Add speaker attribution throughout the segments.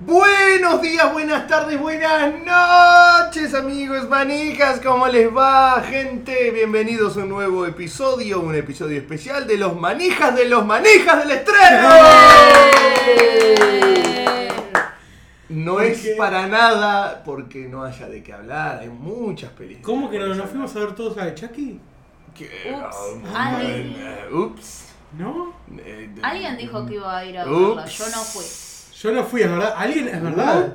Speaker 1: Buenos días, buenas tardes, buenas noches, amigos, manijas, ¿cómo les va, gente? Bienvenidos a un nuevo episodio, un episodio especial de los manijas de los manijas del estreno. No es
Speaker 2: Porque-
Speaker 1: para nada porque no haya de qué hablar, hay muchas películas.
Speaker 2: ¿Cómo que no nos fuimos a ver todos a Chucky?
Speaker 1: Que-
Speaker 3: Ups.
Speaker 1: Ah,
Speaker 3: Ay.
Speaker 1: eh, ups.
Speaker 2: ¿No?
Speaker 1: Eh, de-
Speaker 3: Alguien dijo que iba a ir a verla,
Speaker 1: Ups.
Speaker 3: yo no fui.
Speaker 2: Yo no fui, es verdad. ¿Alguien? ¿Es verdad?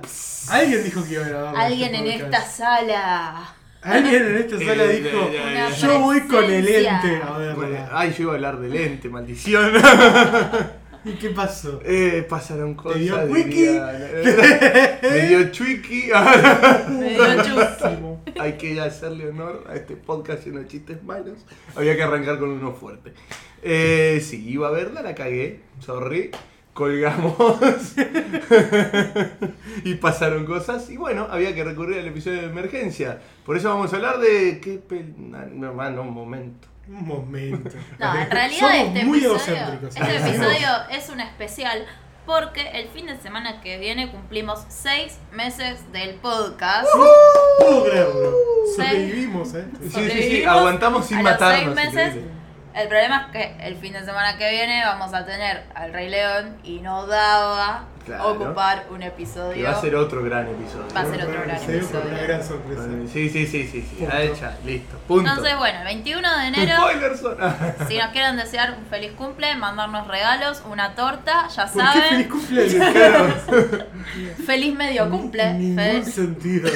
Speaker 2: Alguien dijo que iba a ir a verla.
Speaker 3: Alguien en
Speaker 2: este
Speaker 3: esta
Speaker 2: podcast.
Speaker 3: sala.
Speaker 2: Alguien en esta sala
Speaker 1: Eh,
Speaker 2: dijo.
Speaker 1: ya,
Speaker 3: Una
Speaker 1: ya,
Speaker 2: Yo voy con el
Speaker 3: presencia.
Speaker 2: ente a
Speaker 1: Bueno,
Speaker 2: verla.
Speaker 1: Ay, yo iba a hablar de lente, maldición.
Speaker 2: ¿Y qué pasó?
Speaker 1: Eh, pasaron cosas.
Speaker 2: dio
Speaker 1: diría- Me dio Twiki.
Speaker 3: Me dio chus.
Speaker 1: Hay que hacerle honor a este podcast lleno de chistes malos. Había que arrancar con uno fuerte. Eh, sí, iba a verla, la cagué. Sorry. Colgamos. y pasaron cosas. Y bueno, había que recurrir al episodio de emergencia. Por eso vamos a hablar de. ¿Qué pel... ah, No, hermano, un momento.
Speaker 2: Un momento.
Speaker 3: No, en realidad
Speaker 2: Somos
Speaker 3: este
Speaker 2: muy
Speaker 3: episodio,
Speaker 2: egocéntricos.
Speaker 3: este episodio es un especial porque el fin de semana que viene cumplimos seis meses del podcast.
Speaker 2: Puedo creerlo.
Speaker 3: Sí.
Speaker 2: Sobrevivimos, ¿eh?
Speaker 1: Sí, sí, sí,
Speaker 3: Sobrevivimos
Speaker 1: aguantamos sin
Speaker 3: a los
Speaker 1: matarnos.
Speaker 3: seis meses.
Speaker 1: increíble.
Speaker 3: El problema es que el fin de semana que viene vamos a tener al Rey León y no daba
Speaker 1: Claro.
Speaker 3: ocupar un
Speaker 1: Que
Speaker 3: episodio.
Speaker 1: va a ser otro gran episodio.
Speaker 3: Va a ser otro gran
Speaker 2: Se dio por una
Speaker 3: episodio.
Speaker 2: gran sorpresa.
Speaker 1: Sí, sí, sí, sí, sí.
Speaker 2: Punto.
Speaker 1: Ya hecha, listo. Punto.
Speaker 3: Entonces, bueno, el 21 de enero
Speaker 1: Spoilers son.
Speaker 3: Si nos quieren desear un feliz cumple, mandarnos regalos, una torta, ya
Speaker 2: ¿Por qué feliz
Speaker 3: saben.
Speaker 2: cumpleaños?
Speaker 3: Feliz, medio cumple.
Speaker 2: Ningún
Speaker 3: Fe-
Speaker 2: sentido.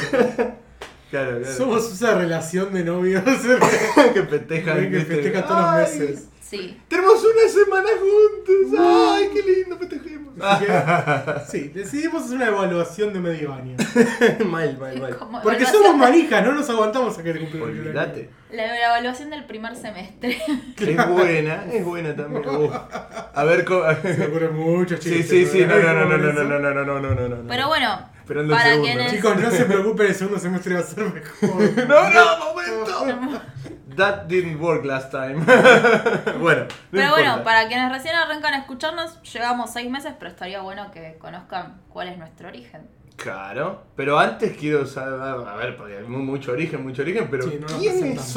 Speaker 1: Claro, claro.
Speaker 2: Somos esa relación de novios.
Speaker 1: que festejan.
Speaker 2: Que
Speaker 1: ¿viste?
Speaker 2: festeja todos los
Speaker 1: Ay,
Speaker 2: meses.
Speaker 3: Sí.
Speaker 1: Tenemos una semana juntos. Ay, qué lindo, festejemos.
Speaker 2: Así que, sí, decidimos hacer una evaluación de medio año.
Speaker 1: mal, mal, mal.
Speaker 3: Como
Speaker 2: Porque
Speaker 3: evaluación-
Speaker 2: somos manijas, no nos aguantamos a que le cumpla el primer
Speaker 1: Olvídate.
Speaker 3: La evaluación del primer semestre.
Speaker 1: Es buena, es buena también. Uf. A ver cómo.
Speaker 2: año. Se ocurren muchos
Speaker 1: Sí,
Speaker 2: chistes.
Speaker 1: sí, sí. No, no, no, no, no,
Speaker 2: Eso.
Speaker 1: no, no, no, no, no, no, no.
Speaker 3: Pero bueno,
Speaker 1: Esperando el
Speaker 3: para
Speaker 1: segundo.
Speaker 3: quienes-
Speaker 2: Chicos, no se preocupen, el segundo semestre va a ser mejor.
Speaker 1: No, no, momento. That didn't work last time. bueno. no
Speaker 3: pero bueno,
Speaker 1: importa.
Speaker 3: para quienes recién arrancan a escucharnos, llevamos seis meses, pero estaría bueno que conozcan cuál es nuestro origen.
Speaker 1: Claro, pero antes quiero saber, a ver, porque hay mu- mucho origen, mucho origen, pero
Speaker 2: Sí, no nos
Speaker 1: ¿quiénes
Speaker 2: presentamos.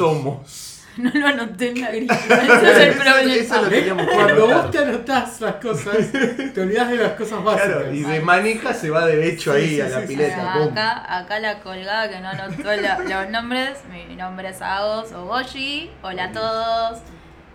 Speaker 1: somos?
Speaker 3: No lo anoté en la grilla, ese es el
Speaker 1: Eso- eso es lo
Speaker 3: problema.
Speaker 1: que teníamos que
Speaker 2: ¿Eh? Cuando
Speaker 1: anotar.
Speaker 2: vos te anotás las cosas, te olvidás de las cosas básicas.
Speaker 1: Claro, y de manija se va derecho
Speaker 2: Sí,
Speaker 1: ahí
Speaker 2: sí,
Speaker 1: a la
Speaker 2: sí, sí.
Speaker 1: pileta.
Speaker 3: Ah,
Speaker 1: pum.
Speaker 3: acá, acá la colgada que no anotó la- los nombres. Mi nombre es Agos Ogoshi. Hola a todos.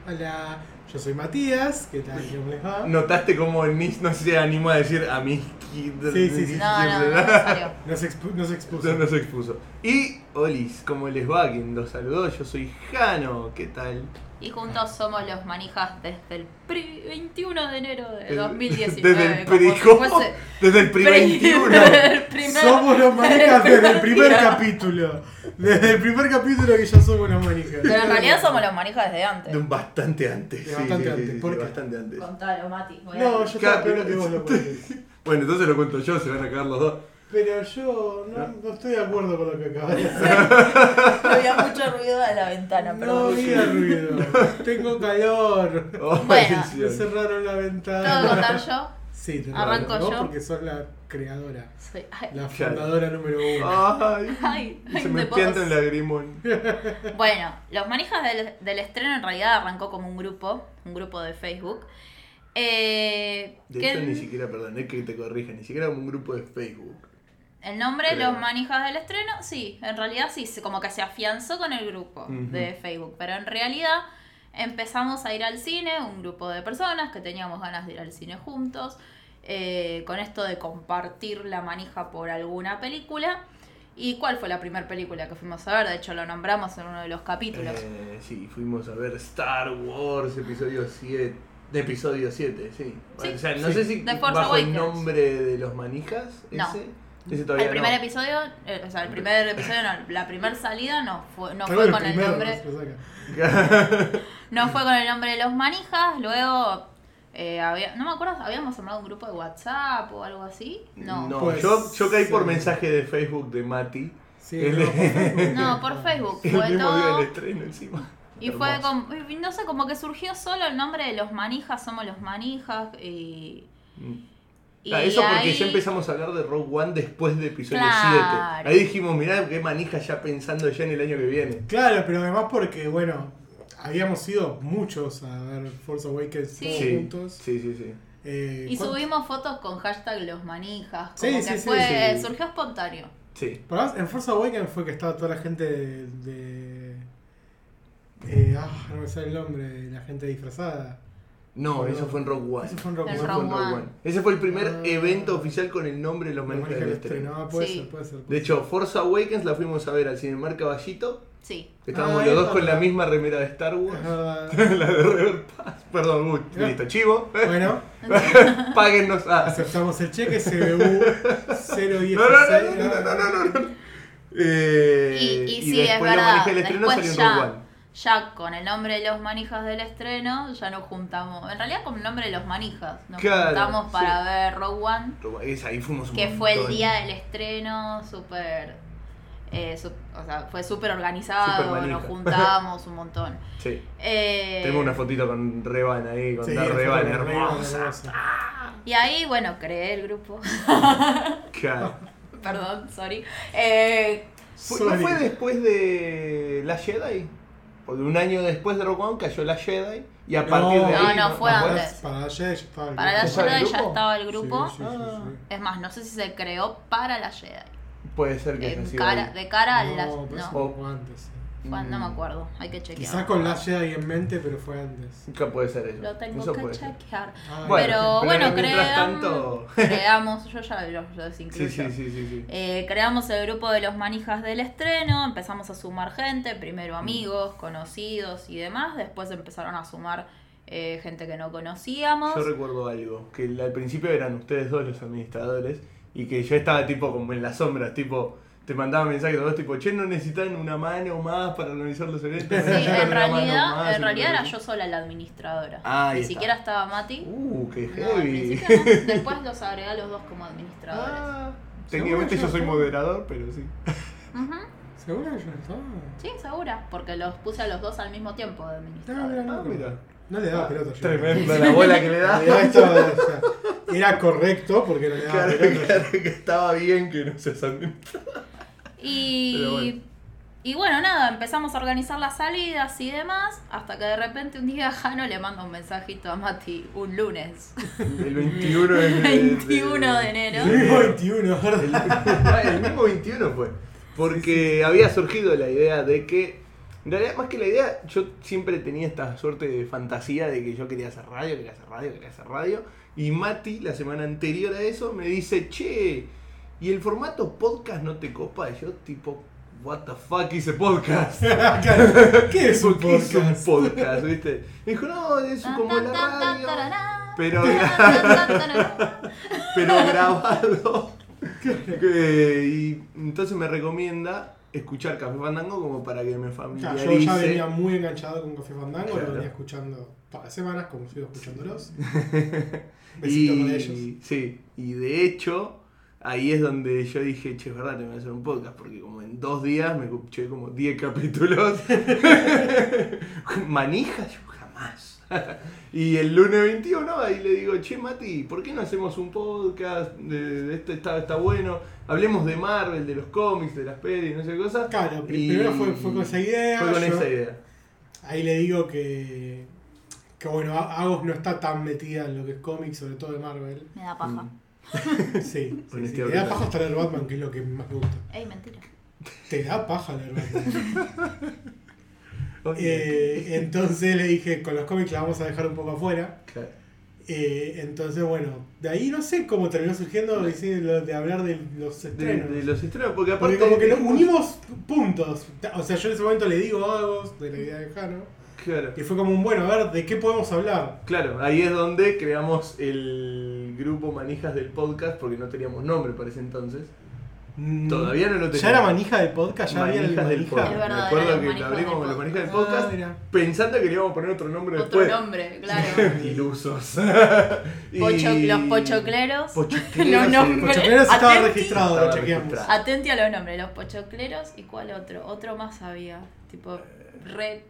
Speaker 2: Hola, yo soy Matías, ¿qué tal? ¿Cómo les va?
Speaker 1: Notaste cómo Nis no se animó a decir a mí.
Speaker 2: Sí, sí, sí.
Speaker 3: No, no, no, no salió.
Speaker 2: Nos, expu- nos expuso.
Speaker 1: No, no se expuso. Y Olis, ¿cómo les va? Quien los saludó, yo soy Jano, ¿qué tal?
Speaker 3: Y juntos somos los manijas desde el pri- 21 de enero de
Speaker 1: Desde-
Speaker 3: 2019.
Speaker 1: Desde el
Speaker 3: como
Speaker 1: pri-
Speaker 3: si
Speaker 1: ¿cómo?
Speaker 3: fuese
Speaker 1: Desde el pri
Speaker 3: pri-
Speaker 1: 21.
Speaker 3: desde el primer-
Speaker 2: Somos los manijas desde el primer
Speaker 3: día.
Speaker 2: capítulo. Desde el primer capítulo que ya somos los manijas.
Speaker 3: Pero en realidad somos los manijas desde antes.
Speaker 1: De un Bastante antes.
Speaker 2: De bastante antes, ¿por qué?
Speaker 1: Bastante antes.
Speaker 3: Contalo, Mati. voy a-
Speaker 2: No, yo estaba
Speaker 1: Claro, este-
Speaker 2: peor que vos lo ponés.
Speaker 1: Bueno, entonces lo cuento yo, se van a quedar los dos.
Speaker 2: Pero yo no, no estoy de acuerdo con lo que acabas de decir.
Speaker 3: Había mucho ruido de la ventana,
Speaker 2: No
Speaker 3: perdón.
Speaker 2: había ruido. Tengo calor.
Speaker 1: Oh,
Speaker 3: Bueno.
Speaker 2: Me
Speaker 1: sí.
Speaker 2: cerraron la
Speaker 3: ¿Tengo que
Speaker 2: ventana.
Speaker 3: contar yo?
Speaker 2: Sí, te
Speaker 3: Arranco
Speaker 2: ¿no?
Speaker 3: yo.
Speaker 2: Porque sos la creadora.
Speaker 3: Soy- Ay,
Speaker 2: La fundadora número uno.
Speaker 1: Ay,
Speaker 3: ay, ay,
Speaker 1: se me
Speaker 3: de
Speaker 1: pianta un
Speaker 3: pocos.
Speaker 1: lagrimón.
Speaker 3: Bueno, Los Manijas del, del estreno en realidad arrancó como un grupo, un grupo de Facebook. Eh,
Speaker 1: De
Speaker 3: que
Speaker 1: hecho, ni
Speaker 3: el-
Speaker 1: siquiera, perdón, es que te corrija, ni siquiera como un grupo de Facebook.
Speaker 3: el nombre
Speaker 1: Creo.
Speaker 3: Los Manijas del estreno, sí, en realidad sí, se- como que se afianzó con el grupo
Speaker 1: Ujú.
Speaker 3: de Facebook, pero en realidad empezamos a ir al cine, un grupo de personas que teníamos ganas de ir al cine juntos, eh, con esto de compartir la manija por alguna película. ¿Y cuál fue la primera película que fuimos a ver? De hecho, lo nombramos en uno de los capítulos.
Speaker 1: Eh, sí, fuimos a ver Star Wars episodio 7. De episodio 7, sí.
Speaker 3: Sí.
Speaker 1: O sea, no
Speaker 2: Sí.
Speaker 1: sé si
Speaker 3: The Force
Speaker 1: bajo el
Speaker 3: Awakens.
Speaker 1: nombre de los manijas, ese.
Speaker 3: No.
Speaker 1: Ese todavía
Speaker 3: El primer
Speaker 1: no.
Speaker 3: episodio, eh, o sea, el primer episodio no, la primera salida no fue, no
Speaker 2: Algo
Speaker 3: fue
Speaker 2: del
Speaker 3: con el
Speaker 2: primero,
Speaker 3: nombre,
Speaker 2: no se saca.
Speaker 3: no fue con el nombre de los manijas, luego eh, había, no me acuerdo, habíamos armado un grupo de WhatsApp o algo así, no, no,
Speaker 2: Pues,
Speaker 1: yo, yo caí por
Speaker 2: sí.
Speaker 1: mensaje de Facebook de Mati.
Speaker 2: Sí,
Speaker 1: El-
Speaker 2: no, por Facebook.
Speaker 3: por Facebook,
Speaker 1: El
Speaker 3: fue
Speaker 1: mismo día
Speaker 3: todo,
Speaker 1: del estreno encima.
Speaker 3: y fue
Speaker 1: Hermoso.
Speaker 3: como, y no sé, como que surgió solo el nombre de los manijas, somos los manijas, y,
Speaker 1: Mm.
Speaker 3: Y
Speaker 1: Claro, eso porque
Speaker 3: ahí-
Speaker 1: ya empezamos a hablar de Rogue One después de episodio
Speaker 3: Claro.
Speaker 1: 7. Ahí dijimos, mirá qué manija ya pensando ya en el año que viene.
Speaker 2: Claro, pero además porque, bueno, habíamos ido muchos a ver Force Awakens
Speaker 3: Sí.
Speaker 2: todos
Speaker 1: Sí,
Speaker 2: juntos.
Speaker 1: sí, sí, sí.
Speaker 2: Eh,
Speaker 3: Y
Speaker 2: ¿cuánto-
Speaker 3: subimos fotos con hashtag los manijas.
Speaker 2: Sí,
Speaker 3: Como que
Speaker 2: sí, sí,
Speaker 3: fue,
Speaker 1: sí.
Speaker 3: surgió espontáneo.
Speaker 1: Sí.
Speaker 2: Pero además, en Force Awakens fue que estaba toda la gente de. de- eh, ah, no me sale el nombre, de la gente disfrazada.
Speaker 1: No,
Speaker 2: Bueno.
Speaker 1: eso fue en Rogue One.
Speaker 2: Eso fue en Rogue
Speaker 1: Eso
Speaker 3: En
Speaker 2: One.
Speaker 1: fue en
Speaker 3: Rogue
Speaker 1: Rogue
Speaker 3: One.
Speaker 1: One. Ese fue el primer
Speaker 2: Ah.
Speaker 1: evento oficial con el nombre de los
Speaker 2: Lo
Speaker 1: manijas
Speaker 2: maneja
Speaker 1: del
Speaker 2: el
Speaker 1: estreno.
Speaker 2: estreno. Ah, puede
Speaker 3: Sí.
Speaker 2: ser, puede ser.
Speaker 1: De hecho, Force Awakens la fuimos a ver al Cinemar Caballito.
Speaker 3: Sí.
Speaker 1: Estábamos
Speaker 2: Ah,
Speaker 1: los
Speaker 2: es
Speaker 1: dos con
Speaker 2: verdad.
Speaker 1: la misma remera de Star Wars.
Speaker 2: Es verdad.
Speaker 1: la de River Pass. Perdón, uy,
Speaker 2: Ya.
Speaker 1: listo, chivo.
Speaker 2: bueno,
Speaker 1: Páguennos. Ah.
Speaker 2: aceptamos el cheque CBU 016.
Speaker 1: No, no, no, no, no, no, no, no. Eh,
Speaker 3: Y, y sí, es
Speaker 1: después la
Speaker 3: verdad.
Speaker 1: manija del estreno salió
Speaker 3: Después
Speaker 1: en
Speaker 3: ya,
Speaker 1: Rogue One.
Speaker 3: ya con el nombre de los manijas del estreno, ya nos juntamos. En realidad con el nombre de los manijas. Nos
Speaker 1: Claro,
Speaker 3: juntamos para
Speaker 1: sí.
Speaker 3: ver Rogue One.
Speaker 1: Rogue One, es, ahí fuimos un
Speaker 3: que fue el
Speaker 1: montón.
Speaker 3: día del estreno, súper... eh, sup- o sea, fue súper organizado,
Speaker 1: Súper manija.
Speaker 3: nos juntábamos un montón.
Speaker 1: Sí.
Speaker 3: Eh,
Speaker 1: Tengo una fotito con Revan ahí, con
Speaker 2: Sí,
Speaker 1: la
Speaker 2: es
Speaker 1: Revan
Speaker 2: verdad,
Speaker 1: hermosa.
Speaker 2: hermosa.
Speaker 3: Y ahí, bueno, creé el grupo.
Speaker 1: Claro.
Speaker 3: Perdón, sorry. Eh,
Speaker 1: Fue- ¿No
Speaker 2: Sorry.
Speaker 1: fue después de La Jedi? Porque un año después de Rogue One cayó La Jedi y a partir de
Speaker 3: No,
Speaker 1: ahí...
Speaker 3: no, fue
Speaker 2: para-
Speaker 3: antes.
Speaker 2: Para la Jedi ya estaba el
Speaker 3: Para la
Speaker 2: grupo.
Speaker 1: ¿Ya estaba el
Speaker 3: Jedi ya
Speaker 1: grupo?
Speaker 3: estaba el grupo.
Speaker 2: Sí, sí, sí, sí.
Speaker 3: Es más, no sé si se creó para la Jedi.
Speaker 1: Puede ser que
Speaker 3: En
Speaker 1: haya sido
Speaker 3: cara-
Speaker 1: ahí.
Speaker 3: de cara a las...
Speaker 2: No, pero eso
Speaker 1: no. pues
Speaker 2: fue poco antes. eh.
Speaker 3: fue- no me
Speaker 1: Mm.
Speaker 3: acuerdo, hay que chequear.
Speaker 2: Quizás con la Jedi en mente, pero fue antes.
Speaker 1: Que puede ser eso.
Speaker 3: Lo tengo
Speaker 1: Eso
Speaker 3: que
Speaker 1: puede ser.
Speaker 3: chequear.
Speaker 2: Ah,
Speaker 3: pero, bueno,
Speaker 1: mientras
Speaker 3: crean-
Speaker 1: tanto...
Speaker 3: Creamos, yo ya los, los
Speaker 1: Sí,
Speaker 3: incluyo.
Speaker 1: sí, sí, sí. sí.
Speaker 3: Eh, creamos el grupo de los manijas del estreno, empezamos a sumar gente, primero amigos,
Speaker 1: Mm.
Speaker 3: conocidos y demás, después empezaron a sumar eh, gente que no conocíamos.
Speaker 1: Yo recuerdo algo, que al principio eran ustedes dos los administradores y que yo estaba tipo como en las sombras, tipo, te mandaba mensajes a vos, tipo, che, no necesitan una mano más para organizar los eventos.
Speaker 3: Sí, en realidad, en realidad era yo sola la administradora.
Speaker 1: Ah, ahí
Speaker 3: Ni
Speaker 1: está.
Speaker 3: siquiera estaba Mati.
Speaker 1: Uh, qué
Speaker 3: No, al
Speaker 1: heavy.
Speaker 3: principio no. Después los agregué a los dos como administradores.
Speaker 1: Ah, técnicamente yo soy moderador, pero sí.
Speaker 3: Ujú.
Speaker 2: ¿Seguro que yo no estaba?
Speaker 3: Sí, segura, porque los puse a los dos al mismo tiempo de
Speaker 2: No,
Speaker 3: administradores.
Speaker 2: mira, no,
Speaker 1: Ah, mira.
Speaker 2: No le daba pelota yo.
Speaker 1: Tremenda la bola que le
Speaker 2: No
Speaker 1: da.
Speaker 2: le daba estaba- o sea, era correcto porque no le daba
Speaker 1: Claro,
Speaker 2: pelota yo.
Speaker 1: claro, que estaba bien que no se salen.
Speaker 3: Y
Speaker 1: Pero
Speaker 3: bueno.
Speaker 1: bueno.
Speaker 3: y bueno, nada, empezamos a organizar las salidas y demás, hasta que de repente un día Jano le manda un mensajito a Mati un lunes,
Speaker 1: El 21 de, de-
Speaker 3: 21 de enero.
Speaker 2: El mismo 21,
Speaker 1: El,
Speaker 2: ¿verdad?
Speaker 1: el mismo 21 fue. Porque había surgido la idea de que. En realidad, más que la idea, yo siempre tenía esta suerte de fantasía de que yo quería hacer radio, quería hacer radio, quería hacer radio. Y Mati, la semana anterior a eso, me dice, che, ¿y el formato podcast no te copa? Y yo, tipo, what the fuck hice podcast?
Speaker 2: Claro, ¿Qué es un
Speaker 1: ¿Por qué hice un
Speaker 2: podcast?
Speaker 1: podcast? ¿Viste? Me dijo, no, es
Speaker 3: Ah,
Speaker 1: como la radio, pero pero grabado. Eh, y entonces me recomienda escuchar Café Fandango como para que me
Speaker 2: O sea, yo ya
Speaker 1: familiarice.
Speaker 2: venía muy enganchado con Café Fandango,
Speaker 1: Claro.
Speaker 2: lo venía escuchando todas las semanas, como sigo escuchándolos. Besito para ellos.
Speaker 1: y, sí, y de hecho, ahí es donde yo dije, che, es verdad, tengo que hacer un podcast, porque como en dos días me escuché como 10 capítulos. Manija, yo jamás. Y el lunes 21 ahí le digo, che Mati, ¿por qué no hacemos un podcast? De, de este está, está bueno. Hablemos de Marvel, de los cómics, de las pelis, no sé qué cosa.
Speaker 2: Claro, pr-
Speaker 1: Y-
Speaker 2: primero fue, fue con esa idea.
Speaker 1: Fue con
Speaker 2: yo-
Speaker 1: esa idea.
Speaker 2: Ahí le digo que, que bueno, A- Agus no está tan metida en lo que es cómics, sobre todo de Marvel.
Speaker 3: Me da paja.
Speaker 1: Mm.
Speaker 2: Sí, sí, sí.
Speaker 1: Honestidad
Speaker 2: Te da
Speaker 1: brutal.
Speaker 2: paja hasta leer Batman, que es lo que más me gusta.
Speaker 3: Ey, mentira.
Speaker 2: Te da paja leer Batman.
Speaker 1: Oye,
Speaker 2: Eh, entonces le dije, con los cómics la vamos a dejar un poco afuera.
Speaker 1: claro.
Speaker 2: Eh, entonces, bueno, de ahí no sé cómo terminó surgiendo decir lo de hablar de los
Speaker 1: De,
Speaker 2: estrenos.
Speaker 1: de los estrenos, porque aparte.
Speaker 2: Porque como que nos unimos puntos. O sea, yo en ese momento le digo a Agus de la idea de Jano.
Speaker 1: Claro.
Speaker 2: Y fue como un, bueno, a ver, ¿de qué podemos hablar?
Speaker 1: Claro, ahí es donde creamos el grupo Manijas del podcast, porque no teníamos nombre para ese entonces.
Speaker 2: Mm,
Speaker 1: Todavía no lo teníamos.
Speaker 2: ¿Ya era manija del podcast? ¿Ya había el
Speaker 1: Manijas del
Speaker 2: manija?
Speaker 1: podcast.
Speaker 3: Es
Speaker 1: Me
Speaker 3: verdad,
Speaker 1: acuerdo
Speaker 3: eran
Speaker 1: que
Speaker 3: los
Speaker 1: lo
Speaker 3: manijas
Speaker 1: abrimos
Speaker 3: del
Speaker 1: con los manijas del
Speaker 2: Ah,
Speaker 1: podcast,
Speaker 2: mira.
Speaker 1: pensando que le íbamos a poner otro nombre
Speaker 3: Otro
Speaker 1: después.
Speaker 3: nombre, claro.
Speaker 1: Ilusos. Y-
Speaker 3: Pocho- los pochocleros.
Speaker 1: Pochocleros,
Speaker 3: Los nombres.
Speaker 1: el pocho-
Speaker 2: Pochocleros estaba
Speaker 3: Atenti.
Speaker 2: registrado, lo
Speaker 1: Estaba
Speaker 2: chequeamos.
Speaker 1: registrado.
Speaker 3: Atenti a los nombres, los pochocleros y cuál otro. Otro más había, tipo re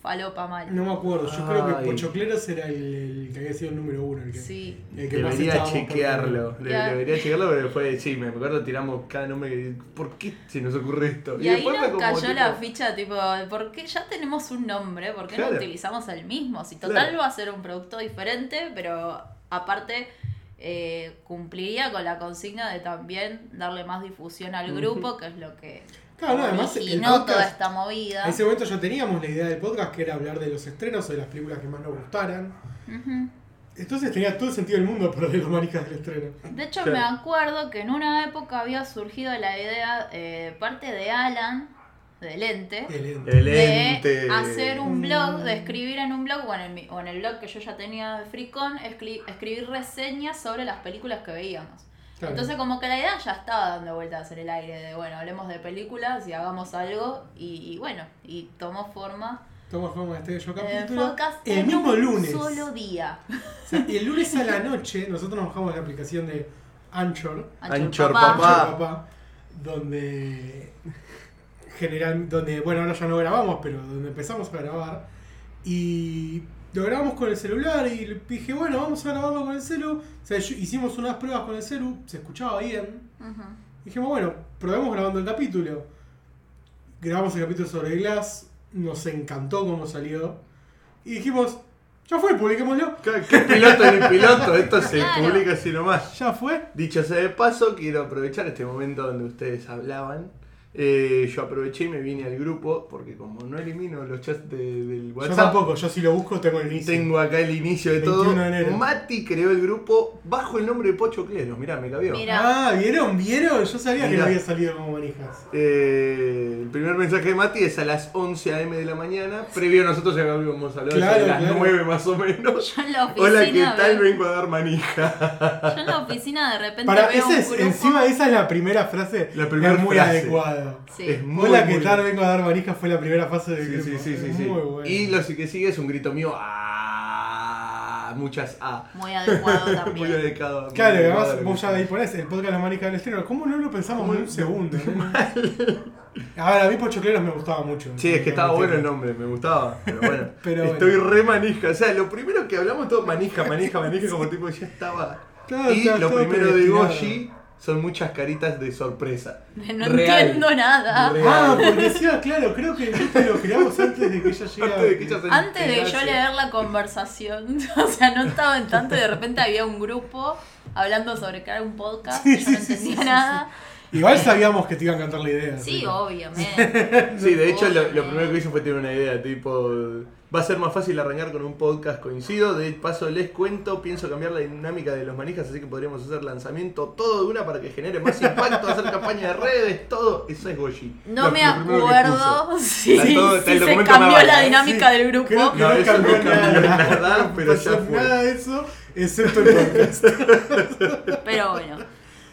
Speaker 3: Falopa mal.
Speaker 2: No me acuerdo, yo creo
Speaker 1: Ay.
Speaker 2: que Pochocleros era el, el que había sido el número uno. El que,
Speaker 3: Sí.
Speaker 2: el que más
Speaker 1: Debería
Speaker 2: estábamos por-
Speaker 1: chequearlo, de-
Speaker 3: Claro.
Speaker 1: debería chequearlo, pero fue, sí, me acuerdo, tiramos cada nombre que ¿por qué se nos ocurre esto?
Speaker 3: Y, ahí
Speaker 1: después
Speaker 3: nos
Speaker 1: fue como,
Speaker 3: cayó la
Speaker 1: tipo,
Speaker 3: ficha, tipo, ¿por qué ya tenemos un nombre? ¿Por qué
Speaker 1: Claro.
Speaker 3: no utilizamos el mismo? Si total
Speaker 1: Claro.
Speaker 3: va a ser un producto diferente, pero aparte eh, cumpliría con la consigna de también darle más difusión al grupo, que es lo que
Speaker 2: Claro, no, además, el
Speaker 3: originó toda
Speaker 2: podcast-
Speaker 3: esta movida.
Speaker 2: En ese momento ya teníamos la idea del podcast que era hablar de los estrenos o de las películas que más nos gustaran.
Speaker 3: Ujú.
Speaker 2: Entonces tenía todo el sentido del mundo por de los maricas del estreno.
Speaker 3: De hecho,
Speaker 1: Claro.
Speaker 3: me acuerdo que en una época había surgido la idea eh, de parte de Alan, de Lente,
Speaker 2: El ente.
Speaker 1: El ente.
Speaker 3: de hacer un blog, de escribir en un blog o en el, mi- o en el blog que yo ya tenía de Freecon, escri- escribir reseñas sobre las películas que veíamos.
Speaker 2: Claro.
Speaker 3: Entonces como que la idea ya estaba dando vueltas en el aire de, bueno, hablemos de películas y hagamos algo y, y bueno, y tomó forma
Speaker 2: Toma forma este bello
Speaker 3: el
Speaker 2: capítulo.
Speaker 3: eh, podcast
Speaker 2: el
Speaker 3: en
Speaker 2: mismo
Speaker 3: un
Speaker 2: lunes.
Speaker 3: solo día.
Speaker 2: O sea, el lunes a la noche nosotros nos bajamos la aplicación de Anchor,
Speaker 1: Anchor Papá.
Speaker 2: Anchor Papá, donde general, donde bueno ahora ya no grabamos, pero donde empezamos a grabar y lo grabamos con el celular y le dije bueno vamos a grabarlo con el celu, o sea yo- hicimos unas pruebas con el celu, se escuchaba bien,
Speaker 3: Ujú.
Speaker 2: dijimos bueno probemos grabando el capítulo, grabamos el capítulo sobre Glass, nos encantó cómo salió y dijimos ya fue publiquémoslo
Speaker 1: ¿Qué, qué piloto es el piloto? Esto se
Speaker 3: Claro.
Speaker 1: publica así nomás.
Speaker 2: Ya fue.
Speaker 1: Dicho sea de paso, quiero aprovechar este momento donde ustedes hablaban. Eh, yo aproveché y me vine al grupo, porque como no elimino los chats de- del
Speaker 2: Yo
Speaker 1: WhatsApp,
Speaker 2: tampoco, yo si lo busco tengo el inicio.
Speaker 1: tengo acá el inicio de todo.
Speaker 2: 21 de enero.
Speaker 1: Mati creó el grupo bajo el nombre de Pocho Cleros, mirá, me cabió.
Speaker 3: Mirá.
Speaker 2: Ah, ¿vieron? ¿Vieron? Yo sabía que
Speaker 1: Mirá.
Speaker 2: no había salido como manijas.
Speaker 1: Eh, el primer mensaje de Mati es a las 11 am de la mañana. Previo a nosotros llegamos a las ocho,
Speaker 2: Claro,
Speaker 1: a las
Speaker 2: claro.
Speaker 1: 9 más o menos.
Speaker 3: Yo en la oficina,
Speaker 1: Hola, ¿qué tal?
Speaker 3: veo-
Speaker 1: Vengo a dar manija.
Speaker 3: yo en la oficina de repente
Speaker 2: Para,
Speaker 3: veo
Speaker 2: esa
Speaker 3: un
Speaker 2: es,
Speaker 3: grupo-
Speaker 2: encima esa es la primera frase.
Speaker 1: La primera
Speaker 2: es muy
Speaker 1: frase.
Speaker 2: adecuado.
Speaker 3: Sí.
Speaker 1: Es muy,
Speaker 2: Hola, ¿qué
Speaker 1: muy-
Speaker 2: tal? Vengo a dar manijas. Fue la primera fase del
Speaker 1: Sí,
Speaker 2: grupo.
Speaker 1: sí, sí, sí,
Speaker 2: Es
Speaker 1: sí.
Speaker 2: Muy bueno.
Speaker 1: Y lo que sigue es un grito mío. "Ah", Muchas A.
Speaker 3: Muy adecuado también.
Speaker 1: Muy dedicado. muy
Speaker 2: Claro,
Speaker 1: dedicado a
Speaker 2: además
Speaker 1: lo
Speaker 2: vos
Speaker 1: que-
Speaker 2: ya ahí ponés el podcast de Los Manijas del Estreno. ¿Cómo no lo pensamos
Speaker 1: ¿Cómo?
Speaker 2: en un segundo? no? Ahora, a mí Pocho Cleros me gustaba mucho.
Speaker 1: Sí, es que estaba bueno el nombre, me gustaba. Pero bueno,
Speaker 2: Pero
Speaker 1: estoy
Speaker 2: bueno.
Speaker 1: re manija. O sea, lo primero que hablamos todo manija, manija, manija, como tipo ya estaba.
Speaker 2: Claro,
Speaker 1: y
Speaker 2: estaba
Speaker 1: lo
Speaker 2: todo
Speaker 1: primero de
Speaker 2: predestinado.
Speaker 1: Goshi son muchas caritas de sorpresa.
Speaker 3: No
Speaker 1: Real.
Speaker 3: entiendo nada.
Speaker 1: Real.
Speaker 2: Ah, porque decía, claro, creo que esto lo creamos antes de que ella llegara.
Speaker 1: Antes de que ella se
Speaker 3: Antes de que yo
Speaker 1: enterase.
Speaker 3: leer la conversación, o sea, no estaba en tanto y de repente había un grupo hablando sobre crear un podcast,
Speaker 2: Sí, sí,
Speaker 3: yo no
Speaker 2: sí,
Speaker 3: entendía
Speaker 2: sí, sí,
Speaker 3: nada.
Speaker 2: Igual sabíamos que te iban a cantar la idea.
Speaker 3: Sí,
Speaker 2: así que-
Speaker 3: obviamente.
Speaker 1: Sí, de hecho lo, lo primero que hizo fue tener una idea, tipo, va a ser más fácil arrancar con un podcast coincido, de paso les cuento, pienso cambiar la dinámica de los manijas, así que podríamos hacer lanzamiento todo de una para que genere más impacto, hacer campaña de redes, todo, eso es Goshi.
Speaker 3: No
Speaker 1: Lo-
Speaker 3: me
Speaker 1: lo primero que puso.
Speaker 3: acuerdo si,
Speaker 1: Está todo- está el
Speaker 3: si se
Speaker 1: documento
Speaker 3: cambió
Speaker 1: Navarra,
Speaker 3: la
Speaker 1: ¿eh?
Speaker 3: dinámica
Speaker 2: Sí,
Speaker 3: del grupo.
Speaker 2: Creo que
Speaker 1: No,
Speaker 2: no,
Speaker 1: eso no
Speaker 2: cambió
Speaker 1: cambió
Speaker 2: nada,
Speaker 1: nada,
Speaker 2: no
Speaker 1: pero
Speaker 2: pasó
Speaker 1: ya fue.
Speaker 2: nada de eso, excepto el podcast.
Speaker 3: Pero bueno,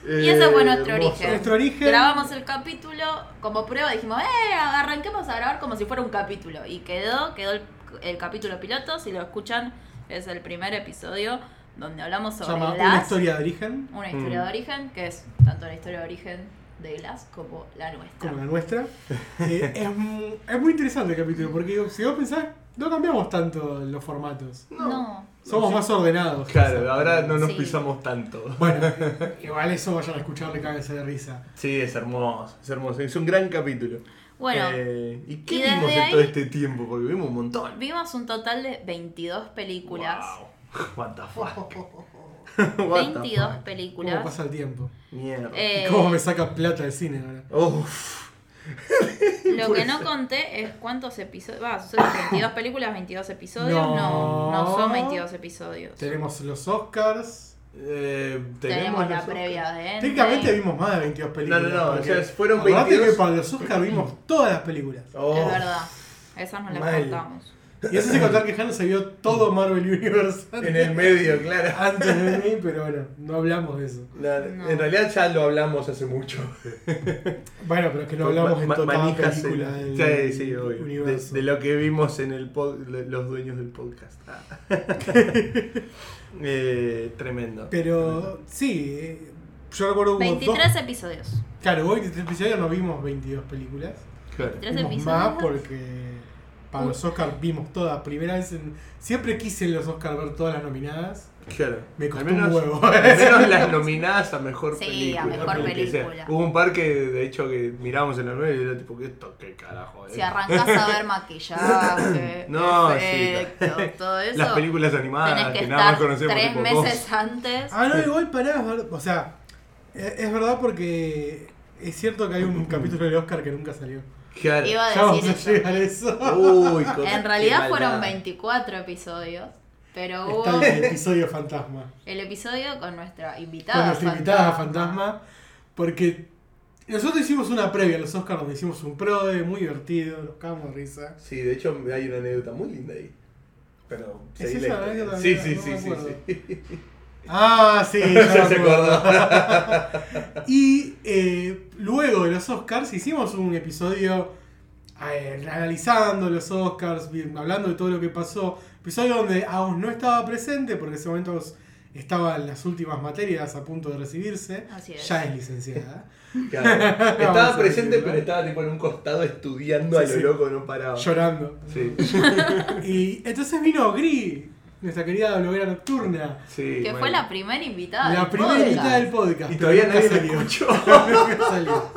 Speaker 1: Eh,
Speaker 3: Y ese fue nuestro
Speaker 1: hermoso.
Speaker 3: origen.
Speaker 2: Nuestro origen.
Speaker 3: grabamos el capítulo como prueba, dijimos, eh, arranquemos a grabar como si fuera un capítulo. Y quedó, quedó el, el capítulo piloto, si lo escuchan, es el primer episodio donde hablamos
Speaker 2: Se
Speaker 3: sobre
Speaker 2: llama Una
Speaker 3: las-
Speaker 2: historia de origen,
Speaker 3: una historia
Speaker 1: Mm.
Speaker 3: de origen, que es tanto la historia de origen de Glass como la nuestra.
Speaker 2: como la nuestra. Eh, es, mu- es muy interesante el capítulo, porque si vos pensás, no cambiamos tanto los formatos.
Speaker 1: No.
Speaker 3: No.
Speaker 2: Somos
Speaker 1: Sí.
Speaker 2: más ordenados.
Speaker 1: Claro,
Speaker 2: quizá.
Speaker 1: ahora no nos
Speaker 3: Sí.
Speaker 1: pisamos tanto.
Speaker 2: Bueno, eh, igual eso vayan a escucharle cabeza de risa.
Speaker 1: Sí, es hermoso, es hermoso, es un gran capítulo.
Speaker 3: Bueno,
Speaker 1: Eh, ¿y qué
Speaker 3: y desde
Speaker 1: vimos en todo
Speaker 3: ahí-
Speaker 1: este tiempo? Porque vimos un montón.
Speaker 3: vimos un total de 22 películas.
Speaker 1: Wow. What the fuck. What the
Speaker 3: 22
Speaker 1: fuck.
Speaker 2: ¿Cómo
Speaker 3: películas.
Speaker 2: pasa el tiempo?
Speaker 1: Mierda.
Speaker 3: Eh,
Speaker 2: ¿Cómo me saca plata del cine ahora?
Speaker 1: Uf.
Speaker 3: Lo
Speaker 1: Puede
Speaker 3: que no
Speaker 1: ser.
Speaker 3: conté es cuántos episodios. Va, son 22 películas, 22 episodios. No, no,
Speaker 2: No.
Speaker 3: son 22 episodios.
Speaker 2: Tenemos los Oscars.
Speaker 1: Eh, tenemos
Speaker 3: Tenemos
Speaker 1: los
Speaker 3: la
Speaker 1: Oscars.
Speaker 3: previa de Endgame.
Speaker 2: Técnicamente vimos más de 22 películas.
Speaker 1: No, no, no, o
Speaker 2: porque-
Speaker 1: sea, fueron
Speaker 2: acordate
Speaker 1: 22.
Speaker 2: que para los Oscar vimos todas las películas.
Speaker 1: Oh.
Speaker 3: Es verdad. Esas no las
Speaker 1: Mal.
Speaker 3: contamos.
Speaker 2: Y eso sin contar que Jano se vio todo Marvel Universe antes,
Speaker 1: En el medio, claro.
Speaker 2: antes de mí, pero bueno, no hablamos de eso.
Speaker 1: No,
Speaker 3: No.
Speaker 1: En realidad ya lo hablamos hace mucho.
Speaker 2: Bueno, pero es que no hablamos de
Speaker 1: Ma-
Speaker 2: toda la
Speaker 1: manijas
Speaker 2: película
Speaker 1: en-
Speaker 2: del
Speaker 1: Sí, sí, obvio. De,
Speaker 2: universo.
Speaker 1: de lo que vimos en el pod- de los dueños del podcast. Ah. Eh, tremendo.
Speaker 2: Pero sí, eh, yo recuerdo hubo
Speaker 3: 23
Speaker 2: dos...
Speaker 3: episodios.
Speaker 2: Claro, hubo 23 episodios, no vimos 22 películas.
Speaker 1: Claro.
Speaker 3: Tres
Speaker 2: vimos
Speaker 3: episodios.
Speaker 2: más porque para los Oscars vimos todas. Primera vez en- Siempre quise en los Oscars ver todas las nominadas.
Speaker 1: Claro.
Speaker 2: Me costó
Speaker 1: Al menos-
Speaker 2: un huevo.
Speaker 1: al menos las nominadas a mejor
Speaker 3: Sí,
Speaker 1: película.
Speaker 3: a mejor
Speaker 1: porque, o sea,
Speaker 3: película.
Speaker 1: hubo un par que, de hecho, que mirábamos en la 9 y era tipo, ¿qué esto? ¿Qué carajo? es?
Speaker 3: Si arrancas a ver maquillaje,
Speaker 1: No, sí.
Speaker 3: efectos, todo eso.
Speaker 1: Las películas animadas
Speaker 3: tenés
Speaker 1: Ah, que,
Speaker 3: que,
Speaker 1: nada más
Speaker 3: estar
Speaker 1: conocemos.
Speaker 3: tres
Speaker 1: tipo,
Speaker 3: meses antes.
Speaker 2: Ah, no, igual pará, es ver- o sea, e- es verdad porque es cierto que hay
Speaker 1: Mm,
Speaker 2: un capítulo del Oscar que nunca salió.
Speaker 1: dos. Claro.
Speaker 3: Iba
Speaker 2: Ya
Speaker 3: a
Speaker 2: vamos
Speaker 3: Ah, decir
Speaker 2: a
Speaker 3: eso.
Speaker 2: llegar a eso.
Speaker 1: Uy, con-
Speaker 3: En
Speaker 1: qué
Speaker 3: realidad fueron
Speaker 1: maldad.
Speaker 3: 24 episodios, pero hubo
Speaker 2: Está el episodio fantasma.
Speaker 3: el episodio con nuestra invitada.
Speaker 2: Con las invitadas a fantasma. Porque nosotros hicimos una previa a los Oscars donde hicimos un prode muy divertido, nos cagamos de risa.
Speaker 1: Sí, de hecho hay una anécdota muy linda ahí. Pero
Speaker 2: ¿Es
Speaker 1: seguí
Speaker 2: esa
Speaker 1: la
Speaker 2: la
Speaker 1: historia.
Speaker 2: anécdota?
Speaker 1: Sí,
Speaker 2: No
Speaker 1: sí,
Speaker 2: me
Speaker 1: sí, sí,
Speaker 2: acuerdo.
Speaker 1: sí.
Speaker 2: Ah, sí,
Speaker 1: No
Speaker 2: ya
Speaker 1: se
Speaker 2: me acuerdo.
Speaker 1: acordó.
Speaker 2: Y eh, luego de los Oscars hicimos un episodio eh, analizando los Oscars, vi- hablando de todo lo que pasó. Episodio donde Agos no estaba presente porque en ese momento Agos estaba en las últimas materias a punto de recibirse.
Speaker 3: Así es.
Speaker 2: Ya es licenciada.
Speaker 1: Claro.
Speaker 2: Vamos
Speaker 1: Estaba
Speaker 2: a
Speaker 1: presente,
Speaker 2: decirlo.
Speaker 1: pero estaba tipo en un costado estudiando
Speaker 2: Sí,
Speaker 1: a lo
Speaker 2: sí.
Speaker 1: loco, no paraba.
Speaker 2: Llorando.
Speaker 1: Sí,
Speaker 2: Y entonces vino Gris, nuestra querida bloguera nocturna.
Speaker 1: sí.
Speaker 3: Que fue
Speaker 1: bueno.
Speaker 3: la primera invitada.
Speaker 2: la
Speaker 3: del
Speaker 2: primera
Speaker 3: Ah, podcast.
Speaker 2: invitada del podcast.
Speaker 1: Y
Speaker 2: pero
Speaker 1: todavía
Speaker 2: nunca
Speaker 1: nadie la
Speaker 2: salió.
Speaker 1: escuchó.
Speaker 2: Nunca salió.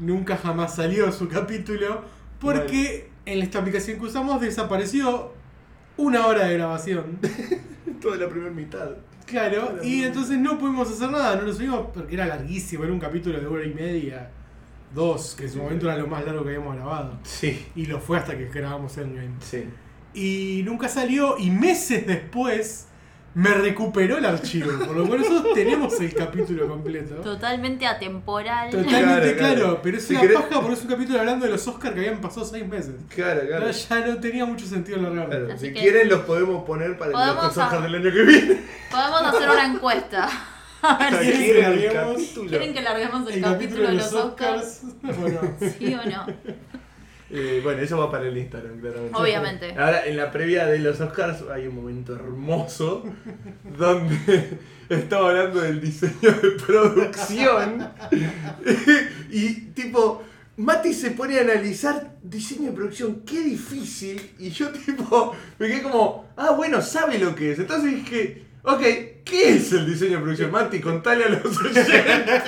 Speaker 2: Nunca jamás salió su capítulo. Porque en esta aplicación que usamos desapareció una hora de grabación.
Speaker 1: Toda la primera mitad.
Speaker 2: Claro. Y entonces no pudimos hacer nada. No lo subimos porque era larguísimo. Era un capítulo de hora y media. Dos, que en su momento era lo más largo que habíamos grabado.
Speaker 1: Sí,
Speaker 2: Y lo fue hasta que grabamos Endgame.
Speaker 1: sí.
Speaker 2: Y nunca salió. Y meses después me recuperó el archivo. Por lo cual nosotros tenemos el capítulo completo.
Speaker 3: Totalmente atemporal.
Speaker 2: Totalmente
Speaker 1: Claro,
Speaker 2: claro,
Speaker 1: claro.
Speaker 2: pero es
Speaker 1: Si
Speaker 2: una
Speaker 1: querés-
Speaker 2: paja porque es un capítulo hablando de los Oscars que habían pasado seis meses.
Speaker 1: Claro, claro.
Speaker 2: No, ya no tenía mucho sentido largarlo.
Speaker 1: Claro,
Speaker 3: Así
Speaker 1: Si
Speaker 3: que-
Speaker 1: quieren los podemos poner para
Speaker 3: Podemos
Speaker 1: los Oscars
Speaker 3: a-
Speaker 1: del año que viene.
Speaker 3: Podemos hacer una encuesta.
Speaker 2: si
Speaker 1: Quieren
Speaker 2: quieren
Speaker 1: el
Speaker 2: larguemos.
Speaker 1: capítulo.
Speaker 3: ¿Quieren que larguemos el, capítulo de los Oscars?
Speaker 2: Bueno,
Speaker 3: ¿Sí o no?
Speaker 1: Eh, bueno, eso va para el Instagram, claramente.
Speaker 3: Obviamente.
Speaker 1: Ahora, en la previa de los Oscars hay un momento hermoso donde estaba hablando del diseño de producción y tipo, Mati se pone a analizar diseño de producción, qué difícil, y yo tipo, me quedé como, ah, bueno, sabe lo que es. Entonces dije, ok, ¿qué es el diseño de producción? Mati, contale a los oyentes.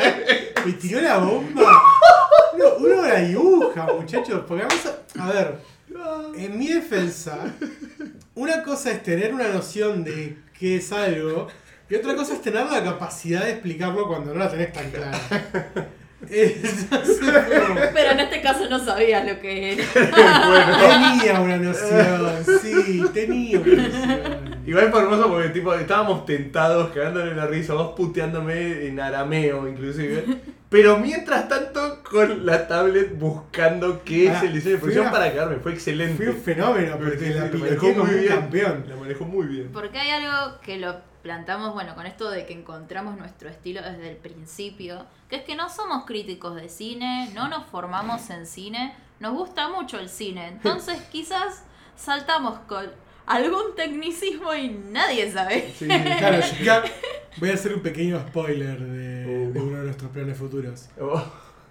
Speaker 2: me tiró la bomba. No, uno la dibuja, muchachos. Porque vamos a. A ver, en mi defensa, una cosa es tener una noción de qué es algo. Y otra cosa es tener la capacidad de explicarlo cuando no la tenés tan clara. Entonces, bueno,
Speaker 3: Pero en este caso no sabías lo que era.
Speaker 1: bueno.
Speaker 2: Tenía una noción, sí, tenía una noción.
Speaker 1: Igual fue hermoso porque tipo estábamos tentados, cagándole la risa, vos puteándome en arameo inclusive. Pero mientras tanto con la tablet buscando qué es
Speaker 2: Ah,
Speaker 1: el diseño de
Speaker 2: fue
Speaker 1: producción
Speaker 2: una-
Speaker 1: para quedarme, fue excelente.
Speaker 2: Fue un fenómeno porque la
Speaker 1: lo
Speaker 2: piloteé como un campeón.
Speaker 1: La manejó muy bien.
Speaker 3: Porque hay algo que lo plantamos, bueno, con esto de que encontramos nuestro estilo desde el principio, que es que no somos críticos de cine, no nos formamos en cine, nos gusta mucho el cine, entonces quizás saltamos con algún tecnicismo y nadie sabe.
Speaker 1: Sí,
Speaker 2: Claro, yo ya voy a hacer un pequeño spoiler de, de uno de nuestros planes futuros.
Speaker 1: Oh,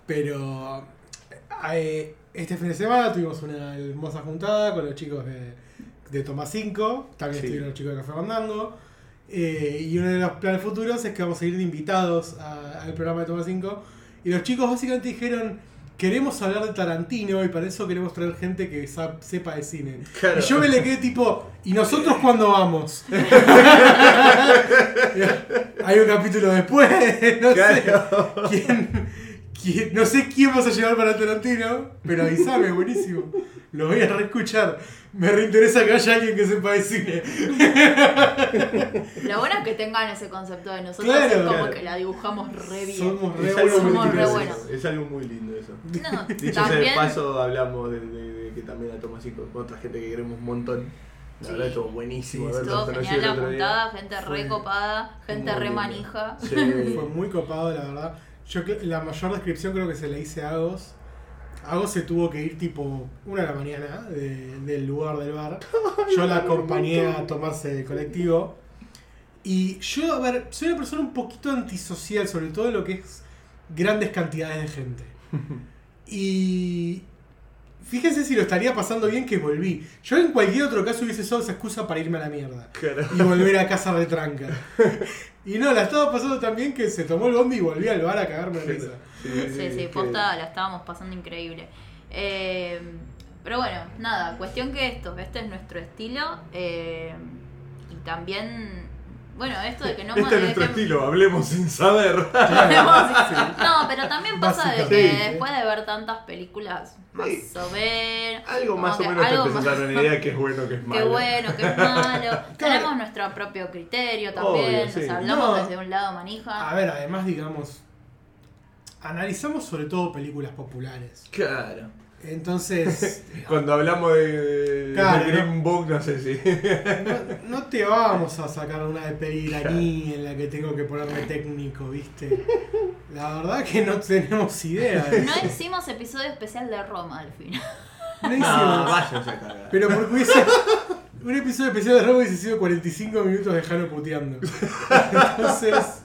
Speaker 2: Pero eh, este fin de semana tuvimos una hermosa juntada con los chicos de, de Toma 5, también
Speaker 1: Sí.
Speaker 2: estuvieron los chicos de Café Fandango. eh, y uno de los planes futuros es que vamos a ir de invitados a- al programa de Toma 5. Y los chicos básicamente dijeron, queremos hablar de Tarantino y para eso queremos traer gente que sa- sepa de cine.
Speaker 1: Claro.
Speaker 2: Y yo me le quedé tipo, ¿y nosotros cuándo vamos? Hay un capítulo después, no sé.
Speaker 1: claro.
Speaker 2: ¿Quién, quién- no sé quién vas a llevar para Tarantino, pero avísame, buenísimo. Lo voy a reescuchar. Me reinteresa que haya alguien que sepa de cine.
Speaker 3: Lo bueno es que tengan ese concepto de nosotros,
Speaker 2: Claro,
Speaker 3: es como
Speaker 1: claro.
Speaker 3: que la dibujamos re bien.
Speaker 2: Somos re
Speaker 1: Es algo, muy
Speaker 2: buenos
Speaker 3: Somos re
Speaker 1: lindo
Speaker 2: multiversos.
Speaker 3: buenos.
Speaker 1: eso. es algo muy lindo eso.
Speaker 3: No,
Speaker 1: Dicho sea de
Speaker 3: también,
Speaker 1: paso, hablamos de, de- de que también a Tomás con otra gente que queremos un montón. La
Speaker 3: Sí.
Speaker 1: verdad estuvo buenísimo.
Speaker 2: Sí,
Speaker 1: haberlo
Speaker 3: todo
Speaker 1: conocido
Speaker 3: genial
Speaker 1: el
Speaker 3: la
Speaker 1: otro día.
Speaker 3: puntada, gente
Speaker 2: Fue
Speaker 3: re copada, gente
Speaker 1: muy
Speaker 3: re
Speaker 1: lindo.
Speaker 3: manija.
Speaker 1: Sí.
Speaker 2: Fue muy copado, la verdad. Yo cre- la mayor descripción creo que se la hice a Agos. Agos se tuvo que ir tipo una de la mañana de- del lugar del bar. Yo la acompañé a tomarse el colectivo. Y yo, a ver, soy una persona un poquito antisocial, sobre todo en lo que es grandes cantidades de gente. Y Fíjense si lo estaría pasando bien que volví. Yo en cualquier otro caso hubiese usado esa excusa para irme a la mierda.
Speaker 1: Claro.
Speaker 2: Y volver a casa retranca. Y no, la estaba pasando tan bien que se tomó el bondi y volví al bar a cagarme de risa.
Speaker 3: Sí, sí, posta, la estábamos pasando increíble. Eh, pero bueno, nada, cuestión que esto, este es nuestro estilo. eh, y también, bueno, esto de que no
Speaker 1: este es nuestro
Speaker 3: manejen-
Speaker 1: estilo, hablemos sin saber.
Speaker 3: No, pero también pasa de que
Speaker 2: Básicamente.
Speaker 3: después de ver tantas películas, más
Speaker 1: Sí.
Speaker 3: o menos.
Speaker 1: Algo
Speaker 3: como
Speaker 1: más o
Speaker 3: que
Speaker 1: menos te
Speaker 3: algo
Speaker 1: empezás a
Speaker 3: más-
Speaker 1: dar una idea que es bueno, que es malo.
Speaker 3: Qué bueno, qué malo. Tenemos nuestro propio criterio también,
Speaker 1: Obvio, sí.
Speaker 3: nos hablamos
Speaker 2: No.
Speaker 3: desde un lado
Speaker 2: A
Speaker 3: manija.
Speaker 2: ver, además, digamos, analizamos sobre todo películas populares.
Speaker 1: Claro.
Speaker 2: Entonces,
Speaker 1: Cuando hablamos de, de
Speaker 2: Claro,
Speaker 1: Green Book, no sé si.
Speaker 2: no, no te vamos a sacar una de pedir a ni en la que tengo que ponerme técnico, ¿viste? La verdad que no tenemos idea. de
Speaker 3: No
Speaker 2: eso.
Speaker 3: hicimos episodio especial de Roma al final.
Speaker 2: No
Speaker 1: No,
Speaker 2: hicimos-
Speaker 1: váyanse a cagar.
Speaker 2: Pero porque hubiese. Un episodio especial de Robo hubiese sido 45 minutos de Jano puteando. Entonces.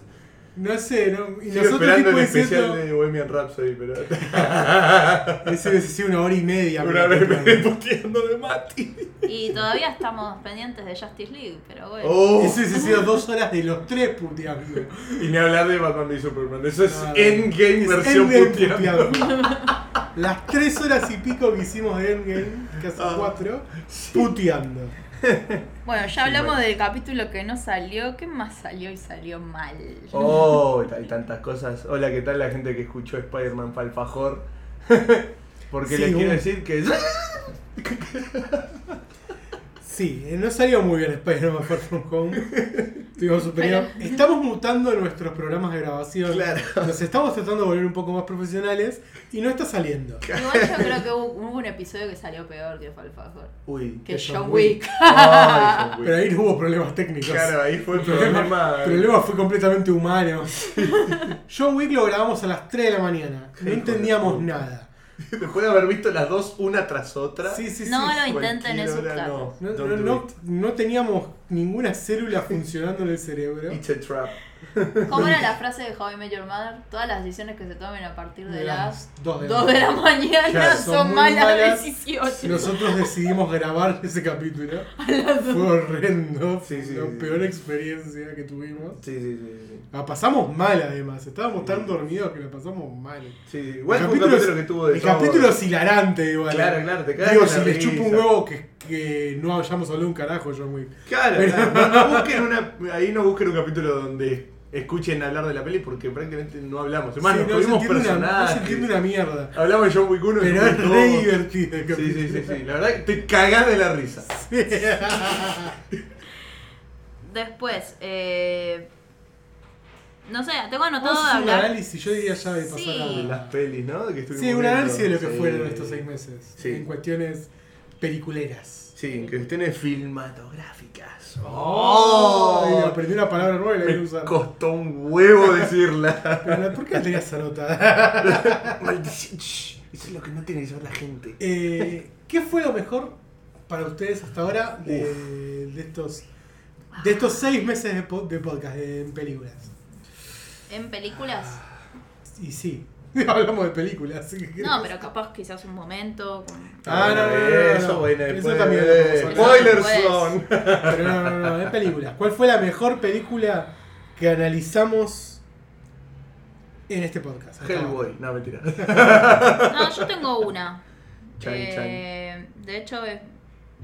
Speaker 2: No sé, ¿no? Y
Speaker 1: Sigo
Speaker 2: nosotros
Speaker 1: esperando el
Speaker 2: tipo
Speaker 1: especial
Speaker 2: diciendo.
Speaker 1: de Bohemian Rhapsody, pero.
Speaker 2: Ese hubiese sido una hora y media.
Speaker 1: Una hora y
Speaker 2: puteando.
Speaker 1: media puteando de Mati.
Speaker 3: Y todavía estamos pendientes de Justice League, pero bueno.
Speaker 1: Oh.
Speaker 2: Ese hubiese sido dos horas de los tres puteando.
Speaker 1: Y ni hablar de Batman v Superman. Eso es
Speaker 2: Claro.
Speaker 1: Endgame
Speaker 2: Es
Speaker 1: versión
Speaker 2: Endgame
Speaker 1: puteando.
Speaker 2: puteando. Las tres horas y pico que hicimos de Endgame, casi
Speaker 1: Ah.
Speaker 2: cuatro, puteando.
Speaker 3: Bueno, ya hablamos
Speaker 1: bueno.
Speaker 3: del capítulo que no salió. ¿Qué más salió y salió mal?
Speaker 1: Oh, hay tantas cosas. Hola, ¿qué tal la gente que escuchó Spider-Man Falfajor? Porque
Speaker 2: Sí, uh.
Speaker 1: les quiero
Speaker 2: un-
Speaker 1: decir que.
Speaker 2: Sí, eh, no salió muy bien Spider-Man Far From Home. Estuvimos superior. Estamos mutando nuestros programas de grabación.
Speaker 1: Claro.
Speaker 2: Nos estamos tratando de volver un poco más profesionales y no está saliendo.
Speaker 3: Igual yo creo que hubo, hubo un episodio que salió peor que Falfajor.
Speaker 1: Uy.
Speaker 3: Que
Speaker 2: Que
Speaker 3: John
Speaker 2: John
Speaker 3: Wick.
Speaker 1: Ay, John Wick.
Speaker 2: Pero ahí no hubo problemas técnicos.
Speaker 1: Claro, ahí fue el
Speaker 2: El problema,
Speaker 1: problema.
Speaker 2: el problema fue completamente humano. John Wick lo grabamos a las 3 de la mañana.
Speaker 1: Hijo
Speaker 2: No
Speaker 1: de
Speaker 2: entendíamos
Speaker 1: puta.
Speaker 2: nada.
Speaker 1: Después de haber visto las dos una tras otra.
Speaker 2: Sí, sí, sí.
Speaker 3: No lo intenten
Speaker 1: cualquier
Speaker 3: en sus
Speaker 1: hora,
Speaker 3: casas.
Speaker 2: No,
Speaker 1: Don't do
Speaker 2: no, no-
Speaker 1: it.
Speaker 2: no teníamos ninguna célula funcionando en el cerebro.
Speaker 1: It's a trap.
Speaker 3: ¿Cómo era la frase de How I Met Your Mother? Todas las decisiones que se tomen a partir de
Speaker 2: De
Speaker 3: las
Speaker 2: las dos de la
Speaker 3: 2 de la mañana
Speaker 1: Claro,
Speaker 3: son,
Speaker 2: son muy
Speaker 3: malas,
Speaker 2: malas.
Speaker 3: decisiones.
Speaker 2: Nosotros decidimos grabar ese capítulo. Fue horrendo.
Speaker 1: Sí, sí,
Speaker 2: la
Speaker 1: sí.
Speaker 2: peor experiencia que tuvimos.
Speaker 1: Sí, sí, sí. sí.
Speaker 2: La pasamos mal además. Estábamos
Speaker 1: Sí.
Speaker 2: tan dormidos que la pasamos mal.
Speaker 1: Sí, igual
Speaker 2: El
Speaker 1: fue un
Speaker 2: capítulo es-
Speaker 1: capítulo que tuvo de
Speaker 2: El
Speaker 1: todo.
Speaker 2: capítulo es hilarante igual.
Speaker 1: Claro, claro, te cagas
Speaker 2: Digo,
Speaker 1: en la
Speaker 2: si les
Speaker 1: risa.
Speaker 2: chupa un huevo que, que no hayamos hablado un carajo, John Wick.
Speaker 1: Claro, claro. No, no busquen una, ahí no busquen un capítulo donde escuchen hablar de la peli porque prácticamente no hablamos. Además,
Speaker 2: Sí,
Speaker 1: nos
Speaker 2: no, se
Speaker 1: tuvimos
Speaker 2: entiende una, no se
Speaker 1: personajes.
Speaker 2: entiende una mierda.
Speaker 1: Hablamos de John Wick 1
Speaker 2: Pero
Speaker 1: John Wick
Speaker 2: es re
Speaker 1: 2.
Speaker 2: divertido el
Speaker 1: Sí,
Speaker 2: capítulo.
Speaker 1: sí, sí, sí. La verdad que te cagás de la risa.
Speaker 3: Después, eh, no sé, tengo
Speaker 2: Vamos
Speaker 3: anotado
Speaker 2: a
Speaker 3: de
Speaker 2: hacer un
Speaker 3: hablar.
Speaker 2: análisis, yo diría ya de pasar
Speaker 3: Sí.
Speaker 2: a-
Speaker 1: De las pelis, ¿no? De que estuvimos
Speaker 2: Sí, un
Speaker 1: viendo.
Speaker 2: análisis de lo que
Speaker 1: Sí.
Speaker 2: fueron estos seis meses.
Speaker 1: Sí.
Speaker 2: En cuestiones peliculeras.
Speaker 1: Sí, en cuestiones filmatográficas.
Speaker 2: Ay,
Speaker 1: ¡Oh!
Speaker 2: aprendí una palabra nueva y la voy a
Speaker 1: Me
Speaker 2: usar.
Speaker 1: costó un huevo decirla.
Speaker 2: Pero, ¿Por qué la tenías anotada?
Speaker 1: Maldición. Shh, Eso es lo que no tiene que saber la gente.
Speaker 2: Eh, ¿Qué fue lo mejor para ustedes hasta ahora de, de estos de estos seis meses de, po- de podcast de- en películas?
Speaker 3: En películas.
Speaker 2: Y sí, hablamos de películas. así que-
Speaker 3: No, pero capaz quizás un momento. con-
Speaker 2: Ah, no, no, no, no,
Speaker 1: Eso,
Speaker 2: no.
Speaker 1: bueno,
Speaker 2: Eso
Speaker 1: después.
Speaker 2: también lo
Speaker 1: eh,
Speaker 2: podemos
Speaker 3: hablar.
Speaker 1: Spoiler
Speaker 3: Después.
Speaker 1: son.
Speaker 2: Pero no, no, no, de películas. ¿Cuál fue la mejor película que analizamos en este podcast? Hasta ahora.
Speaker 1: Hellboy. No, mentira.
Speaker 3: No, yo tengo una.
Speaker 1: Chan,
Speaker 3: Eh, De hecho, es,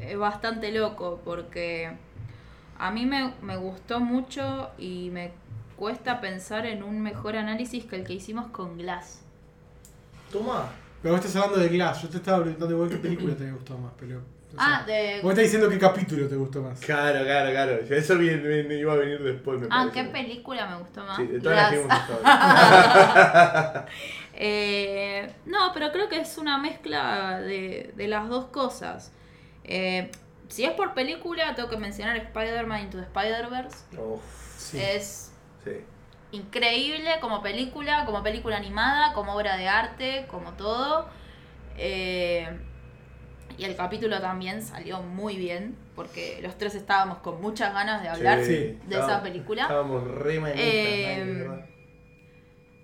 Speaker 3: es bastante loco porque a mí me, me gustó mucho y me cuesta pensar en un mejor análisis que el que hicimos con Glass.
Speaker 1: Toma.
Speaker 2: Pero vos estás hablando de Glass. Yo te estaba preguntando igual qué película te gustó más, pero. o sea,
Speaker 3: Ah, de.
Speaker 2: Vos estás diciendo qué capítulo te gustó más.
Speaker 1: Claro, claro, claro. Eso bien- bien iba a venir después, me
Speaker 3: Ah,
Speaker 1: parece.
Speaker 3: ¿qué película me gustó más?
Speaker 1: Sí, de todas las que
Speaker 3: Glass.
Speaker 1: hemos estado.
Speaker 3: Eh, no, pero creo que es una mezcla de, de las dos cosas. Eh, si es por película, tengo que mencionar Spider-Man Into the Spider-Verse.
Speaker 1: Uf,
Speaker 2: Sí.
Speaker 3: Es
Speaker 1: sí.
Speaker 3: increíble como película, como película animada, como obra de arte, como todo. Eh, y el capítulo también salió muy bien, porque los tres estábamos con muchas ganas de hablar
Speaker 2: Sí.
Speaker 3: de
Speaker 1: estábamos-
Speaker 3: esa película.
Speaker 1: Estábamos re manistas,
Speaker 3: Eh,
Speaker 1: Mike, de verdad.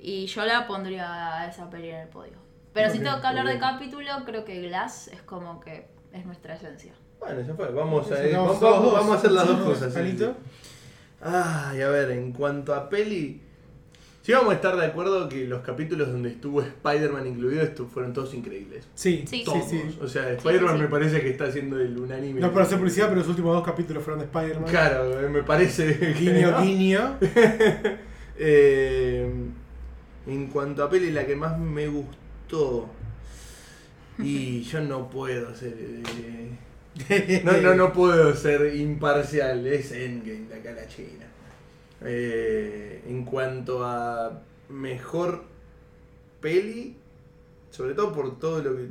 Speaker 3: Y yo la pondría a esa peli en el podio. Pero si
Speaker 2: Ok,
Speaker 3: tengo que hablar de
Speaker 1: ok.
Speaker 3: capítulo, creo que Glass es como que es nuestra esencia.
Speaker 1: Bueno, ya fue. Vamos a,
Speaker 2: Sacamos
Speaker 1: vamos,
Speaker 2: todos dos.
Speaker 1: vamos a hacer las dos
Speaker 2: Sacamos
Speaker 1: cosas.
Speaker 2: palito.
Speaker 1: sí. Ay, a ver, en cuanto a peli. Sí, vamos a estar de acuerdo que los capítulos donde estuvo Spider-Man incluido estu- fueron todos increíbles.
Speaker 2: Sí,
Speaker 3: Sí.
Speaker 2: sí,
Speaker 1: Todos.
Speaker 2: sí.
Speaker 1: O sea, Spider-Man
Speaker 3: sí, sí.
Speaker 1: me parece que está haciendo el unánime.
Speaker 2: No es para hacer publicidad, pero los últimos dos capítulos fueron de Spider-Man.
Speaker 1: Claro, eh, me parece. que-
Speaker 2: Guiño,
Speaker 1: ¿no?
Speaker 2: guiño.
Speaker 1: Eh, en cuanto a peli, la que más me gustó. Y yo no puedo ser. eh, No, no, no puedo ser imparcial. Es Endgame de acá a la China. Eh, en cuanto a mejor peli, sobre todo por todo lo que.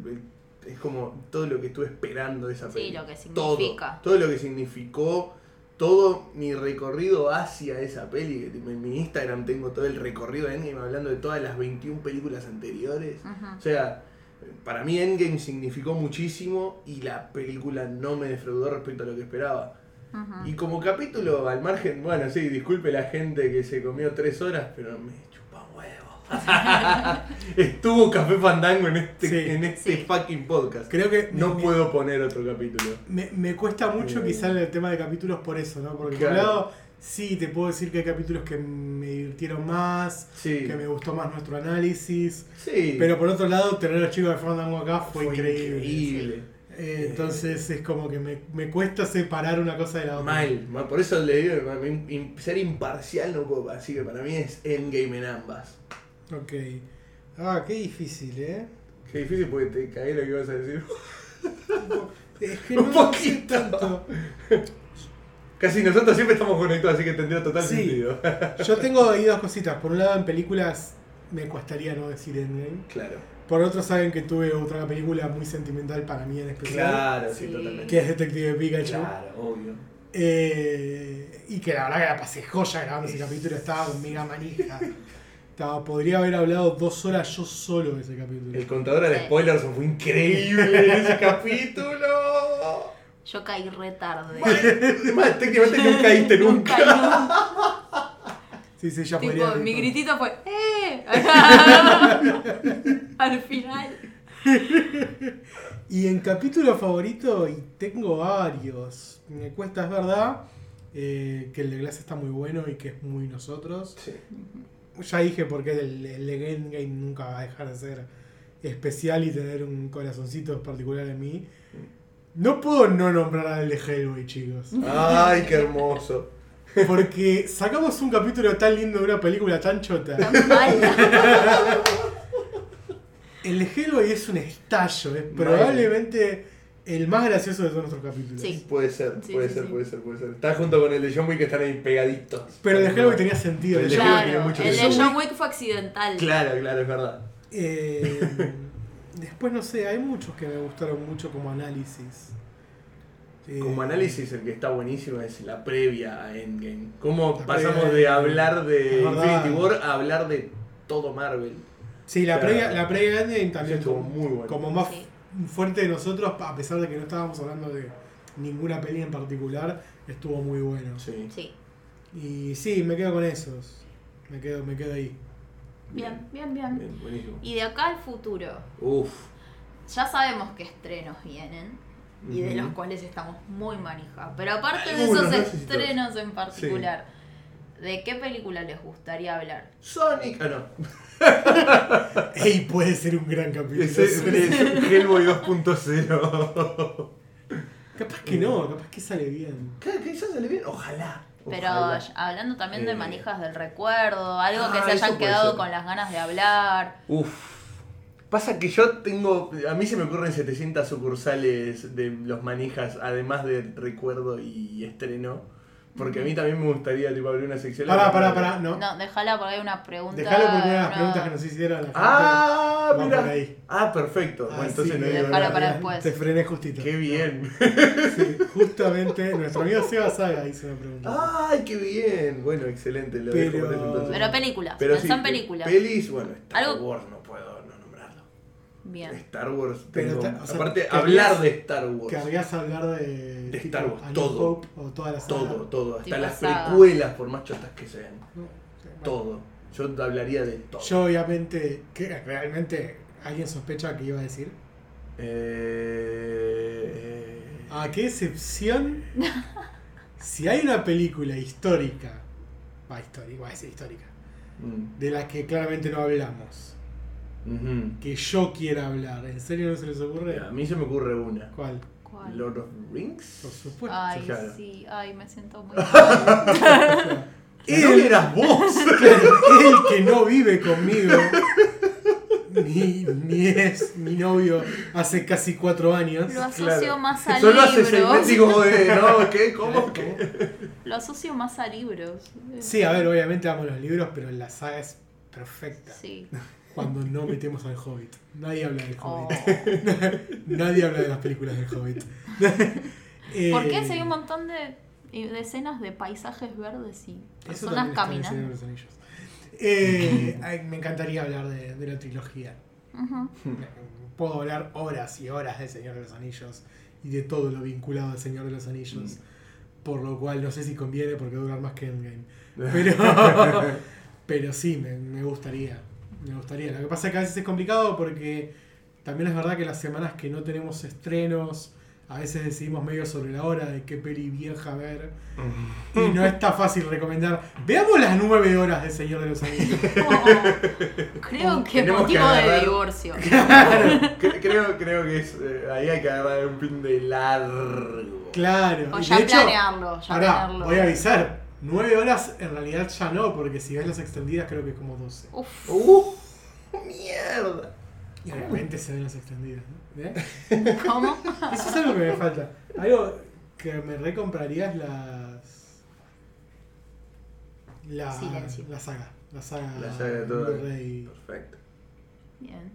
Speaker 1: Es como todo lo que estuve esperando de esa
Speaker 3: Sí,
Speaker 1: peli.
Speaker 3: lo que
Speaker 1: Todo,
Speaker 3: significa.
Speaker 1: Todo, lo que significó. Todo mi recorrido hacia esa peli. En mi Instagram tengo todo el recorrido de Endgame hablando de todas las 21 películas anteriores. O
Speaker 3: Ujú.
Speaker 1: sea, para mí Endgame significó muchísimo y la película no me defraudó respecto a lo que esperaba.
Speaker 3: Ujú.
Speaker 1: Y como capítulo, al margen, bueno, sí, disculpe la gente que se comió tres horas, pero me chupa huevo. Estuvo Café Fandango en este,
Speaker 2: Sí.
Speaker 1: en este
Speaker 3: Sí.
Speaker 1: fucking podcast.
Speaker 2: Creo que
Speaker 1: No
Speaker 2: me-
Speaker 1: puedo poner otro capítulo.
Speaker 2: Me, me cuesta mucho
Speaker 1: Eh.
Speaker 2: quizá el tema de capítulos por eso, ¿no? Porque
Speaker 1: Claro.
Speaker 2: por un lado, sí, te puedo decir que hay capítulos que me divirtieron más,
Speaker 1: Sí.
Speaker 2: que me gustó más nuestro análisis.
Speaker 1: Sí.
Speaker 2: Pero por otro lado, tener a los chicos de Fandango acá fue,
Speaker 1: fue
Speaker 2: increíble.
Speaker 1: increíble.
Speaker 2: Eh, entonces es como que me, me cuesta separar una cosa de la otra.
Speaker 1: Mal, mal. por eso le digo, a mí, im- ser imparcial no puedo, así que para mí es Endgame en ambas.
Speaker 2: Ok. Ah, qué difícil, ¿eh?
Speaker 1: Qué difícil porque te cagué lo que ibas a decir.
Speaker 2: Es que
Speaker 1: Un
Speaker 2: no lo sé
Speaker 1: poquito.
Speaker 2: tanto.
Speaker 1: Casi nosotros siempre estamos conectados, así que tendría total
Speaker 2: Sí.
Speaker 1: sentido.
Speaker 2: Yo tengo ahí dos cositas. Por un lado, en películas me costaría no decir Endgame.
Speaker 1: Claro.
Speaker 2: Por otro, saben que tuve otra película muy sentimental para mí en especial.
Speaker 1: Claro, Pues, sí,
Speaker 3: Sí.
Speaker 1: totalmente.
Speaker 2: que es Detective Pikachu.
Speaker 1: Claro, obvio.
Speaker 2: Eh, y que la verdad que la pasé joya grabando ese capítulo, estaba con mega manija. Estaba- podría haber hablado dos horas yo solo de ese capítulo.
Speaker 1: El contador de
Speaker 3: Sí.
Speaker 1: spoilers fue increíble ese capítulo.
Speaker 3: Yo caí re tarde.
Speaker 1: Además, técnicamente no caíste nunca.
Speaker 3: nunca.
Speaker 2: Sí, sí, ya
Speaker 3: Tipo,
Speaker 2: podría haber-
Speaker 3: mi gritito fue ¡Eh! Al final.
Speaker 2: Y en capítulo favorito, y tengo varios, me cuesta, es verdad, eh, que el de Glass está muy bueno y que es muy nosotros.
Speaker 1: Sí.
Speaker 2: Ya dije por qué el, el de Endgame nunca va a dejar de ser especial y tener un corazoncito particular en mí. No puedo no nombrar al de Hellboy, chicos.
Speaker 1: Ay, qué hermoso.
Speaker 2: Porque sacamos un capítulo tan lindo de una película tan chota.
Speaker 3: Tan mal.
Speaker 2: El de Hellboy es un estallo, es probablemente el más gracioso de todos nuestros capítulos.
Speaker 3: Sí.
Speaker 1: Puede ser,
Speaker 3: Sí,
Speaker 1: puede
Speaker 3: sí,
Speaker 1: ser,
Speaker 3: sí.
Speaker 1: puede ser, puede ser. Está junto con el de John Wick que están ahí pegaditos.
Speaker 2: Pero el de Hellboy tenía sentido.
Speaker 1: El de Hellboy tiene
Speaker 3: claro.
Speaker 1: mucho
Speaker 3: El
Speaker 1: que
Speaker 3: de
Speaker 1: ver.
Speaker 3: John Wick fue accidental.
Speaker 1: Claro, claro, es verdad.
Speaker 2: Eh, después, no sé, hay muchos que me gustaron mucho como análisis. Eh,
Speaker 1: Como análisis, el que está buenísimo es la previa a Endgame. ¿Cómo
Speaker 2: La
Speaker 1: pasamos
Speaker 2: previa,
Speaker 1: de hablar de
Speaker 2: es verdad.
Speaker 1: Infinity War a hablar de todo Marvel?
Speaker 2: Sí, la
Speaker 1: Claro.
Speaker 2: previa, la previa de Endgame también
Speaker 1: Eso estuvo
Speaker 2: como-
Speaker 1: muy bueno.
Speaker 2: Como más
Speaker 3: Sí.
Speaker 2: fuerte de nosotros, a pesar de que no estábamos hablando de ninguna peli en particular, estuvo muy bueno.
Speaker 1: Sí.
Speaker 3: Sí.
Speaker 2: Y sí, me quedo con esos. Me quedo, me quedo ahí.
Speaker 3: Bien, bien, bien.
Speaker 1: Bien, buenísimo.
Speaker 3: Y de acá al futuro.
Speaker 1: Uf.
Speaker 3: Ya sabemos qué estrenos vienen. y de
Speaker 1: Ujú.
Speaker 3: los cuales estamos muy manija. Pero aparte de
Speaker 1: Algunos,
Speaker 3: esos
Speaker 1: ¿no?
Speaker 3: estrenos en particular, ¿de qué película les gustaría hablar?
Speaker 1: Sonic. Ah, no.
Speaker 2: ¡Ey! Puede ser un gran capítulo.
Speaker 1: Ese es Hellboy 2.0.
Speaker 2: Capaz que no, capaz que sale bien.
Speaker 1: Claro, quizás sale bien. Ojalá.
Speaker 3: Pero
Speaker 1: Ojalá.
Speaker 3: hablando también
Speaker 1: Eh.
Speaker 3: de manijas del recuerdo, algo
Speaker 1: Ah,
Speaker 3: que se
Speaker 1: eso
Speaker 3: hayan
Speaker 1: puede
Speaker 3: quedado
Speaker 1: ser.
Speaker 3: con las ganas de hablar.
Speaker 1: Uf. Pasa que yo tengo. A mí se me ocurren 700 sucursales de los manijas, además de recuerdo y estreno. Porque a mí también me gustaría tipo, abrir una sección.
Speaker 2: Pará, pará, pará, no.
Speaker 3: No, déjala porque hay una pregunta.
Speaker 2: Dejalo porque una de las
Speaker 3: no,
Speaker 2: preguntas que nos hicieron la gente.
Speaker 1: ¡Ah!
Speaker 2: Va
Speaker 1: Mira.
Speaker 2: por ahí.
Speaker 1: Ah, eh, perfecto.
Speaker 2: Ah,
Speaker 1: Bueno, entonces
Speaker 2: sí,
Speaker 1: no
Speaker 2: me
Speaker 1: digo
Speaker 3: Dejalo
Speaker 1: nada.
Speaker 3: para después.
Speaker 2: Te frené justito.
Speaker 1: ¡Qué bien!
Speaker 2: Sí, justamente nuestro amigo Seba Saga hizo una pregunta.
Speaker 1: ¡Ay, qué bien! Bueno, excelente. Lo dejo
Speaker 2: Pero-
Speaker 1: por eso entonces.
Speaker 3: Pero películas,
Speaker 1: Pero
Speaker 3: pensá en
Speaker 1: sí,
Speaker 3: películas.
Speaker 1: Pelis, bueno, Star
Speaker 3: Algo-
Speaker 1: Wars no puedo no nombrarlo.
Speaker 3: Bien.
Speaker 1: Star Wars,
Speaker 2: Pero
Speaker 1: tengo-
Speaker 2: ta- o sea,
Speaker 1: aparte,
Speaker 2: querías-
Speaker 1: hablar de Star Wars.
Speaker 2: Querrías hablar de.
Speaker 1: De
Speaker 2: tipo,
Speaker 1: Star Wars,
Speaker 2: A New
Speaker 1: todo.
Speaker 2: Hope o todas las
Speaker 1: Todo, todo. Hasta
Speaker 3: Tipo
Speaker 1: las
Speaker 3: saga.
Speaker 1: precuelas, por más chotas que sean. Todo. Yo hablaría de todo.
Speaker 2: Yo obviamente, que realmente ¿Alguien sospecha que iba a decir?
Speaker 1: Eh, eh,
Speaker 2: ¿A qué excepción? si hay una película histórica, va histórica, va a decir histórica,
Speaker 1: mm,
Speaker 2: de la que claramente no hablamos,
Speaker 1: ujú.
Speaker 2: que yo quiera hablar, ¿en serio no se les ocurre?
Speaker 1: A mí se me ocurre una.
Speaker 2: ¿Cuál?
Speaker 3: ¿Cuál?
Speaker 1: Lord of
Speaker 2: Por
Speaker 1: Rings.
Speaker 2: supuesto.
Speaker 3: Ay,
Speaker 1: Claro.
Speaker 3: sí, ay, me siento muy
Speaker 1: Y no eras vos.
Speaker 2: Él que no vive conmigo, ni, ni es mi novio hace casi cuatro años.
Speaker 3: Lo asocio
Speaker 1: Claro.
Speaker 3: más a
Speaker 1: Solo hace seis
Speaker 3: libros.
Speaker 1: meses y como de, no, ¿qué? ¿Cómo? ¿Qué?
Speaker 3: Lo asocio más a libros.
Speaker 2: Sí, a ver, obviamente amo los libros, pero la saga es perfecta.
Speaker 3: Sí.
Speaker 2: Cuando no metemos al Hobbit. Nadie habla del
Speaker 3: Oh.
Speaker 2: Hobbit. Nadie habla de las películas del Hobbit. Eh,
Speaker 3: ¿Por qué? Si hay un montón de, de escenas de paisajes verdes y
Speaker 2: eso
Speaker 3: personas
Speaker 2: también está en El
Speaker 3: caminando.
Speaker 2: Señor de los Anillos. Eh, ay, me encantaría hablar de, de la trilogía.
Speaker 3: Ujú.
Speaker 2: Puedo hablar horas y horas del Señor de los Anillos y de todo lo vinculado al Señor de los Anillos. Por lo cual no sé si conviene porque va a durar más que Endgame. Pero, pero sí, me, me gustaría. Me gustaría. Lo que pasa es que a veces es complicado porque también es verdad que las semanas que no tenemos estrenos, a veces decidimos medio sobre la hora de qué peli vieja ver. Y no está fácil recomendar. Veamos las nueve horas de Señor de los Anillos.
Speaker 3: Oh, creo que
Speaker 1: Tenemos que
Speaker 3: motivo de
Speaker 1: agarrar-
Speaker 3: divorcio.
Speaker 1: Cre- creo, creo que es, eh, ahí hay que agarrar un pin de largo.
Speaker 2: Claro.
Speaker 3: O
Speaker 2: Y
Speaker 3: ya
Speaker 2: de hecho,
Speaker 3: planearlo, ya
Speaker 2: pará,
Speaker 3: planearlo.
Speaker 2: voy a avisar. Nueve horas en realidad ya no, porque si ves las extendidas creo que es como 12.
Speaker 3: Uf,
Speaker 1: ¡Uh! ¡Mierda!
Speaker 2: Y obviamente se ven las extendidas. ¿no? ¿Eh?
Speaker 3: ¿cómo?
Speaker 2: Eso es algo que me falta. Algo que me recomprarías las. La,
Speaker 3: Silencio.
Speaker 2: la saga. La saga.
Speaker 1: La saga de todo. ¿Eh?
Speaker 2: Blu-ray.
Speaker 1: Perfecto.
Speaker 3: Bien,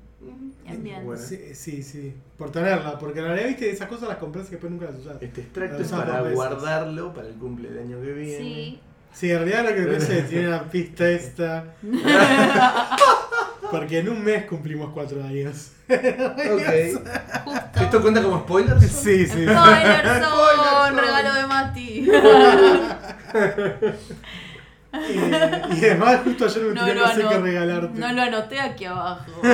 Speaker 3: bien, bien.
Speaker 1: Bueno.
Speaker 2: Sí, sí, sí. Por tenerla. Porque en realidad, viste, esas cosas las compras y después nunca las usas.
Speaker 1: Este extracto
Speaker 2: Lo
Speaker 1: es
Speaker 2: usamos
Speaker 1: para
Speaker 2: dos veces.
Speaker 1: guardarlo para el cumple del año que viene.
Speaker 3: Sí.
Speaker 2: Sí, en realidad lo que me parece es que tiene la pista esta. Porque en un mes cumplimos cuatro años.
Speaker 1: Ok.
Speaker 3: Justo.
Speaker 1: ¿Esto cuenta como spoiler?
Speaker 2: Sí, sí.
Speaker 3: Spoiler
Speaker 1: Spoiler
Speaker 3: son,
Speaker 1: zone.
Speaker 3: regalo de Mati.
Speaker 2: Eh, y además, justo ayer me
Speaker 3: No
Speaker 2: enteré,
Speaker 3: lo,
Speaker 2: no sé qué
Speaker 3: anoté,
Speaker 2: regalarte.
Speaker 3: no lo anoté aquí abajo, en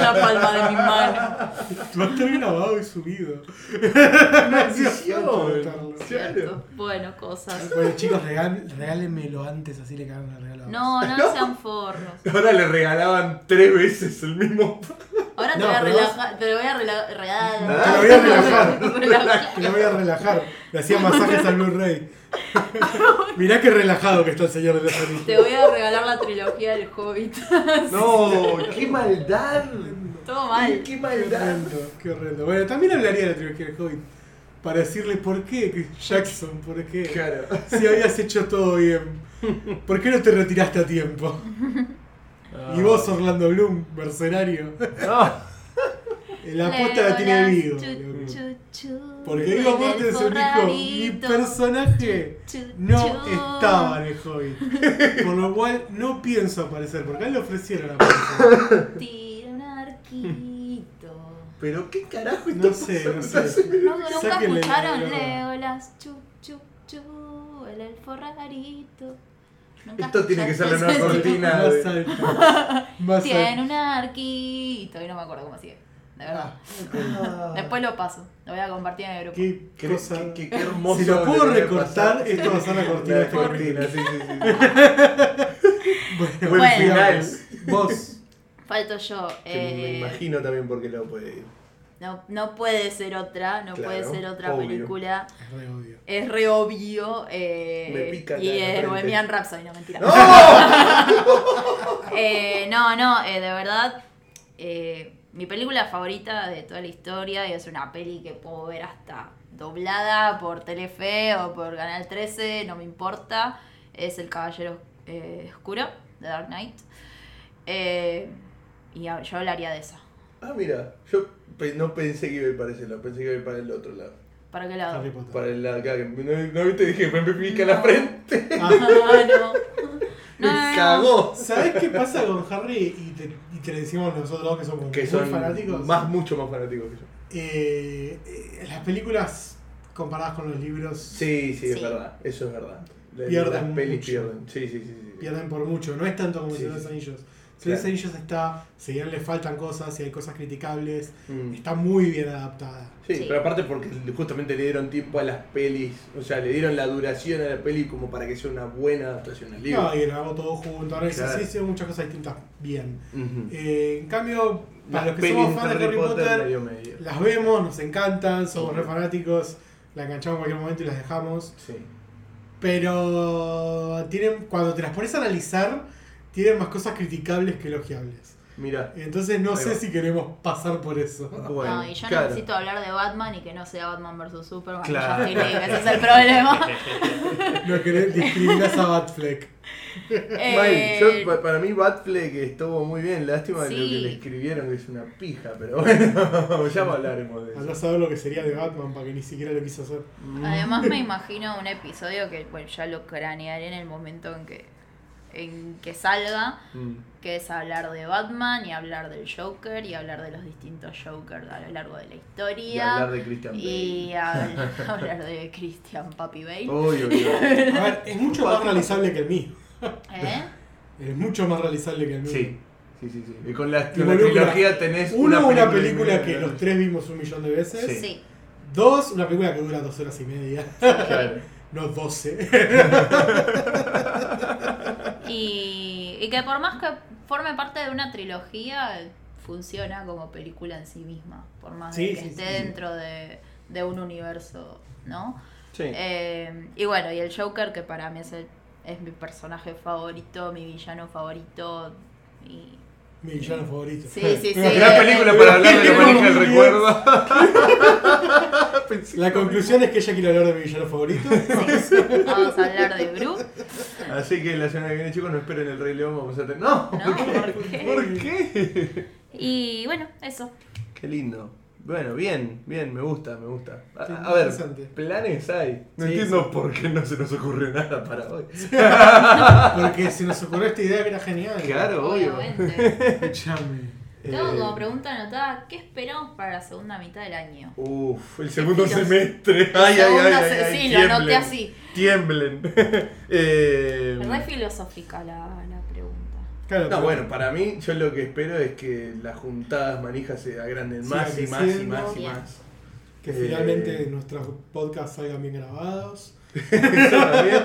Speaker 3: la palma de mi mano.
Speaker 2: Va a estar grabado y subido.
Speaker 1: Maldición.
Speaker 2: No hacía falta anotarlo.
Speaker 1: Claro.
Speaker 3: Cierto. Bueno, cosas.
Speaker 2: Bueno, chicos, regal, regálenmelo antes, así le cagan el regalo.
Speaker 3: No, no sean forros.
Speaker 1: Ahora le regalaban tres veces el mismo.
Speaker 3: Ahora te
Speaker 2: No,
Speaker 3: voy a
Speaker 2: pero vos-
Speaker 3: relajar. Te lo voy a relajar.
Speaker 1: Ah,
Speaker 2: te lo voy a relajar.
Speaker 3: relajar.
Speaker 2: Que lo voy a relajar. Le hacía masajes al Blu-ray. Mirá qué relajado que está el señor de los anillos.
Speaker 3: Te voy a regalar la trilogía del Hobbit.
Speaker 1: No, qué maldad.
Speaker 3: Todo mal.
Speaker 1: Qué
Speaker 2: Qué
Speaker 1: maldad.
Speaker 2: horrendo, qué horrendo. Bueno, también hablaría de la trilogía del Hobbit. Para decirle por qué, que- Jackson, por qué.
Speaker 1: Claro.
Speaker 2: Si habías hecho todo bien. ¿Por qué no te retiraste a tiempo? Y vos, Orlando Bloom, mercenario.
Speaker 1: No.
Speaker 2: La apuesta la tiene vivo. loco. Porque Vigo Mortensen dijo, mi personaje no estaba en el Hobbit. Por lo cual no pienso aparecer, porque a él le ofrecieron aparecer.
Speaker 3: Tira un arquito.
Speaker 1: Pero qué carajo está
Speaker 2: No sé, no
Speaker 1: pasando?
Speaker 2: sé.
Speaker 3: No, nunca
Speaker 2: Sáquenle la
Speaker 3: escucharon
Speaker 2: droga.
Speaker 3: Leolas, chu, chu, chu, el elfo rarito. Nunca
Speaker 1: Esto tiene que ser la
Speaker 3: escuchaste
Speaker 1: nueva
Speaker 3: ese
Speaker 1: cortina.
Speaker 2: Más alto.
Speaker 3: tipo.
Speaker 2: Más
Speaker 3: Tiene
Speaker 2: alto.
Speaker 3: un arquito y no me acuerdo cómo sigue. De verdad. Después lo paso, lo voy a compartir en el grupo.
Speaker 2: Ah, Qué
Speaker 1: Ah. Qué,
Speaker 2: cosa.
Speaker 1: qué- qué- qué hermoso.
Speaker 2: Si lo puedo
Speaker 1: que debe
Speaker 2: recortar,
Speaker 1: pasar.
Speaker 2: esto va a ser la cortina de este
Speaker 1: cortina, sí, sí, sí.
Speaker 2: Bueno,
Speaker 1: Buen
Speaker 3: Bueno.
Speaker 1: final.
Speaker 2: Vos.
Speaker 3: Falto yo.
Speaker 1: Que me
Speaker 3: eh,
Speaker 1: imagino también porque lo puede ir.
Speaker 3: no, no puede ser otra, no
Speaker 1: Claro,
Speaker 3: puede ser otra
Speaker 1: obvio.
Speaker 3: película.
Speaker 2: Es re obvio.
Speaker 3: Es re obvio. eh,
Speaker 1: Me pica
Speaker 3: y
Speaker 1: la
Speaker 3: es
Speaker 1: frente.
Speaker 3: Bohemian Rhapsody, no mentira.
Speaker 1: ¡No!
Speaker 3: Eh, no, no, eh, de verdad, eh, mi película favorita de toda la historia y es una peli que puedo ver hasta doblada por Telefe o por Canal 13, no me importa, es El Caballero eh, Oscuro, The Dark Knight. Eh, y a- yo hablaría de esa.
Speaker 1: Ah, mira, yo pe- no pensé que iba a ir para ese lado, pensé que iba a ir para el otro lado.
Speaker 3: ¿Para qué lado?
Speaker 2: Harry Potter.
Speaker 1: Para el lado acá, que no, no viste, dije, me pica la frente.
Speaker 3: Ah, no.
Speaker 1: Me
Speaker 3: No, no, no.
Speaker 1: cagó.
Speaker 2: ¿Sabés qué pasa con Harry? Y te, y te lo decimos nosotros dos que somos
Speaker 1: Que
Speaker 2: muy
Speaker 1: son
Speaker 2: fanáticos.
Speaker 1: más, mucho más fanáticos que yo.
Speaker 2: Eh, eh, las películas comparadas con los libros
Speaker 1: Sí, sí, es
Speaker 3: Sí.
Speaker 1: verdad, eso es verdad. Las-
Speaker 2: Pierden
Speaker 1: Las pelis
Speaker 2: mucho.
Speaker 1: pierden. Sí, sí, sí. sí.
Speaker 2: pierden por mucho. No es tanto como
Speaker 1: Sí,
Speaker 2: si los
Speaker 1: sí.
Speaker 2: anillos. Tres
Speaker 1: Claro.
Speaker 2: anillos está, si bien le faltan cosas y hay cosas criticables,
Speaker 1: Mm.
Speaker 2: está muy bien adaptada.
Speaker 1: Sí,
Speaker 3: Sí.
Speaker 1: pero aparte porque justamente le dieron tiempo a las pelis, o sea, le dieron la duración a la peli como para que sea una buena adaptación al libro.
Speaker 2: No, y grabamos todo junto, ahora
Speaker 1: Claro.
Speaker 2: sí, sí, muchas cosas distintas. Bien.
Speaker 1: Ujú.
Speaker 2: Eh, en cambio,
Speaker 1: Las
Speaker 2: para los que
Speaker 1: pelis
Speaker 2: somos fans de Harry Potter,
Speaker 1: medio medio.
Speaker 2: las vemos, nos encantan, somos
Speaker 1: Sí.
Speaker 2: re fanáticos, las enganchamos en cualquier momento y las dejamos.
Speaker 1: Sí.
Speaker 2: Pero tienen, cuando te las pones a analizar, tienen más cosas criticables que elogiables.
Speaker 1: Mira.
Speaker 2: Entonces no
Speaker 1: Ahí
Speaker 2: sé
Speaker 1: va.
Speaker 2: si queremos pasar por eso.
Speaker 1: Bueno,
Speaker 3: no, y yo
Speaker 1: claro.
Speaker 3: necesito hablar de Batman y que no sea Batman vs Superman.
Speaker 1: Claro.
Speaker 3: Ya estoy ley, ese es el problema.
Speaker 2: No querés discriminas a Batfleck.
Speaker 3: Eh,
Speaker 1: Mal, yo- pa- para mí Batfleck estuvo muy bien, lástima lo que
Speaker 3: Sí.
Speaker 1: le escribieron que es una pija, pero bueno, ya hablaremos de
Speaker 2: Andá
Speaker 1: eso.
Speaker 2: a
Speaker 1: Mm,
Speaker 2: saber lo que sería de Batman para que ni siquiera lo quiso hacer.
Speaker 3: Además me imagino un episodio que bueno, ya lo cranearé en el momento en que, en que salga,
Speaker 1: Mm.
Speaker 3: que es hablar de Batman y hablar del Joker y hablar de los distintos Jokers a lo largo de la
Speaker 1: Y
Speaker 3: historia.
Speaker 1: hablar de Christian Bale. Oh.
Speaker 3: Y hablar, hablar de Christian Papi Bale.
Speaker 1: Uy, uy, uy.
Speaker 2: A ver, es mucho más realizable que el mío.
Speaker 3: ¿Eh?
Speaker 2: Es mucho más realizable que el mío.
Speaker 1: Sí, sí, sí, sí. Y con la,
Speaker 2: Y
Speaker 1: con la
Speaker 2: involucra
Speaker 1: trilogía tenés
Speaker 2: Uno, una película,
Speaker 1: y media,
Speaker 2: que
Speaker 1: ¿no?
Speaker 2: los tres vimos un millón de veces.
Speaker 1: Sí.
Speaker 3: Sí.
Speaker 2: Dos, una película que dura dos horas y media.
Speaker 1: Claro.
Speaker 2: No, doce.
Speaker 3: Y, y que por más que forme parte de una trilogía, funciona como película en sí misma, por más de
Speaker 2: Sí,
Speaker 3: que
Speaker 2: sí,
Speaker 3: esté
Speaker 2: sí, sí.
Speaker 3: dentro de, de un universo, ¿no?
Speaker 1: Sí.
Speaker 3: Eh, y bueno, y el Joker, que para mí es, el- es mi personaje favorito, mi villano favorito. Y...
Speaker 2: Mi villano favorito.
Speaker 3: Sí, sí, sí.
Speaker 1: Gran película para hablar de la manija del recuerdo. Pensé-
Speaker 2: La conclusión es que ella quiere hablar de mi villano favorito.
Speaker 3: Vamos a hablar de Bru.
Speaker 1: Así que la semana que viene, chicos, no esperen el Rey León, vamos a tener. ¡No!
Speaker 3: No, ¿por qué?
Speaker 1: ¿Por qué?
Speaker 3: Y bueno, eso.
Speaker 1: Qué lindo. Bueno, bien, bien, me gusta, me gusta. A,
Speaker 2: Sí,
Speaker 1: a ver,
Speaker 2: interesante.
Speaker 1: planes hay. No
Speaker 2: Sí,
Speaker 1: entiendo por qué no se nos ocurrió nada para hoy.
Speaker 2: Porque se nos ocurrió esta idea que era genial.
Speaker 1: Claro, obvio.
Speaker 3: Obviamente.
Speaker 2: Escuchame.
Speaker 3: Tengo
Speaker 1: Eh,
Speaker 3: como pregunta anotada, ¿qué esperamos para la segunda mitad del año?
Speaker 1: Uf, el segundo
Speaker 3: Estilos.
Speaker 1: semestre. Ay, ay, ay,
Speaker 3: Segunda
Speaker 1: ay,
Speaker 3: se-
Speaker 1: ay,
Speaker 3: sí, lo anoté
Speaker 1: tiemblen.
Speaker 3: así.
Speaker 1: Tiemblen. Eh,
Speaker 3: Es re filosófica la, la pregunta.
Speaker 2: Claro,
Speaker 1: No,
Speaker 2: pero-
Speaker 1: bueno, para mí, yo lo que espero es que las juntadas manijas se agranden
Speaker 2: Sí,
Speaker 1: más y más y
Speaker 2: creciendo.
Speaker 1: más y
Speaker 3: Bien.
Speaker 1: más.
Speaker 2: Que
Speaker 1: Eh,
Speaker 2: finalmente nuestros podcasts salgan bien grabados.
Speaker 1: Eso también.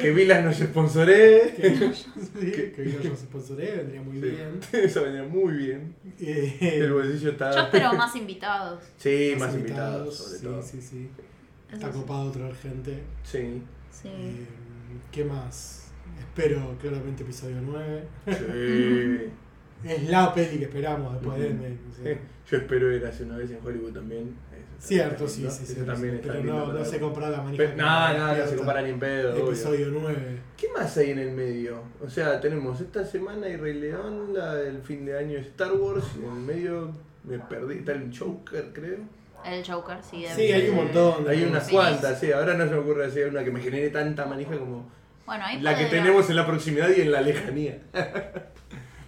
Speaker 1: Que Vilas nos sponsoré.
Speaker 2: Que sí, que yo nos sponsoré, vendría
Speaker 1: Sí.
Speaker 2: muy bien.
Speaker 1: Eso venía muy bien. El
Speaker 2: Eh,
Speaker 1: bolsillo está.
Speaker 3: Yo espero más invitados.
Speaker 1: Sí, más invitados, sobre
Speaker 2: sí,
Speaker 1: todo. Sí.
Speaker 2: Sí, sí, Está
Speaker 3: Eso sí.
Speaker 2: copado traer gente.
Speaker 1: Sí.
Speaker 3: Sí.
Speaker 2: Eh, ¿Qué más? Espero claramente episodio 9. Es la peli que esperamos después de
Speaker 1: Ujú.
Speaker 2: Endgame. o sea.
Speaker 1: Eh, Yo espero ir hace una vez en Hollywood también. Eso está
Speaker 2: Cierto, sí,
Speaker 1: lindo.
Speaker 2: sí, sí.
Speaker 1: Eso también
Speaker 2: sí,
Speaker 1: está
Speaker 2: pero
Speaker 1: lindo
Speaker 2: no, no
Speaker 1: para-
Speaker 2: se compara la manija.
Speaker 1: Pe-
Speaker 2: con
Speaker 1: No,
Speaker 2: la
Speaker 1: no, no se
Speaker 2: despierta.
Speaker 1: compara ni en pedo. obvio.
Speaker 2: Episodio 9.
Speaker 1: ¿Qué más hay en el medio? O sea, tenemos esta semana y Rey León, la del fin de año de Star Wars, y en el medio me perdí, está el Joker, creo.
Speaker 3: El Joker, sí. debe
Speaker 2: Sí, hay
Speaker 3: ser.
Speaker 2: un montón.
Speaker 1: Hay unas
Speaker 3: Sí.
Speaker 1: cuantas, sí, ahora no se me ocurre decir una que me genere tanta manija como
Speaker 3: Bueno, ahí
Speaker 1: la que
Speaker 3: podría-
Speaker 1: tenemos en la proximidad y en la lejanía.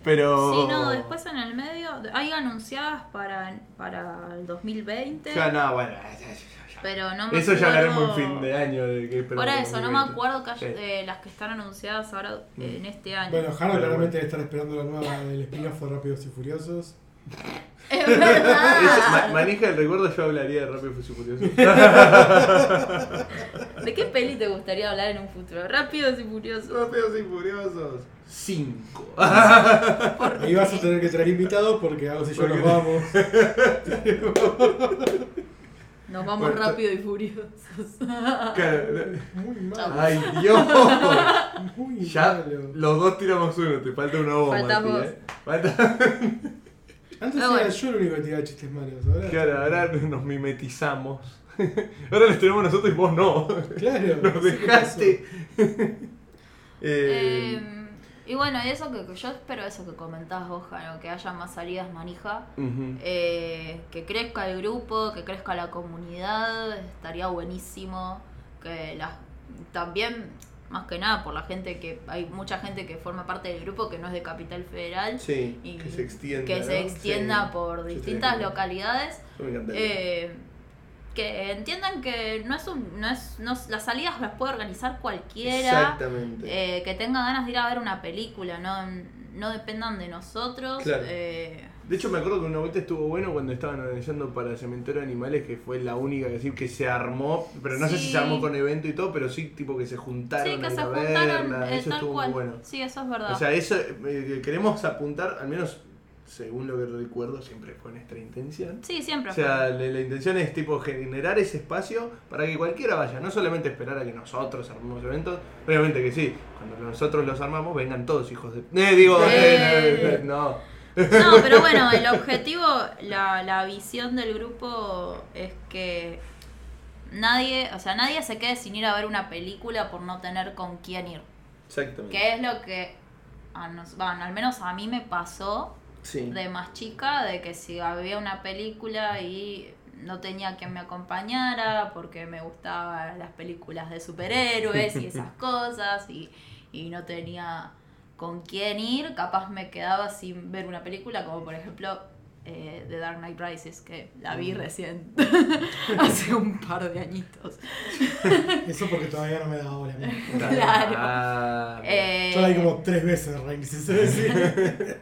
Speaker 1: Pero...
Speaker 3: Sí, no, después en el medio hay anunciadas para, para el 2020,
Speaker 1: Ya, no, bueno, ya, ya, ya, ya.
Speaker 3: pero Este no me
Speaker 1: Eso ya
Speaker 3: acuerdo-
Speaker 1: hablaremos en fin de año. De que
Speaker 3: Por eso, no me acuerdo que haya-
Speaker 1: Sí. Mm.
Speaker 3: de las que están anunciadas ahora eh, en este año.
Speaker 2: Bueno, Jaro
Speaker 1: Pero
Speaker 2: claramente debe estar esperando la nueva del spin-off de Rápidos y Furiosos.
Speaker 3: Es
Speaker 1: Eso, Ah, ma-
Speaker 3: verdad.
Speaker 1: manija del recuerdo, yo hablaría de Rápido y Furioso.
Speaker 3: ¿De qué peli te gustaría hablar en un futuro? Rápidos y furiosos.
Speaker 1: Rápidos y Furiosos 5.
Speaker 3: Ah.
Speaker 2: Ahí vas a tener que traer invitados porque vamos y yo
Speaker 1: Porque-
Speaker 2: nos vamos.
Speaker 3: Nos vamos
Speaker 1: Bueno,
Speaker 3: rápido y furiosos.
Speaker 2: Muy mal.
Speaker 1: Ay, Dios.
Speaker 2: Muy
Speaker 1: Ya
Speaker 2: malo.
Speaker 1: los dos tiramos uno, te falta una bomba.
Speaker 3: Faltás
Speaker 1: Mati,
Speaker 3: vos.
Speaker 1: ¿eh? Falta...
Speaker 2: Antes
Speaker 3: Ah,
Speaker 2: era
Speaker 3: bueno.
Speaker 2: yo el único que tiraba chistes malos. Ahora,
Speaker 1: Claro, ahora nos mimetizamos. Ahora les tenemos nosotros y vos no.
Speaker 2: Claro, no
Speaker 1: Nos
Speaker 2: sé qué
Speaker 1: dejaste. Eh,
Speaker 3: Eh, y bueno, y eso que que yo espero eso que comentabas vos, Jano, que haya más salidas manija.
Speaker 1: ujú.
Speaker 3: Eh, que crezca el grupo, que crezca la comunidad, estaría buenísimo. Que las también, más que nada, por la gente que hay mucha gente que forma parte del grupo que no es de Capital Federal,
Speaker 1: Sí,
Speaker 3: y
Speaker 1: que se extienda.
Speaker 3: que se
Speaker 1: ¿no?
Speaker 3: extienda
Speaker 1: Sí.
Speaker 3: por
Speaker 1: Sí,
Speaker 3: distintas
Speaker 1: sí.
Speaker 3: localidades.
Speaker 1: Yo me encantaría.
Speaker 3: Eh, que entiendan que no es un, no es, no es- las salidas las puede organizar cualquiera.
Speaker 1: Exactamente.
Speaker 3: Eh, que tenga ganas de ir a ver una película, no, no dependan de nosotros.
Speaker 1: Claro.
Speaker 3: eh,
Speaker 1: De hecho, me acuerdo que un momento estuvo bueno cuando estaban organizando para Cementerio de Animales, que fue la única que, sí, que se armó, pero no sé si
Speaker 3: Sí.
Speaker 1: se armó con evento y todo, pero sí, tipo que se juntaron
Speaker 3: sí,
Speaker 1: a
Speaker 3: que
Speaker 1: ir
Speaker 3: se
Speaker 1: a
Speaker 3: juntaron
Speaker 1: verla,
Speaker 3: eh,
Speaker 1: eso
Speaker 3: tal
Speaker 1: estuvo
Speaker 3: cual. Ah.
Speaker 1: muy bueno.
Speaker 3: Sí, eso es verdad.
Speaker 1: O sea, eso eh, queremos apuntar, al menos según lo que recuerdo, siempre fue nuestra intención.
Speaker 3: sí, siempre.
Speaker 1: O
Speaker 3: fue.
Speaker 1: sea, la, la intención es tipo generar ese espacio para que cualquiera vaya, no solamente esperar a que nosotros armemos eventos, obviamente que sí, cuando nosotros los armamos vengan todos hijos de... Eh, digo,
Speaker 3: Eh.
Speaker 1: eh, no,
Speaker 3: No, pero bueno, el objetivo, la, la visión del grupo es que nadie, o sea, nadie se quede sin ir a ver una película por no tener con quién ir.
Speaker 1: exactamente.
Speaker 3: Que es lo que, a nos- bueno, al menos a mí me pasó
Speaker 1: Sí.
Speaker 3: de más chica, de que si había una película y no tenía quien me acompañara porque me gustaban las películas de superhéroes y esas cosas y, y no tenía con quién ir, capaz me quedaba sin ver una película como por ejemplo eh, The Dark Knight Rises, que la
Speaker 2: Mm.
Speaker 3: vi recién hace un par de añitos.
Speaker 2: Eso porque todavía no me da bola. mira.
Speaker 3: Claro.
Speaker 1: Ah,
Speaker 3: Eh,
Speaker 2: Yo la vi como tres veces, Reigns, si se decir.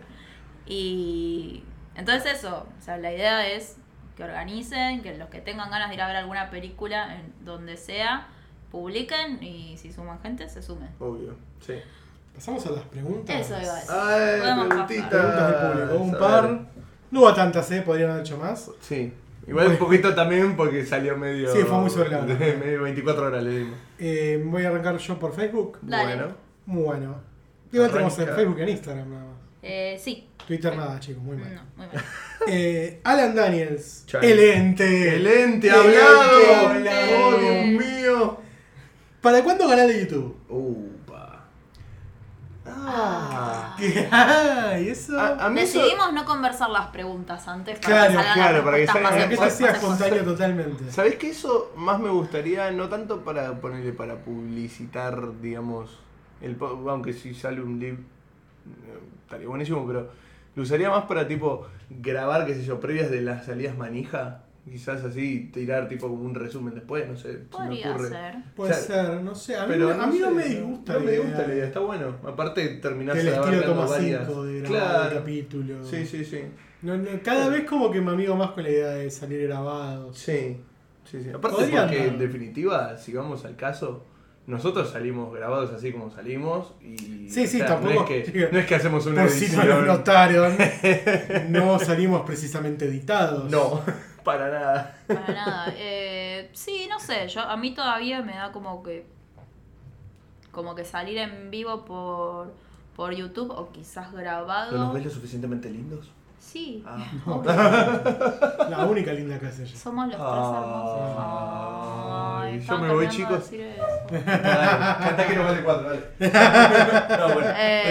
Speaker 3: Y entonces eso, o sea, la idea es que organicen, que los que tengan ganas de ir a ver alguna película en donde sea, publiquen y si suman gente, se sumen.
Speaker 1: Obvio, sí.
Speaker 2: Pasamos a las preguntas.
Speaker 3: Eso iba a decir.
Speaker 1: Ay,
Speaker 3: Podemos
Speaker 1: preguntitas.
Speaker 2: Preguntas del público. Un
Speaker 1: Ah, A ver.
Speaker 2: par. No hubo tantas, ¿eh? Podrían haber hecho más.
Speaker 1: Sí. Igual un poquito también porque salió medio...
Speaker 2: Sí, fue muy sobre la hora.
Speaker 1: medio 24 horas le dimos.
Speaker 2: Eh, voy a arrancar yo por Facebook.
Speaker 3: Dale.
Speaker 1: Bueno.
Speaker 2: Muy bueno. Igual tenemos en
Speaker 1: Arranca.
Speaker 2: Facebook y en Instagram nada más.
Speaker 3: Eh, sí,
Speaker 2: Twitter nada, chicos, muy mal.
Speaker 3: no, muy mal.
Speaker 2: Eh, Alan Daniels.
Speaker 1: Chao.
Speaker 2: El ente.
Speaker 1: Excelente,
Speaker 2: El
Speaker 1: hablado.
Speaker 2: ente.
Speaker 1: Oh, Dios mío.
Speaker 2: ¿Para cuándo canal de YouTube?
Speaker 1: Upa. Ah.
Speaker 2: ¿Qué? Ay, eso.
Speaker 1: A, a mí eso-
Speaker 3: Decidimos no conversar las preguntas antes para
Speaker 2: Claro,
Speaker 3: que salgan
Speaker 1: claro,
Speaker 3: las
Speaker 1: para que
Speaker 3: respuestas
Speaker 1: salgan-
Speaker 2: Para
Speaker 3: más
Speaker 2: que
Speaker 1: Eso
Speaker 2: esto
Speaker 3: espontáneas.
Speaker 2: sea espontáneo totalmente.
Speaker 1: ¿Sabés que eso más me gustaría, no tanto para ponerle para publicitar, digamos, el po- aunque si sale un libro estaría buenísimo, pero lo usaría más para tipo grabar, qué sé yo, previas de las salidas manija, quizás así tirar tipo como un resumen después, no sé, se me
Speaker 3: Podría
Speaker 1: ocurre.
Speaker 3: ser.
Speaker 2: Puede
Speaker 1: O sea,
Speaker 2: ser, no sé. A mí,
Speaker 1: Pero
Speaker 2: a mí no
Speaker 1: sé,
Speaker 2: me disgusta.
Speaker 1: No me
Speaker 2: la
Speaker 1: gusta la idea,
Speaker 2: idea.
Speaker 1: está bueno. Aparte terminás
Speaker 2: Del estilo
Speaker 1: abarcando
Speaker 2: toma
Speaker 1: varias.
Speaker 2: 5 de grabar el
Speaker 1: claro.
Speaker 2: capítulo.
Speaker 1: Sí, sí, sí.
Speaker 2: No, no, cada vez como que me amigo más con la idea de salir grabado.
Speaker 1: Sí, sí, sí. Aparte
Speaker 2: Podría
Speaker 1: porque
Speaker 2: andar.
Speaker 1: en definitiva, si vamos al caso, nosotros salimos grabados así como salimos y...
Speaker 2: Sí, sí,
Speaker 1: No
Speaker 2: tampoco-
Speaker 1: es que, no es que hacemos una
Speaker 2: Por si no lo
Speaker 1: edición.
Speaker 2: notaron, no salimos precisamente editados.
Speaker 1: no, para nada.
Speaker 3: Para nada. Eh, sí, no sé, yo a mí todavía me da como que como que salir en vivo por por YouTube o quizás grabado.
Speaker 1: lo suficientemente lindos?
Speaker 3: Sí,
Speaker 1: Ah.
Speaker 2: No. La única linda que hace yo.
Speaker 3: somos los tres
Speaker 1: Ah.
Speaker 3: hermosos. Ay,
Speaker 1: Yo
Speaker 3: estaba
Speaker 1: me voy,
Speaker 3: terminando de
Speaker 1: chicos.
Speaker 3: decir eso.
Speaker 1: Canta que no vale cuatro, dale. no, bueno.
Speaker 3: Eh,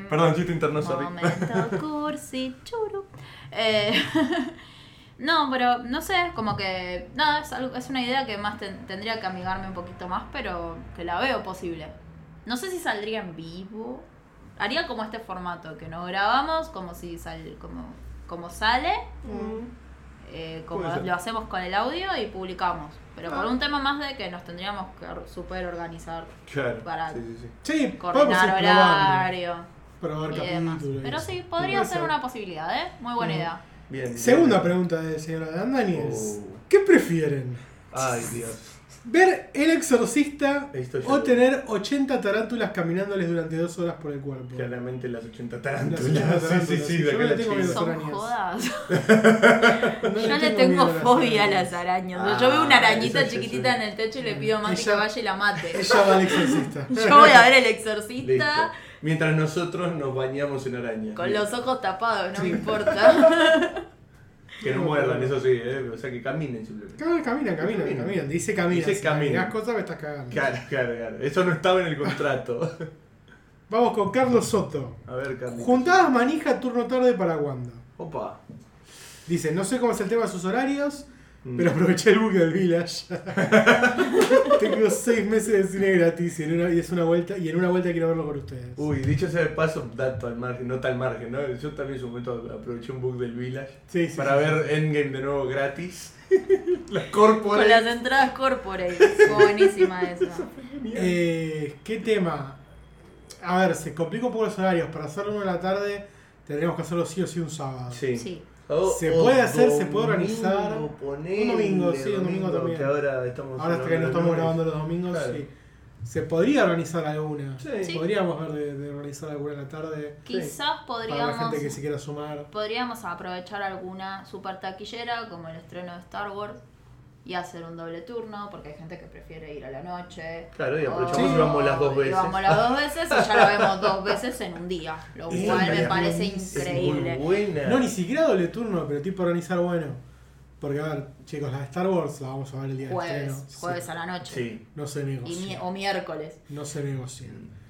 Speaker 1: Eh, perdón, chiste interno, sorry.
Speaker 3: Momento cursi, churu. Eh, no, pero no sé, como que nada, es, algo- es una idea que más ten- tendría que amigarme un poquito más, pero que la veo posible. No sé si saldría en vivo. Haría como este formato, que no grabamos, como si sal, como, como sale,
Speaker 2: Mm.
Speaker 3: eh, como
Speaker 1: Puede ser.
Speaker 3: lo hacemos con el audio y publicamos. Pero por
Speaker 1: Ah.
Speaker 3: un tema más de que nos tendríamos que or- super organizar,
Speaker 1: Claro.
Speaker 3: Para-
Speaker 1: Sí, sí, sí.
Speaker 2: Sí, podemos ir
Speaker 3: coordinar
Speaker 2: probando.
Speaker 3: horario
Speaker 2: Probar
Speaker 3: y demás.
Speaker 2: capítulos.
Speaker 3: Pero sí, podría
Speaker 2: Puede
Speaker 3: ser una posibilidad, ¿eh? Muy buena idea.
Speaker 1: Bien. bien.
Speaker 2: Segunda pregunta del señor Adán Daniels.
Speaker 1: Oh.
Speaker 2: ¿Qué prefieren?
Speaker 1: Ay, Dios.
Speaker 2: ¿Ver El Exorcista
Speaker 1: Esto ya
Speaker 2: o
Speaker 1: lo-
Speaker 2: tener 80 tarántulas caminándoles durante dos horas por el cuerpo?
Speaker 1: Claramente las 80
Speaker 2: Las 80
Speaker 1: tarántulas. Sí, sí,
Speaker 2: tarántulas,
Speaker 1: sí,
Speaker 2: sí,
Speaker 1: de
Speaker 2: yo
Speaker 1: aquella
Speaker 2: le tengo
Speaker 1: chica.
Speaker 2: miedo.
Speaker 3: Son
Speaker 2: arañas.
Speaker 3: jodas.
Speaker 2: No
Speaker 3: Yo le tengo
Speaker 2: miedo
Speaker 3: fobia a las arañas.
Speaker 1: Ah,
Speaker 3: Yo veo una arañita
Speaker 1: eso ya
Speaker 3: chiquitita
Speaker 1: sé.
Speaker 3: en el techo y le pido a Mati
Speaker 2: Ella-
Speaker 3: que vaya y la mate.
Speaker 2: Ella va al exorcista.
Speaker 3: Yo voy a ver el
Speaker 1: Listo.
Speaker 3: exorcista
Speaker 1: Mientras nosotros nos bañamos en araña.
Speaker 3: con los ojos tapados, no me importa.
Speaker 1: Que no muerdan, eso sí, ¿eh? o sea que caminen simplemente.
Speaker 2: Camina, camina, camina,
Speaker 1: Camina.
Speaker 2: camina. Dice camina.
Speaker 1: Dice
Speaker 2: Si
Speaker 1: camina.
Speaker 2: mirás cosas me estás cagando.
Speaker 1: Claro, claro, claro. Eso no estaba en el contrato.
Speaker 2: Vamos con Carlos Soto.
Speaker 1: A ver, Carlitos.
Speaker 2: Juntadas manija turno tarde para Wanda.
Speaker 1: Opa.
Speaker 2: Dice, no sé cómo es el tema de sus horarios,
Speaker 1: Mm.
Speaker 2: pero aproveché el buque del Village. Tengo seis meses de cine gratis y en una, y es una vuelta, y en una vuelta quiero verlo con ustedes.
Speaker 1: Uy, dicho sea de paso, dato al margen, no tal margen, ¿no? Yo también en su momento aproveché un bug del Village
Speaker 2: Sí, sí,
Speaker 1: para
Speaker 2: sí,
Speaker 1: ver Endgame de nuevo gratis. Las corporas.
Speaker 3: Con las entradas corporate. Fue buenísima esa.
Speaker 2: Eh, ¿Qué tema? a ver, se complica un poco los horarios. Para hacerlo una de la tarde, tendríamos que hacerlo sí o sí un sábado.
Speaker 1: Sí.
Speaker 3: Sí.
Speaker 1: O-
Speaker 2: Se
Speaker 1: o
Speaker 2: puede hacer, se
Speaker 1: domingo,
Speaker 2: puede organizar.
Speaker 1: ponele,
Speaker 2: Un domingo, sí, un domingo también.
Speaker 1: Que ahora estamos
Speaker 2: Ahora hasta que no estamos grabando los domingos,
Speaker 1: Claro.
Speaker 2: sí. Se podría organizar alguna.
Speaker 1: Sí.
Speaker 3: Sí.
Speaker 2: Podríamos ver de, de organizar alguna en la tarde.
Speaker 3: Quizás
Speaker 2: Para la
Speaker 3: podríamos,
Speaker 2: gente que se quiera sumar.
Speaker 3: podríamos aprovechar alguna super taquillera como el estreno de Star Wars y hacer un doble turno porque hay gente que prefiere ir a la noche.
Speaker 1: Claro, y
Speaker 3: o-
Speaker 1: aprovechamos
Speaker 2: y
Speaker 1: vamos las dos
Speaker 3: y
Speaker 1: veces.
Speaker 3: Vamos las dos veces y ya lo vemos dos veces en un día, lo
Speaker 2: Eso
Speaker 3: cual me
Speaker 2: estaría
Speaker 3: parece
Speaker 2: buenísimo.
Speaker 1: Es
Speaker 3: increíble.
Speaker 1: muy buena.
Speaker 2: No, ni siquiera doble turno, pero tipo organizar bueno. Porque, a ver, chicos, la de Star Wars la vamos a ver el día de
Speaker 3: Jueves,
Speaker 2: estreno. Sí.
Speaker 3: jueves a la noche.
Speaker 1: Sí,
Speaker 2: No se
Speaker 3: Y mi-
Speaker 2: negocia.
Speaker 3: o miércoles.
Speaker 2: No se negocia.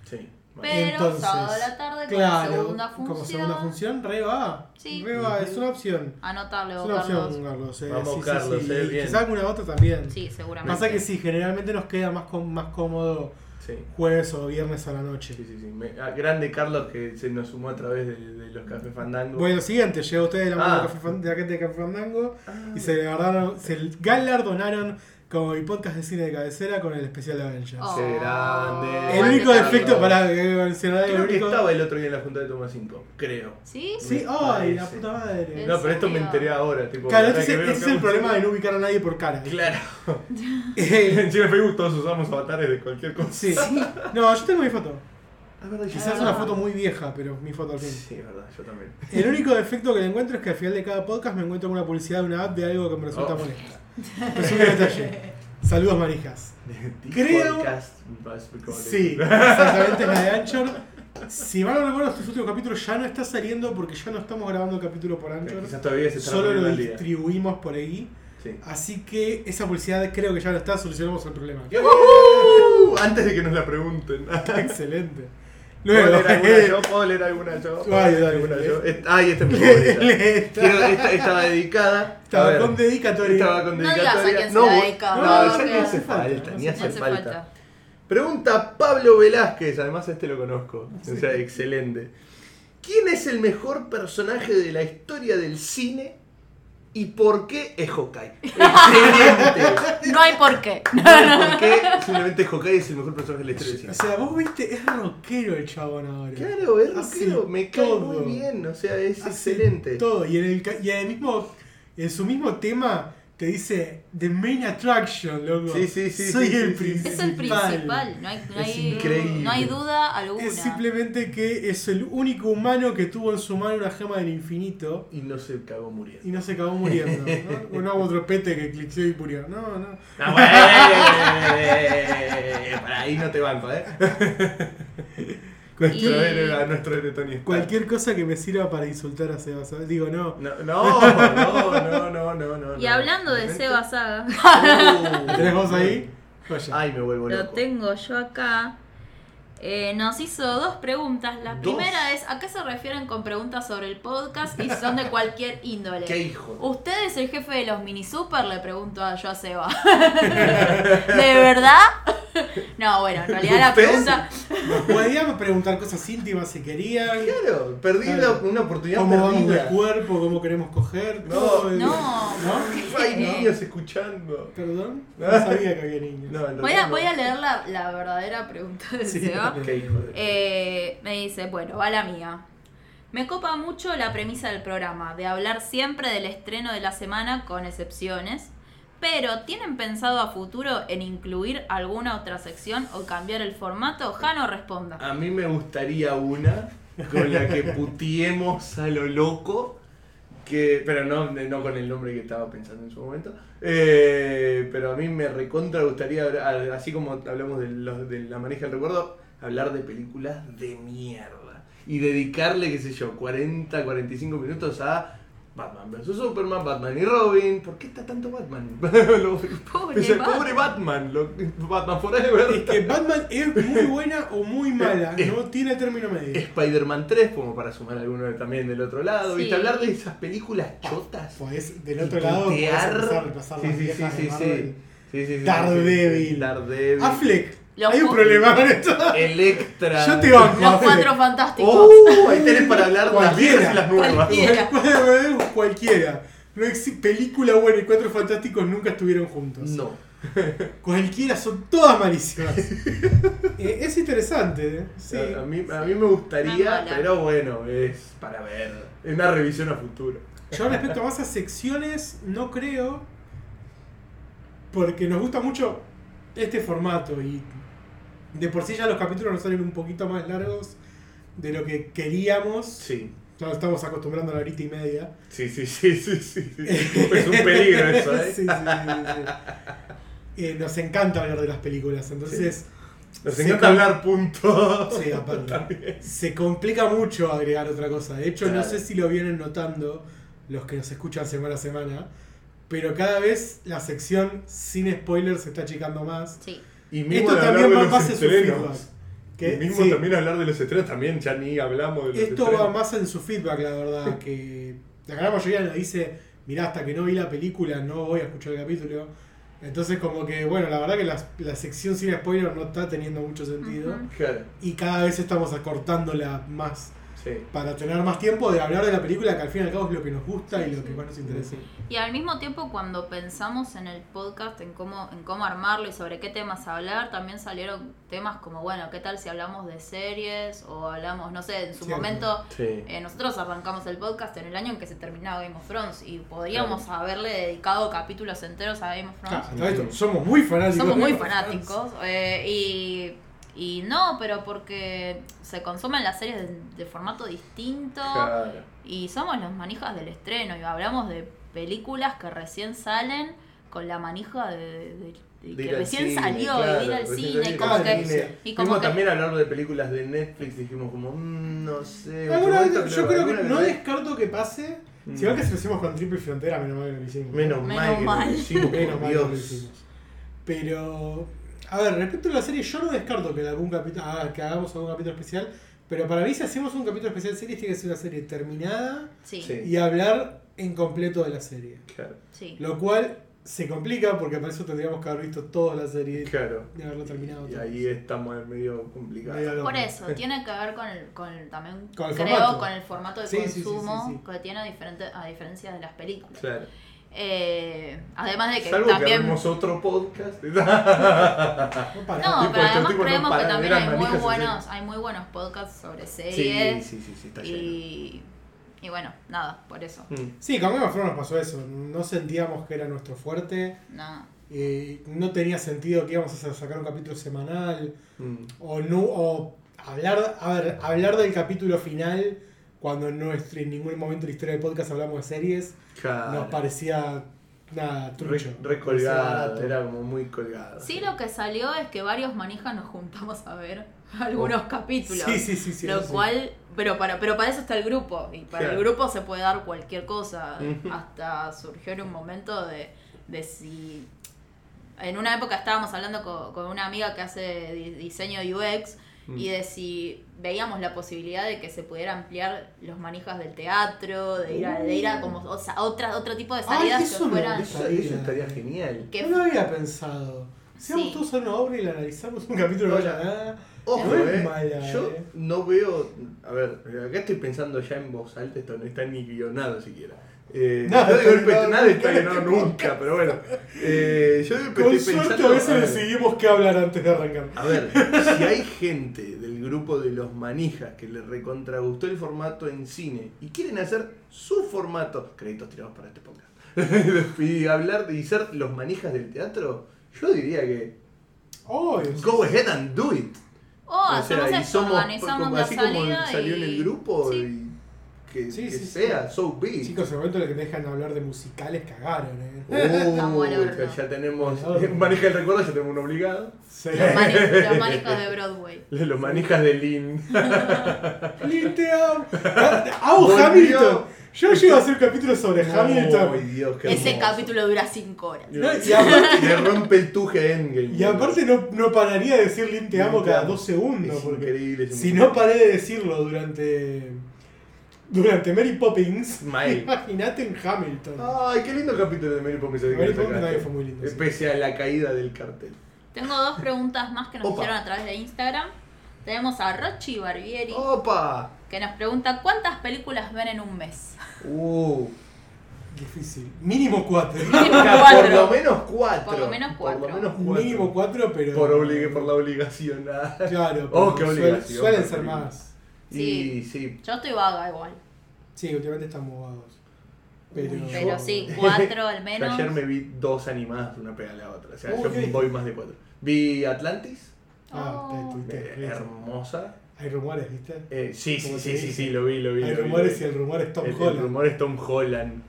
Speaker 1: sí. Bueno,
Speaker 3: Pero
Speaker 2: Entonces,
Speaker 3: sábado a la tarde como segunda función.
Speaker 2: Como segunda función, re va.
Speaker 3: Sí.
Speaker 2: Re va,
Speaker 1: Ujú.
Speaker 2: es una opción.
Speaker 3: Anotarle
Speaker 2: Es
Speaker 3: vos,
Speaker 2: una opción,
Speaker 3: Carlos.
Speaker 2: Carlos. eh,
Speaker 1: Vamos,
Speaker 2: sí, sí,
Speaker 1: Carlos,
Speaker 2: sí.
Speaker 1: eh,
Speaker 2: Y
Speaker 1: bien.
Speaker 2: Quizá alguna otra también.
Speaker 3: Sí, seguramente.
Speaker 2: Pasa que sí, generalmente nos queda más, com- más cómodo
Speaker 1: sí.
Speaker 2: jueves o viernes a la noche.
Speaker 1: Sí, sí, sí. Me- ah, grande Carlos que se nos sumó a través de, de los Café Fandango.
Speaker 2: Bueno, siguiente, llega usted de la mano
Speaker 1: Ah.
Speaker 2: de, Café Fan- de la gente de Café Fandango
Speaker 1: Ah,
Speaker 2: y se galardonaron, se galardonaron como el podcast de cine de cabecera con el especial de Avengers.
Speaker 3: Oh.
Speaker 1: Qué grande.
Speaker 2: El
Speaker 3: Aguante,
Speaker 2: único
Speaker 3: Carlos.
Speaker 2: defecto, para mencionar el
Speaker 1: Creo que
Speaker 2: único.
Speaker 1: estaba el otro día en la junta de Toma 5, creo.
Speaker 3: ¿Sí?
Speaker 2: Sí,
Speaker 1: Me
Speaker 2: ay, la
Speaker 1: parece.
Speaker 2: puta madre.
Speaker 3: ¿En
Speaker 1: No, pero esto me
Speaker 3: serio?
Speaker 1: enteré ahora. Tipo,
Speaker 2: Claro,
Speaker 1: ahora
Speaker 2: este es,
Speaker 1: que
Speaker 2: el-
Speaker 1: veo
Speaker 2: este es
Speaker 1: que-
Speaker 2: el problema de no ubicar a nadie por cara.
Speaker 1: Claro.
Speaker 2: Eh,
Speaker 1: Encima en Facebook todos usamos avatares de cualquier cosa.
Speaker 2: sí. No, yo tengo mi foto.
Speaker 1: Es verdad,
Speaker 2: Quizás
Speaker 3: Ah.
Speaker 2: una foto muy vieja, pero mi foto al fin.
Speaker 1: Sí, es verdad, yo también.
Speaker 2: El único defecto que le encuentro es que al final de cada podcast me encuentro con una publicidad de una app de algo que me resulta
Speaker 1: Oh.
Speaker 2: molesta. Pero es un detalle. Saludos, marijas. Creo-
Speaker 1: Podcast Buzz Recording.
Speaker 2: Sí, exactamente es la de Anchor. Si mal no recuerdo, este último capítulo ya no está saliendo porque ya no estamos grabando el capítulo por Anchor.
Speaker 1: Quizás todavía se está
Speaker 2: Solo lo
Speaker 1: al día.
Speaker 2: distribuimos por ahí.
Speaker 1: Sí.
Speaker 2: Así que esa publicidad creo que ya no está, solucionamos el problema.
Speaker 1: ¡Yujú! Antes de que nos la pregunten.
Speaker 2: Excelente.
Speaker 1: ¿Puedo
Speaker 2: Luego, eh,
Speaker 1: leer alguna yo? ¿Puedo leer alguna yo? ¿Puedo
Speaker 2: Ay,
Speaker 1: leer
Speaker 2: dale,
Speaker 1: alguna
Speaker 2: lee.
Speaker 1: yo? Est- Ay, esta es mi favorita.
Speaker 2: Esta
Speaker 1: Quiero- esta, esta va dedicada. a
Speaker 2: Estaba
Speaker 1: ver,
Speaker 2: con dedicatoria.
Speaker 1: esta va con
Speaker 3: No digas a
Speaker 1: dedicatoria.
Speaker 3: quién se la
Speaker 1: voy-
Speaker 3: dedica,
Speaker 1: no,
Speaker 2: no,
Speaker 1: ya
Speaker 2: que-
Speaker 1: ni hace
Speaker 2: no hace
Speaker 1: falta,
Speaker 2: falta,
Speaker 1: ni
Speaker 2: no
Speaker 1: hace falta. Pregunta Pablo Velázquez, además a este lo conozco, o sea, excelente. ¿Quién es el mejor personaje de la historia del cine y por qué es Hawkeye? Excelente.
Speaker 3: No hay por qué.
Speaker 1: No, ¿Por qué simplemente Hawkeye es el mejor personaje de la historia del cine?
Speaker 2: O sea, vos viste, es rockero el chabón ahora.
Speaker 1: Claro, es
Speaker 2: Hace
Speaker 1: rockero, me cae
Speaker 2: todo.
Speaker 1: muy bien, o sea, es
Speaker 2: Hace
Speaker 1: excelente.
Speaker 2: Todo. Y en el, ca- y en el mismo. En su mismo tema te dice The Main Attraction, loco.
Speaker 1: Sí, sí, sí,
Speaker 2: Soy
Speaker 1: sí,
Speaker 2: el
Speaker 1: sí, sí, sí.
Speaker 2: principal.
Speaker 3: Es el principal. No hay, no
Speaker 1: Es
Speaker 3: hay-
Speaker 1: increíble.
Speaker 3: no hay duda alguna.
Speaker 2: Es simplemente que es el único humano que tuvo en su mano una gema del infinito
Speaker 1: Y no se cagó muriendo.
Speaker 2: y no se acabó muriendo. ¿no? Un agua otro pete que cliqueó y murió. No, no.
Speaker 1: Ah, bueno, para ahí no te banco, ¿eh? Nuestro
Speaker 3: Y-
Speaker 1: héroe, a nuestro héroe Tony Stark.
Speaker 2: Cualquier cosa que me sirva para insultar a Seba, ¿sabes? Digo, no.
Speaker 1: No, no, no, no, no, no, no.
Speaker 3: Y hablando de
Speaker 1: Realmente-
Speaker 3: Seba Saga,
Speaker 1: Uh.
Speaker 2: ¿Tenés vos ahí? Vaya.
Speaker 1: Ay, me vuelvo
Speaker 3: lo
Speaker 1: loco.
Speaker 3: tengo yo acá. Eh, nos hizo dos preguntas. La
Speaker 1: Dos.
Speaker 3: primera es, ¿a qué se refieren con preguntas sobre el podcast y son de cualquier índole?
Speaker 1: ¿Qué hijo?
Speaker 3: ¿Usted es el jefe de los mini super? Le pregunto a yo a Seba. ¿De verdad? No, bueno, en realidad la
Speaker 1: ¿Usted?
Speaker 3: pregunta...
Speaker 2: Podíamos preguntar cosas íntimas si querían.
Speaker 1: Claro, perdí
Speaker 2: Claro.
Speaker 1: la- una oportunidad
Speaker 2: ¿Cómo vamos de
Speaker 1: perdida.
Speaker 2: cuerpo? ¿Cómo queremos coger?
Speaker 1: No,
Speaker 2: todo el-
Speaker 3: No,
Speaker 2: ¿No?
Speaker 1: Hay
Speaker 3: No.
Speaker 1: niños escuchando.
Speaker 2: ¿Perdón? No sabía que había niños.
Speaker 1: No, no,
Speaker 3: Voy a,
Speaker 1: no.
Speaker 3: voy a leer la, la verdadera pregunta de
Speaker 2: Sí,
Speaker 3: Seba.
Speaker 2: dale.
Speaker 1: ¿Qué hijo? de-
Speaker 3: Eh, me dice, bueno, va la mía. Me copa mucho la premisa del programa, de hablar siempre del estreno de la semana con excepciones, pero ¿tienen pensado a futuro en incluir alguna otra sección o cambiar el formato? Jano responda.
Speaker 1: A mí me gustaría una con la que putiemos a lo loco. Que, pero no, no con el nombre que estaba pensando en su momento. Eh, pero a mí me recontra gustaría, hablar- así como hablamos de, los- de la maneja del recuerdo, hablar de películas de mierda. Y dedicarle, qué sé yo, 40, 45 minutos a Batman vs. Superman, Batman y Robin. ¿Por qué está tanto Batman? Lo-
Speaker 3: Pobre
Speaker 1: o sea,
Speaker 3: Batman.
Speaker 1: pobre Batman. lo- Batman Forever.
Speaker 2: Es que Batman es muy buena o muy mala, no tiene término medio.
Speaker 1: Spider-Man 3, como para sumar alguno también del otro lado.
Speaker 3: Sí.
Speaker 1: Y te hablar de esas películas chotas.
Speaker 2: Podés, del otro lado, podés
Speaker 1: putear.
Speaker 2: empezar a repasar
Speaker 1: Sí,
Speaker 2: las
Speaker 1: sí, sí,
Speaker 2: viejas de
Speaker 1: sí, sí.
Speaker 2: Marvel.
Speaker 1: Sí, sí, sí,
Speaker 2: Daredevil.
Speaker 1: sí, sí. Daredevil.
Speaker 2: Affleck,
Speaker 3: Los
Speaker 2: hay un
Speaker 3: pu-
Speaker 2: problema con esto.
Speaker 1: Electra.
Speaker 2: Yo te banco.
Speaker 3: Los cuatro fantásticos.
Speaker 1: ¡Oh! Ahí tenés para hablar de las
Speaker 2: Cualquiera.
Speaker 1: viejas y las nuevas.
Speaker 3: Cualquiera.
Speaker 2: Cualquiera. Cualquiera. No exi- película buena y Cuatro Fantásticos nunca estuvieron juntos.
Speaker 1: No.
Speaker 2: Cualquiera, son todas malísimas. Eh, es interesante, ¿eh? sí.
Speaker 1: A, a mí, a mí me gustaría,
Speaker 3: Una mala.
Speaker 1: pero bueno, es para ver. Es una revisión a futuro.
Speaker 2: Yo respecto más a secciones, no creo. Porque nos gusta mucho este formato y de por sí ya los capítulos nos salen un poquito más largos de lo que queríamos.
Speaker 1: Sí.
Speaker 2: Ya nos estamos acostumbrando a la horita y media.
Speaker 1: Sí, sí, sí, sí, sí. sí. Es un peligro eso, ¿eh?
Speaker 2: Sí, sí, sí, sí, sí. Eh, nos encanta hablar de las películas, entonces
Speaker 1: Nos
Speaker 2: Sí,
Speaker 1: encanta
Speaker 2: con-
Speaker 1: hablar punto.
Speaker 2: sí, aparte, se complica mucho agregar otra cosa. De hecho, no
Speaker 1: Claro.
Speaker 2: sé si lo vienen notando los que nos escuchan semana a semana, pero cada vez la sección sin spoilers se está achicando más.
Speaker 3: Sí.
Speaker 1: Y mismo
Speaker 2: Esto
Speaker 1: de hablar
Speaker 2: también
Speaker 1: de
Speaker 2: va
Speaker 1: los
Speaker 2: más en su feedback.
Speaker 1: estrenos.
Speaker 2: que-
Speaker 1: Y mismo
Speaker 2: sí.
Speaker 1: también hablar de los estrenos, también ya ni hablamos de los
Speaker 2: Esto
Speaker 1: estrenos.
Speaker 2: va más en su feedback, la verdad, que la gran mayoría nos dice, mirá, hasta que no vi la película no voy a escuchar el capítulo. Entonces como que, bueno, la verdad que la, la sección sin spoiler no está teniendo mucho sentido.
Speaker 3: Ujú.
Speaker 1: Claro,
Speaker 2: Y cada vez estamos acortándola más
Speaker 1: sí.
Speaker 2: para tener más tiempo de hablar de la película, que al fin y al cabo es lo que nos gusta y lo que más nos interesa.
Speaker 3: Y al mismo tiempo, cuando pensamos en el podcast, en cómo, en cómo armarlo y sobre qué temas hablar, también salieron temas como, bueno, ¿qué tal si hablamos de series o hablamos, no sé, en su
Speaker 2: Cierto.
Speaker 3: momento...
Speaker 1: Sí.
Speaker 3: eh, nosotros arrancamos el podcast en el año en que se terminaba Game of Thrones y podríamos haberle dedicado capítulos enteros a Game of Thrones.
Speaker 2: Ah, hasta esto, somos muy fanáticos.
Speaker 3: Somos
Speaker 2: de
Speaker 3: muy
Speaker 2: Game of
Speaker 3: fanáticos. eh, y, y no, pero porque se consumen las series de, de formato distinto.
Speaker 1: Claro.
Speaker 3: Y somos los manijas del estreno. Y hablamos de películas que recién salen con la manija de, de- de-
Speaker 1: De ir
Speaker 3: que
Speaker 1: al
Speaker 3: recién
Speaker 1: cine,
Speaker 3: salió
Speaker 1: claro,
Speaker 3: y de ir al
Speaker 1: recién salió
Speaker 3: cine.
Speaker 1: Ah,
Speaker 3: y
Speaker 1: ir
Speaker 3: como
Speaker 1: al
Speaker 2: claro,
Speaker 3: que-
Speaker 1: cine.
Speaker 3: y como
Speaker 1: Vimos
Speaker 3: que-
Speaker 1: también hablar de películas de Netflix, dijimos como, mm, no sé. en su
Speaker 2: Alguna vez-
Speaker 1: momento,
Speaker 2: yo creo que
Speaker 1: alguna
Speaker 2: Eh, no
Speaker 1: vez-
Speaker 2: descarto que pase.
Speaker 1: Mm.
Speaker 2: Si va que se lo hicimos con Triple Frontera, menos mal que lo hicimos.
Speaker 1: Menos,
Speaker 3: Menos
Speaker 1: mal que
Speaker 3: mal.
Speaker 1: lo hicimos,
Speaker 2: Menos
Speaker 1: por
Speaker 2: mal que lo
Speaker 1: Dios.
Speaker 2: hicimos. Pero, a ver, respecto a la serie, yo no descarto que, en algún capítulo, ah, que hagamos algún capítulo especial, pero para mí si hacemos un capítulo especial de series tiene que ser una serie terminada
Speaker 3: Sí,
Speaker 1: Sí.
Speaker 2: y hablar en completo de la serie.
Speaker 1: Claro,
Speaker 3: sí.
Speaker 2: Lo cual se complica porque para eso tendríamos que haber visto toda la serie
Speaker 1: claro.
Speaker 2: y haberlo terminado.
Speaker 1: Y
Speaker 2: todo.
Speaker 1: ahí estamos en medio complicado.
Speaker 2: Medio loco.
Speaker 3: Por eso,
Speaker 1: eh.
Speaker 3: tiene que ver con, el- con también
Speaker 2: Con el
Speaker 3: creo
Speaker 2: formato.
Speaker 3: con el formato de
Speaker 2: Sí, sí, sí, sí,
Speaker 3: consumo
Speaker 2: sí.
Speaker 3: que tiene a, diferente, a diferencia de las películas.
Speaker 1: Claro.
Speaker 3: Eh, además de que
Speaker 1: Salvo que
Speaker 3: también.
Speaker 1: hablamos otro podcast.
Speaker 2: No, para.
Speaker 3: no,
Speaker 1: tipo,
Speaker 3: pero
Speaker 1: estos
Speaker 3: además
Speaker 1: tipos no
Speaker 3: creemos que
Speaker 1: paran,
Speaker 3: también
Speaker 1: eran
Speaker 3: hay muy
Speaker 1: manijas, en
Speaker 3: buenos, hay muy buenos podcasts sobre series.
Speaker 1: sí, sí, sí, está lleno.
Speaker 3: eh. y, y bueno, nada, por eso.
Speaker 1: Mm.
Speaker 2: Sí, con Game of Thrones nos pasó eso. No sentíamos que era nuestro fuerte.
Speaker 1: Mm.
Speaker 3: No.
Speaker 2: eh, no tenía sentido que íbamos a sacar un capítulo semanal.
Speaker 1: Mm.
Speaker 2: O no, o hablar, a ver, hablar del capítulo final cuando no est- en ningún momento de la historia del podcast hablamos de series, nos
Speaker 1: Claro.
Speaker 2: parecía nada trucho.
Speaker 1: Re-
Speaker 2: parecía
Speaker 1: Recolgada,
Speaker 2: barato.
Speaker 1: era como muy colgada.
Speaker 3: Sí, lo que salió es que varios manijas nos juntamos a ver
Speaker 1: Oh.
Speaker 3: algunos capítulos.
Speaker 2: Sí, sí, sí, sí.
Speaker 3: lo
Speaker 2: eso sí.
Speaker 3: cual, pero para, pero para eso está el grupo. Y para
Speaker 1: Claro.
Speaker 3: el grupo se puede dar cualquier cosa.
Speaker 1: Ujú.
Speaker 3: Hasta surgió en un momento de, de si. En una época estábamos hablando co- con, una amiga que hace di- diseño UX
Speaker 1: Mm.
Speaker 3: y de si veíamos la posibilidad de que se pudiera ampliar los manijas del teatro, de ir a, de ir a como
Speaker 1: Oh.
Speaker 3: o sea, otra, otro tipo de
Speaker 2: Ay,
Speaker 3: salidas
Speaker 2: eso
Speaker 3: que
Speaker 2: me
Speaker 3: fueran.
Speaker 2: gusta.
Speaker 1: Eso, eso estaría genial.
Speaker 3: que
Speaker 2: No lo había pensado. Si vamos
Speaker 3: Sí.
Speaker 2: todos a una obra y la analizamos un capítulo de
Speaker 1: Hola.
Speaker 2: nada.
Speaker 1: Ojo,
Speaker 2: No es
Speaker 1: eh.
Speaker 2: mala,
Speaker 1: Yo
Speaker 2: eh.
Speaker 1: no veo. A ver, acá estoy pensando ya en voz alta, esto no está ni guionado siquiera. Eh,
Speaker 2: Nada
Speaker 1: yo de
Speaker 2: está
Speaker 1: golpe-
Speaker 2: guionado,
Speaker 1: nada está
Speaker 2: nunca.
Speaker 1: guionado nunca, pero bueno. Eh, yo de golpe
Speaker 2: Con
Speaker 1: estoy
Speaker 2: suerte
Speaker 1: pensando.
Speaker 2: a veces
Speaker 1: ver,
Speaker 2: decidimos qué hablar antes de arrancar.
Speaker 1: A ver, si hay gente del grupo de los manijas que le recontra gustó el formato en cine y quieren hacer su formato, créditos tirados para este podcast, y hablar de y ser los manijas del teatro, yo diría que Oh,
Speaker 2: Obvio. sí.
Speaker 1: go ahead and do it.
Speaker 3: O, oh, hacemos
Speaker 1: y
Speaker 3: esto, organizamos
Speaker 1: como-
Speaker 3: la
Speaker 1: así como
Speaker 3: salida
Speaker 1: salió
Speaker 3: y...
Speaker 1: en el grupo
Speaker 3: Sí.
Speaker 1: y que,
Speaker 2: Sí,
Speaker 1: que
Speaker 2: sí, sí.
Speaker 1: sea, so big.
Speaker 2: Chicos, en el momento en el que me dejan hablar de musicales cagaron, eh.
Speaker 3: Estamos al horno.
Speaker 1: Oh, ya tenemos
Speaker 2: Al horno.
Speaker 1: un manija del recuerdo, ya tenemos un obligado.
Speaker 2: Sí.
Speaker 3: Los mani- los manijas de Broadway.
Speaker 1: Los manijas de Lin.
Speaker 2: Liteo. Hago
Speaker 1: Volvió.
Speaker 2: Hamilton. Yo llego a hacer capítulos sobre
Speaker 1: Ay,
Speaker 2: Hamilton.
Speaker 1: Dios, qué
Speaker 3: Ese
Speaker 1: hermoso.
Speaker 3: capítulo dura 5 horas.
Speaker 2: No, y
Speaker 1: le rompe el tuje a Endgame.
Speaker 2: Y aparte no, no pararía de decir Lin te amo cada dos segundos.
Speaker 1: es
Speaker 2: porque
Speaker 1: increíble. es
Speaker 2: si
Speaker 1: increíble.
Speaker 2: no paré de decirlo durante. Durante Mary Poppins,
Speaker 1: Mal.
Speaker 2: imagínate en Hamilton.
Speaker 1: Ay, qué lindo capítulo de Mary Poppins. el que
Speaker 2: Mary
Speaker 1: le
Speaker 2: Poppins
Speaker 1: sacaste.
Speaker 2: también fue muy lindo, sí.
Speaker 1: Pese a la caída del cartel.
Speaker 3: Tengo dos preguntas más que nos
Speaker 1: Opa.
Speaker 3: hicieron a través de Instagram. Tenemos a Rochi Barbieri
Speaker 1: ¡Opa!
Speaker 3: que nos pregunta cuántas películas ven en un mes.
Speaker 1: Uh,
Speaker 2: Difícil. Mínimo cuatro.
Speaker 3: Mínimo
Speaker 1: Era Por
Speaker 3: cuatro.
Speaker 1: lo menos cuatro.
Speaker 3: Por lo menos cuatro.
Speaker 1: Por lo menos cuatro.
Speaker 2: Mínimo cuatro, pero.
Speaker 1: Por, oblig- por la obligación. ah.
Speaker 2: Claro,
Speaker 1: Oh,
Speaker 2: pero
Speaker 1: qué
Speaker 2: suel-
Speaker 1: obligación,
Speaker 2: suelen
Speaker 1: qué
Speaker 2: ser
Speaker 1: horrible.
Speaker 2: más.
Speaker 1: Y sí.
Speaker 3: Yo estoy vaga igual.
Speaker 2: Sí, últimamente están bobados. Pero,
Speaker 3: Pero sí, cuatro al
Speaker 1: Yo
Speaker 3: menos.
Speaker 1: ayer me vi dos animadas una pega a la otra. O sea,
Speaker 2: Oh,
Speaker 1: yo
Speaker 2: ok.
Speaker 1: voy más de cuatro. Vi Atlantis,
Speaker 2: Ah,
Speaker 3: Oh.
Speaker 2: te- te- te-
Speaker 1: eh, hermosa.
Speaker 2: Hay rumores, ¿viste?
Speaker 1: Eh, sí, sí,
Speaker 2: Como
Speaker 1: sí,
Speaker 2: te
Speaker 1: sí,
Speaker 2: dije.
Speaker 1: sí, lo vi, lo vi.
Speaker 2: Hay
Speaker 1: lo vi,
Speaker 2: rumores
Speaker 1: lo
Speaker 2: y
Speaker 1: vi.
Speaker 2: el rumor es Tom
Speaker 1: el, el
Speaker 2: Holland.
Speaker 1: rumor es Tom Holland.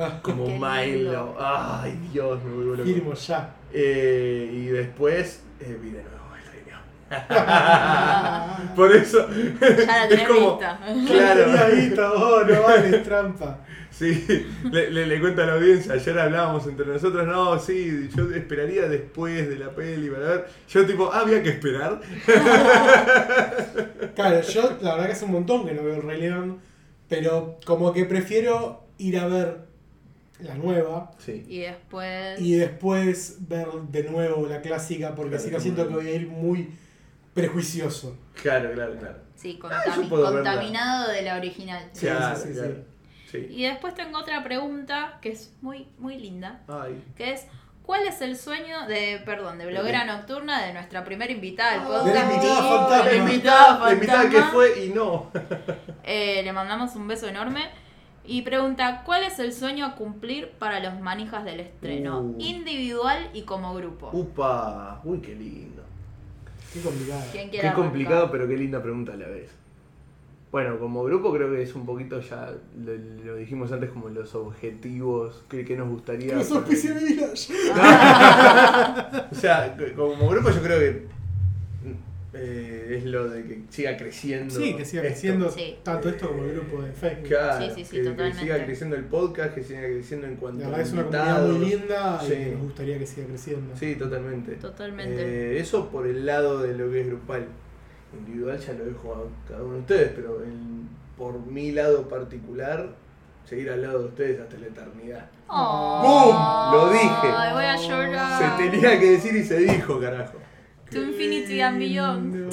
Speaker 2: Ah,
Speaker 1: Como
Speaker 3: Qué
Speaker 1: Milo.
Speaker 3: lindo.
Speaker 1: Ay, Dios, me vuelvo loco.
Speaker 2: firmo ya.
Speaker 1: Eh, y después eh, vi de nuevo el reino. Por eso.
Speaker 3: Ya la
Speaker 1: es
Speaker 3: tenés
Speaker 1: como.
Speaker 3: vista.
Speaker 1: Claro.
Speaker 2: No tenía visto, oh, no vale, es trampa.
Speaker 1: Sí, le, le, le cuento a la audiencia. Ayer hablábamos entre nosotros. No, sí, yo esperaría después de la peli para ver. Yo, tipo, ah, había que esperar.
Speaker 2: Claro, yo la verdad que hace un montón que no veo el Rey León, pero como que prefiero ir a ver la nueva
Speaker 1: Sí.
Speaker 3: Y después.
Speaker 2: y después ver de nuevo la clásica, porque
Speaker 1: Claro,
Speaker 2: si no
Speaker 1: como
Speaker 2: siento
Speaker 1: que-
Speaker 2: que voy a ir muy prejuicioso.
Speaker 1: Claro, claro, claro.
Speaker 3: Sí,
Speaker 1: Ah, yo
Speaker 3: contami-
Speaker 1: puedo
Speaker 3: contaminado de la original.
Speaker 2: Sí,
Speaker 1: claro,
Speaker 2: sí, sí,
Speaker 1: claro.
Speaker 2: sí.
Speaker 1: Sí.
Speaker 3: Y después tengo otra pregunta que es muy, muy linda,
Speaker 1: Ay.
Speaker 3: que es ¿cuál es el sueño de, perdón, de bloguera nocturna de nuestra primera invitada del
Speaker 1: Ah,
Speaker 3: podcast?
Speaker 2: de la invitada
Speaker 3: Sí,
Speaker 2: fantasma.
Speaker 3: Oh. la
Speaker 1: invitada, la invitada que
Speaker 3: fantasma.
Speaker 1: fue y no.
Speaker 3: Eh, le mandamos un beso enorme. Y pregunta, ¿cuál es el sueño a cumplir para los manijas del estreno?
Speaker 1: Uh.
Speaker 3: Individual y como grupo.
Speaker 1: Upa, uy, qué lindo.
Speaker 2: Qué complicado.
Speaker 3: ¿Quién quiere
Speaker 1: Qué
Speaker 3: arrancar?
Speaker 1: complicado, pero qué linda pregunta a la vez. Bueno, como grupo creo que es un poquito ya, lo, lo dijimos antes, como los objetivos que, que nos gustaría...
Speaker 2: Los auspicios de Village.
Speaker 3: Ah,
Speaker 1: O sea, c- como grupo yo creo que eh, es lo de que siga creciendo.
Speaker 2: Sí, que siga
Speaker 1: esto.
Speaker 2: creciendo
Speaker 3: Sí.
Speaker 2: tanto esto como el grupo de Facebook.
Speaker 1: Claro,
Speaker 3: Sí, sí, sí,
Speaker 1: que- que,
Speaker 3: totalmente.
Speaker 1: siga creciendo el podcast, que siga creciendo en cuanto
Speaker 2: La
Speaker 1: a
Speaker 2: verdad que es una comunidad
Speaker 1: invitados.
Speaker 2: muy linda
Speaker 1: Sí.
Speaker 2: y nos gustaría que siga creciendo.
Speaker 1: Sí, totalmente.
Speaker 3: Totalmente.
Speaker 1: Eh, eso por el lado de lo que es grupal. Individual ya lo dejo a cada uno de ustedes, pero en- por mi lado particular, seguir al lado de ustedes hasta la eternidad.
Speaker 3: Oh.
Speaker 1: ¡Bum! Lo dije.
Speaker 3: Ay, voy a
Speaker 2: Ah.
Speaker 3: llorar.
Speaker 1: Se tenía que decir y se dijo, carajo.
Speaker 3: To infinity and beyond.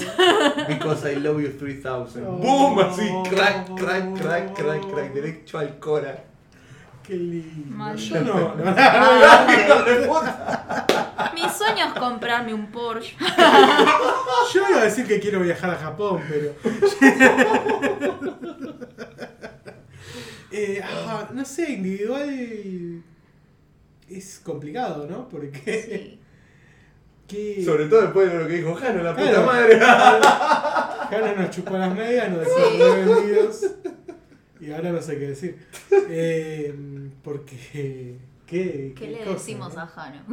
Speaker 1: Because I love you 3000.
Speaker 2: Oh.
Speaker 1: ¡Boom! Así, crack, crack, crack, crack, crack, derecho al cora.
Speaker 2: Qué lindo.
Speaker 3: Mal.
Speaker 2: Yo no, no.
Speaker 3: Ah,
Speaker 1: ¡Hijo de puta!
Speaker 3: mi sueño es comprarme un Porsche.
Speaker 2: Yo iba a decir que quiero viajar a Japón, pero. Eh, ah, no sé, individual. Es complicado, ¿no? Porque.
Speaker 3: Sí.
Speaker 2: que-
Speaker 1: Sobre todo después de lo que dijo Jano, la puta
Speaker 2: Claro.
Speaker 1: madre.
Speaker 2: Jano nos chupó las medias, nos decía "Muy vendidos. Y ahora no sé qué decir. Eh, porque. ¿Qué,
Speaker 3: ¿Qué le
Speaker 2: cosa,
Speaker 3: decimos
Speaker 2: no?
Speaker 3: a Jano?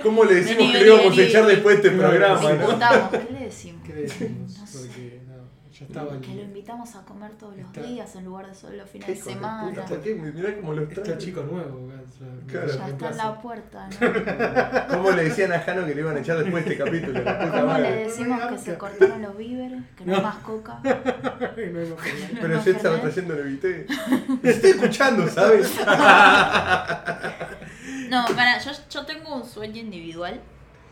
Speaker 1: ¿Cómo le decimos
Speaker 3: Vení,
Speaker 1: que le
Speaker 3: vení,
Speaker 1: íbamos a
Speaker 3: vení.
Speaker 1: echar después de este
Speaker 2: Claro,
Speaker 1: programa?
Speaker 2: sí.
Speaker 1: no?
Speaker 3: Preguntamos, ¿qué le decimos?
Speaker 2: ¿Qué le decimos?
Speaker 3: No sé.
Speaker 2: Porque no, ya estaba el-
Speaker 3: Que lo invitamos a comer todos los
Speaker 2: Está-
Speaker 3: días en lugar de solo los fines
Speaker 1: Qué
Speaker 3: de
Speaker 1: hijo de
Speaker 3: semana.
Speaker 1: puta, ¿qué? Mirá cómo lo
Speaker 2: Está
Speaker 1: trae.
Speaker 2: el chico nuevo, acá, o sea, me
Speaker 1: Claro.
Speaker 3: Ya está en
Speaker 2: reemplaza.
Speaker 3: la puerta. ¿no?
Speaker 1: ¿Cómo le decían a Jano que le iban a echar después de este capítulo? La puta
Speaker 3: ¿Cómo le
Speaker 1: madre.
Speaker 3: decimos que se cortaron los víveres? Que no, hay
Speaker 2: No.
Speaker 3: más coca.
Speaker 2: No hay más problema.
Speaker 1: Pero yo estaba trayendo el evité. Estoy escuchando, ¿sabes?
Speaker 3: No, para, yo, yo tengo un sueño individual.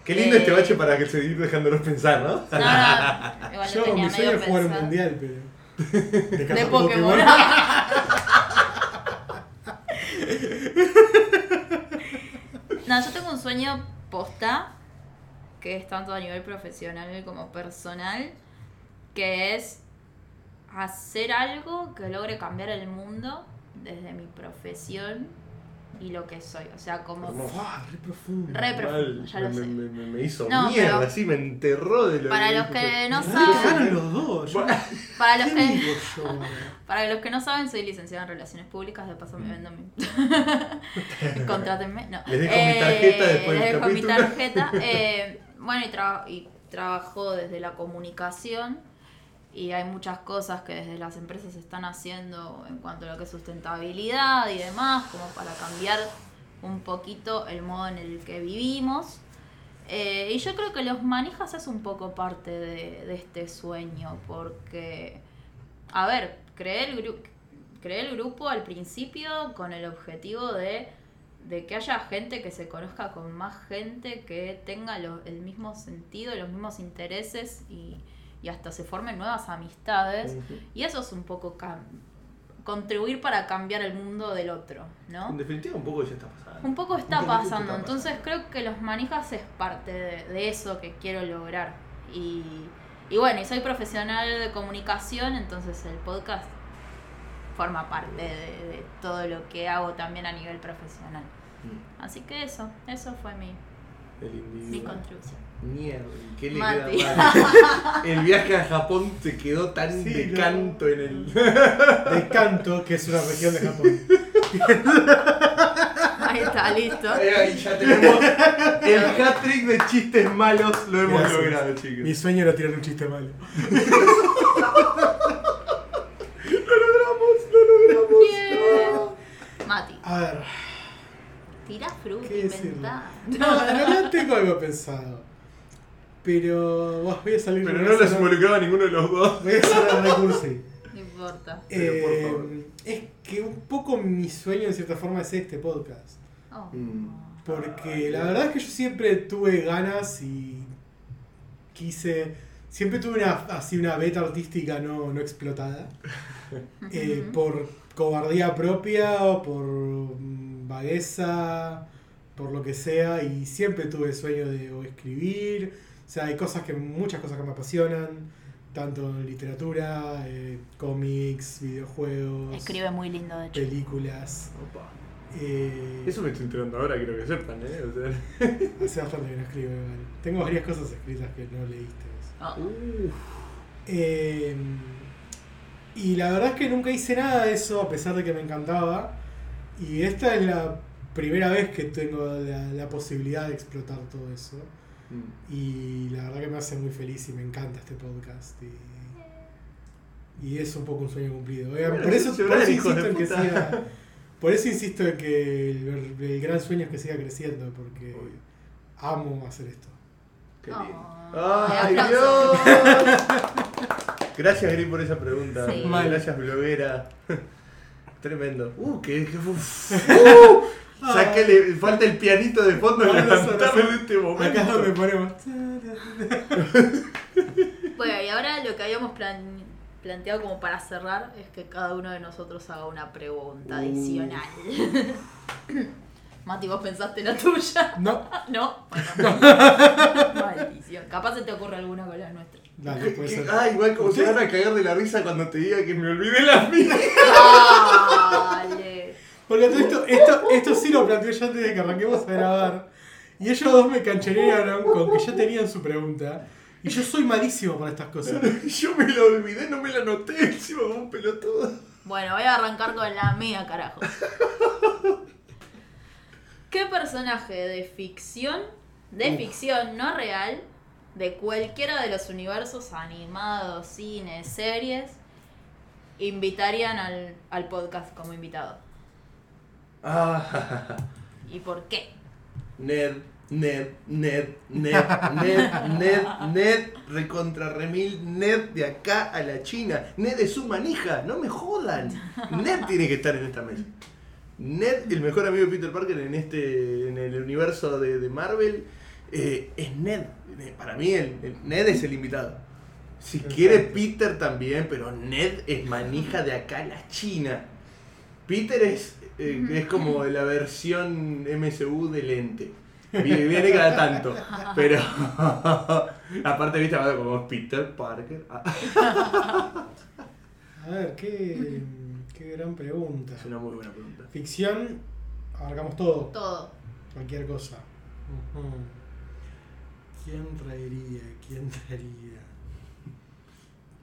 Speaker 1: Qué lindo este
Speaker 3: Eh.
Speaker 1: bache para que seguir dejándonos pensar, ¿no?
Speaker 3: No, no, igual lo
Speaker 2: Yo,
Speaker 3: tenía
Speaker 2: mi sueño
Speaker 3: medio
Speaker 2: es jugar un
Speaker 3: pensado.
Speaker 2: mundial, pero. De,
Speaker 3: De
Speaker 2: caza
Speaker 3: Pokémon. no, yo tengo un sueño posta, que es tanto a nivel profesional como personal, que es hacer algo que logre cambiar el mundo desde mi profesión y lo que soy. O sea, como...
Speaker 1: Hermoso.
Speaker 2: Fua, re profundo.
Speaker 3: Re profundo,
Speaker 1: Mal,
Speaker 3: ya lo
Speaker 1: me,
Speaker 3: sé.
Speaker 1: me- me- me hizo
Speaker 3: No,
Speaker 1: mierda,
Speaker 3: pero-
Speaker 1: así me enterró de lo
Speaker 3: Para los
Speaker 1: dijo.
Speaker 3: que no
Speaker 2: Re
Speaker 3: saben,
Speaker 2: lejanos los dos. Yo,
Speaker 1: Bueno,
Speaker 3: para los
Speaker 2: ¿Qué
Speaker 3: que...
Speaker 2: digo yo? ahora?
Speaker 3: Para los que no saben, soy licenciada en Relaciones Públicas, de paso me vendo mi... Contrátenme, no. Eh,
Speaker 1: Les dejo mi tarjeta después
Speaker 3: les
Speaker 1: del
Speaker 3: dejo mi
Speaker 1: capítulo.
Speaker 3: tarjeta. eh, bueno, y, tra- y trabajo desde la comunicación y hay muchas cosas que desde las empresas están haciendo en cuanto a lo que es sustentabilidad y demás, como para cambiar un poquito el modo en el que vivimos. Eh, y yo creo que los manijas es un poco parte de, de este sueño, porque, a ver, creé el, gru- creé el grupo al principio con el objetivo de, de que haya gente que se conozca con más gente, que tenga lo- el mismo sentido, los mismos intereses y, y hasta se formen nuevas amistades. Y eso es un poco cam- contribuir para cambiar el mundo del otro,
Speaker 1: En
Speaker 3: ¿no?
Speaker 1: definitiva, un poco ya está pasando.
Speaker 3: Un poco está
Speaker 1: Un poquito está
Speaker 3: pasando,
Speaker 1: pasando.
Speaker 3: entonces creo que los manijas es parte de, de eso que quiero lograr. Y, y bueno, y soy profesional de comunicación, entonces el podcast forma parte de, de todo lo que hago también a nivel profesional.
Speaker 1: Mm,
Speaker 3: Así que eso, eso fue mi,
Speaker 1: El
Speaker 3: mi
Speaker 1: individuo.
Speaker 3: contribución.
Speaker 1: Mierda, ¿qué le
Speaker 3: Mati.
Speaker 1: queda mal? El viaje a Japón se quedó tan
Speaker 2: Sí,
Speaker 1: de
Speaker 2: no.
Speaker 1: canto en el.
Speaker 2: De Kanto, que es una región de Japón.
Speaker 3: Ahí está, listo.
Speaker 1: Ahí ya tenemos el hat-trick de chistes malos, lo hemos
Speaker 2: Gracias.
Speaker 1: logrado, chicos.
Speaker 2: Mi sueño era tirar un chiste malo.
Speaker 3: Mati,
Speaker 2: A ver.
Speaker 3: tirá fruta,
Speaker 2: ¿Qué decirle?
Speaker 3: inventá.
Speaker 2: No, en realidad tengo algo pensado. Pero. vos voy a salir
Speaker 1: Pero
Speaker 2: voy a
Speaker 1: no los
Speaker 2: sonar-
Speaker 1: involucraba ninguno de los dos.
Speaker 2: Voy a sonar recursi.
Speaker 3: No importa.
Speaker 1: Pero, por favor.
Speaker 2: Eh, es que un poco mi sueño, en cierta forma, es este podcast.
Speaker 3: Oh.
Speaker 1: Mm.
Speaker 2: Porque la verdad es que yo siempre tuve ganas y quise. Siempre tuve una, así una beta artística no, no explotada. Eh,
Speaker 3: Ujú.
Speaker 2: por cobardía propia o por mm, vagueza, por lo que sea, y siempre tuve el sueño de o escribir, o sea, hay cosas que, muchas cosas que me apasionan, tanto en literatura, eh, cómics, videojuegos,
Speaker 3: Escribe muy lindo, de hecho.
Speaker 2: películas.
Speaker 1: Opa.
Speaker 2: eh,
Speaker 1: Eso me estoy enterando ahora, quiero que sepan, ¿eh? O sea,
Speaker 2: Hace bastante que no escribo, igual. Tengo varias cosas escritas que no leíste. vos.
Speaker 3: Oh.
Speaker 1: uff,
Speaker 2: Eh, y la verdad es que nunca hice nada de eso, a pesar de que me encantaba. Y esta es la primera vez que tengo la, la posibilidad de explotar todo eso.
Speaker 1: mm,
Speaker 2: Y la verdad que me hace muy feliz y me encanta este podcast. y- Y, es un poco un sueño cumplido. Oigan,
Speaker 1: Bueno,
Speaker 2: por, eso,
Speaker 1: sí,
Speaker 2: por
Speaker 1: llorar,
Speaker 2: eso
Speaker 1: hijo de
Speaker 2: insisto en que
Speaker 1: puta.
Speaker 2: siga. Por eso insisto en que el, el gran sueño es que siga creciendo, porque
Speaker 1: Obvio.
Speaker 2: amo hacer esto.
Speaker 1: qué lindo.
Speaker 3: Oh.
Speaker 1: ¡Ay,
Speaker 3: Aplausos.
Speaker 1: Dios! Gracias, Gris, por esa pregunta.
Speaker 3: Sí.
Speaker 1: Mal. Gracias, bloguera. Tremendo. Uh, que. que uf. Uh, sáquele- falta el pianito de fondo en
Speaker 2: Ahora
Speaker 1: la
Speaker 2: lo sonó.
Speaker 1: pantalla en este momento.
Speaker 2: Acá es donde ponemos.
Speaker 3: Bueno, y ahora lo que habíamos plan- planteado como para cerrar es que cada uno de nosotros haga una pregunta
Speaker 1: Uh.
Speaker 3: adicional. Mati, vos pensaste la tuya.
Speaker 2: No,
Speaker 3: No, bueno. Maldición. Capaz se te ocurre alguna con las nuestras.
Speaker 2: dale,
Speaker 1: Que-
Speaker 2: puede
Speaker 1: que-
Speaker 2: ser.
Speaker 1: Ah, igual como se
Speaker 2: ¿Ustedes?
Speaker 1: van a cagar de la risa cuando te diga que me olvidé la mía.
Speaker 3: Dale.
Speaker 2: Porque todo esto, esto, esto sí lo planteé yo antes de que arranquemos a grabar. Y ellos dos me cancherearon con que ya tenían su pregunta. Y yo soy malísimo para estas cosas.
Speaker 1: Yo me la olvidé, no me la anoté encima como un pelotudo.
Speaker 3: Bueno, voy a arrancar con la mía, carajo. ¿Qué personaje de ficción, de
Speaker 2: Uf.
Speaker 3: ficción no real, de cualquiera de los universos animados, cine, series, invitarían al, al podcast como invitado?
Speaker 1: Ah,
Speaker 3: ¿Y por qué?
Speaker 1: Ned, Ned, Ned, Ned, Ned, Ned, Ned, recontra remil, Ned de acá a la China. Ned es su manija, no me jodan. Ned tiene que estar en esta mesa. Ned, el mejor amigo de Peter Parker en este en el universo de, de Marvel, eh, es Ned. Para mí, el, el- Ned es el invitado. Si
Speaker 2: Perfecto.
Speaker 1: quiere Peter también, pero Ned es manija de acá a la China. Peter es, eh, es como la versión MSU del ente. Viene, viene cada tanto. Pero. aparte, viste, hablando como es Peter Parker. Ah,
Speaker 2: A ver, qué, qué gran pregunta.
Speaker 1: es una muy buena pregunta.
Speaker 2: Ficción, abarcamos todo,
Speaker 3: Todo.
Speaker 2: cualquier cosa. Ujú. ¿Quién traería? ¿Quién traería?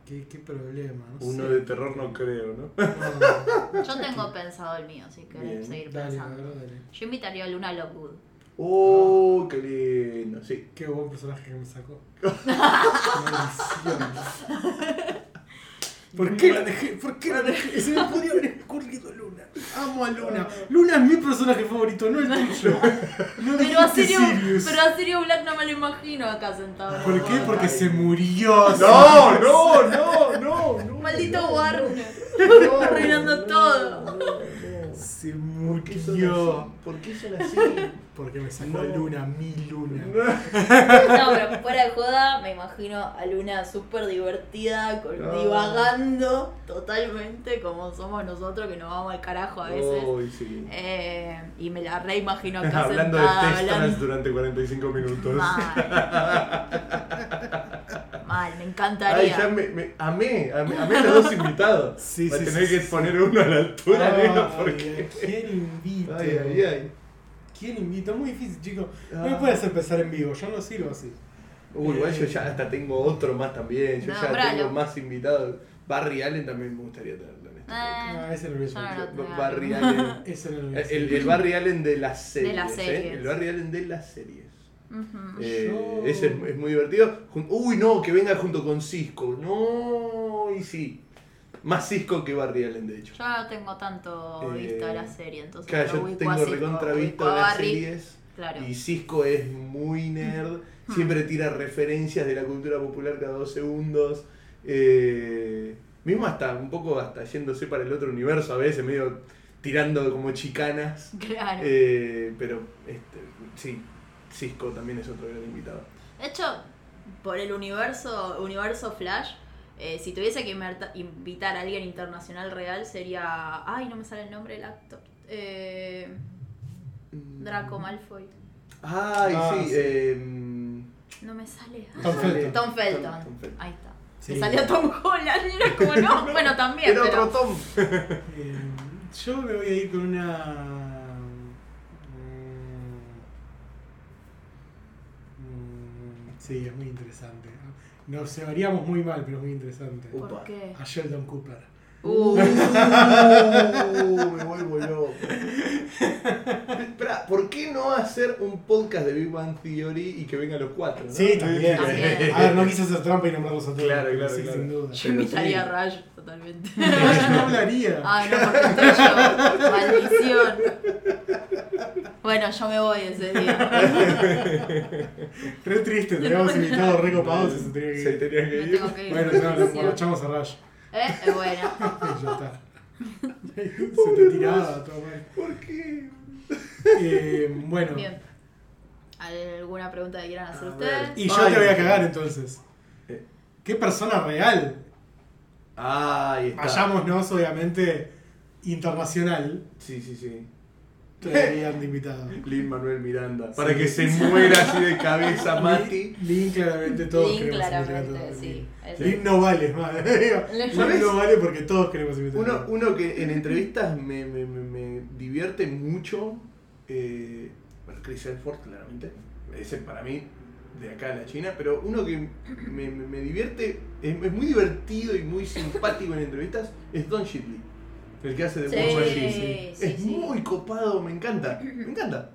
Speaker 2: ¿Qué, qué problema? No
Speaker 1: Uno
Speaker 2: sé.
Speaker 1: de terror no creo, ¿no?
Speaker 2: No.
Speaker 3: Yo tengo pensado el mío, si
Speaker 1: Bien.
Speaker 3: querés seguir
Speaker 2: Dale, a
Speaker 3: pensando.
Speaker 2: ver, dale.
Speaker 3: Yo invitaría a Luna Lovegood.
Speaker 1: Oh, qué lindo, sí.
Speaker 2: Qué buen personaje que me sacó. Maldición. ¿Por qué la dejé? ¿Por qué la dejé? Se me podía haber escurrido Luna. Amo a Luna. Luna es mi personaje favorito, no el tuyo. No
Speaker 3: Pero a,
Speaker 2: dijiste
Speaker 3: Sirio,
Speaker 2: Sirius.
Speaker 3: pero a Sirio Black no me lo imagino acá sentado. en el
Speaker 2: ¿Por qué?
Speaker 3: podcast.
Speaker 2: Porque se murió.
Speaker 1: No, Oh, no, no, no, no.
Speaker 3: Maldito Warner.
Speaker 1: No,
Speaker 3: arruinando
Speaker 1: no,
Speaker 3: todo.
Speaker 1: no, no.
Speaker 2: Se
Speaker 1: ¿Por qué son así?
Speaker 2: murió.
Speaker 1: ¿Por qué son así?
Speaker 2: Porque me sacó
Speaker 1: No.
Speaker 2: Luna, mi Luna.
Speaker 3: No, pero fuera de joda, me imagino a Luna súper divertida, con-
Speaker 1: No.
Speaker 3: divagando totalmente como somos nosotros que nos vamos al carajo a veces.
Speaker 1: Uy, sí.
Speaker 3: Eh, y me la reimagino acá
Speaker 1: Oh. Hablando de
Speaker 3: sentada
Speaker 1: text trans
Speaker 3: hablando.
Speaker 1: durante 45 minutos.
Speaker 3: Mal. Mal, me
Speaker 1: Ay,
Speaker 3: encantaría.
Speaker 1: ya me, me- amé, amé, amé a los dos invitados.
Speaker 2: Sí,
Speaker 1: Va a
Speaker 2: sí,
Speaker 1: tener
Speaker 2: sí,
Speaker 1: que
Speaker 2: sí.
Speaker 1: poner uno a la altura,
Speaker 2: Ay,
Speaker 1: negro, porque.
Speaker 2: ¿Quién invita?
Speaker 1: Ay, ay, ay.
Speaker 2: ¿Quién invita? Muy difícil, chicos. No
Speaker 1: Ah.
Speaker 2: me puedes empezar en vivo, yo no sirvo así. Eh.
Speaker 1: Uy, igual yo ya hasta tengo otro más también. Yo
Speaker 3: No,
Speaker 1: ya
Speaker 3: bralo.
Speaker 1: tengo más invitados. Barry Allen también me gustaría tenerlo en este
Speaker 3: Eh,
Speaker 2: No, Ah, ese no lo hice.
Speaker 3: Yo no lo-
Speaker 1: podcast. Barry Allen.
Speaker 2: Ese no lo
Speaker 1: Eh, El,
Speaker 2: hice.
Speaker 1: el Barry Allen de las series.
Speaker 3: De las
Speaker 1: ¿eh?
Speaker 3: series.
Speaker 1: El Barry Allen de las series.
Speaker 3: Ujú.
Speaker 1: Eh,
Speaker 2: Yo-
Speaker 1: ese es, es muy divertido. Jun- Uy, no, que venga junto con Cisco. No, y sí. Más Cisco que Barry Allen, de hecho.
Speaker 3: Yo no tengo tanto
Speaker 1: Eh,
Speaker 3: visto a la serie, entonces
Speaker 1: Claro,
Speaker 3: lo
Speaker 1: yo
Speaker 3: ubico
Speaker 1: tengo
Speaker 3: así, lo
Speaker 1: recontra
Speaker 3: ubico
Speaker 1: visto
Speaker 3: a
Speaker 1: las
Speaker 3: Barry,
Speaker 1: series.
Speaker 3: Claro. Hmm.
Speaker 1: Y Cisco es muy nerd. Siempre tira referencias de la cultura popular cada dos segundos. Eh, mismo hasta un poco hasta yéndose para el otro universo a veces, medio tirando como chicanas.
Speaker 3: Claro.
Speaker 1: Eh, pero este, sí, Cisco también es otro gran invitado.
Speaker 3: De hecho, por el universo, universo Flash, eh, si tuviese que inmerta- invitar a alguien internacional real sería. Ay, no me sale el nombre del actor. Eh, Draco
Speaker 1: Mm.
Speaker 3: Malfoy.
Speaker 1: Ay,
Speaker 2: Ah,
Speaker 1: sí.
Speaker 2: sí.
Speaker 1: em,
Speaker 3: No me sale. Ah,
Speaker 2: Tom
Speaker 1: me
Speaker 2: Felton.
Speaker 3: Tom Felton.
Speaker 1: Tom- Tom Felton.
Speaker 3: Ahí está.
Speaker 2: Sí.
Speaker 3: Me salió Tom Holland y era como no. Bueno, también.
Speaker 1: Era
Speaker 3: pero-
Speaker 1: otro Tom.
Speaker 2: Eh, yo me voy a ir con una. mm, mm, Sí, es muy interesante. Nos llevaríamos muy mal, pero es muy interesante.
Speaker 1: Uh.
Speaker 3: ¿Por qué?
Speaker 2: A Sheldon Cooper.
Speaker 3: Uh,
Speaker 1: Uh, me vuelvo loco. Espera, ¿por qué no hacer un podcast de Big Bang Theory y que vengan los cuatro? ¿no?
Speaker 2: Sí, también.
Speaker 3: También.
Speaker 2: A ver, no quise hacer trampa y nombrarlos a todos.
Speaker 1: Claro, claro,
Speaker 2: sí,
Speaker 1: claro.
Speaker 2: sin duda.
Speaker 3: yo invitaría a Raj totalmente.
Speaker 2: Pero yo no hablaría.
Speaker 3: Ah, no, porque estoy yo. Maldición. Bueno, yo me voy ese día.
Speaker 2: Re triste, teníamos invitados re copados y se
Speaker 1: Se tenía
Speaker 2: tenía que ir.
Speaker 1: que
Speaker 3: Me
Speaker 1: ir.
Speaker 3: tengo que ir.
Speaker 2: Bueno, ya, lo emborrachamos a Rayo.
Speaker 3: Eh, es buena.
Speaker 2: ya está. Se te tiraba todo mal.
Speaker 1: ¿Por qué?
Speaker 2: Eh, bueno.
Speaker 3: Bien. ¿Alguna pregunta que quieran hacer
Speaker 1: A
Speaker 3: ustedes?
Speaker 1: ver.
Speaker 2: Y yo
Speaker 1: Ay.
Speaker 2: te voy a cagar entonces.
Speaker 1: Eh.
Speaker 2: ¿Qué persona real?
Speaker 1: Ahí está.
Speaker 2: Vayámonos, obviamente, internacional.
Speaker 1: Sí, sí, sí.
Speaker 2: Te deberían de invitado.
Speaker 1: Lin Manuel Miranda. Para
Speaker 2: Sí.
Speaker 1: que se muera así de cabeza, Mati.
Speaker 2: Lin, Lin, claramente todos
Speaker 3: Lin,
Speaker 2: queremos
Speaker 3: claramente,
Speaker 2: invitar a todos.
Speaker 3: sí. Es
Speaker 2: Lin no vale, madre. digo,
Speaker 1: ¿Sabes?
Speaker 2: Lin no vale porque todos queremos invitar.
Speaker 1: Uno, uno que en entrevistas me, me- me- me divierte mucho, eh, bueno, Chris Elford, claramente, ese para mí, de acá a la China, pero uno que me, me- me divierte, es, es muy divertido y muy simpático en entrevistas, es Don Shitley, el que hace de
Speaker 3: Sí,
Speaker 1: Wolf
Speaker 3: sí, sí.
Speaker 1: Es muy copado, me encanta, me encanta.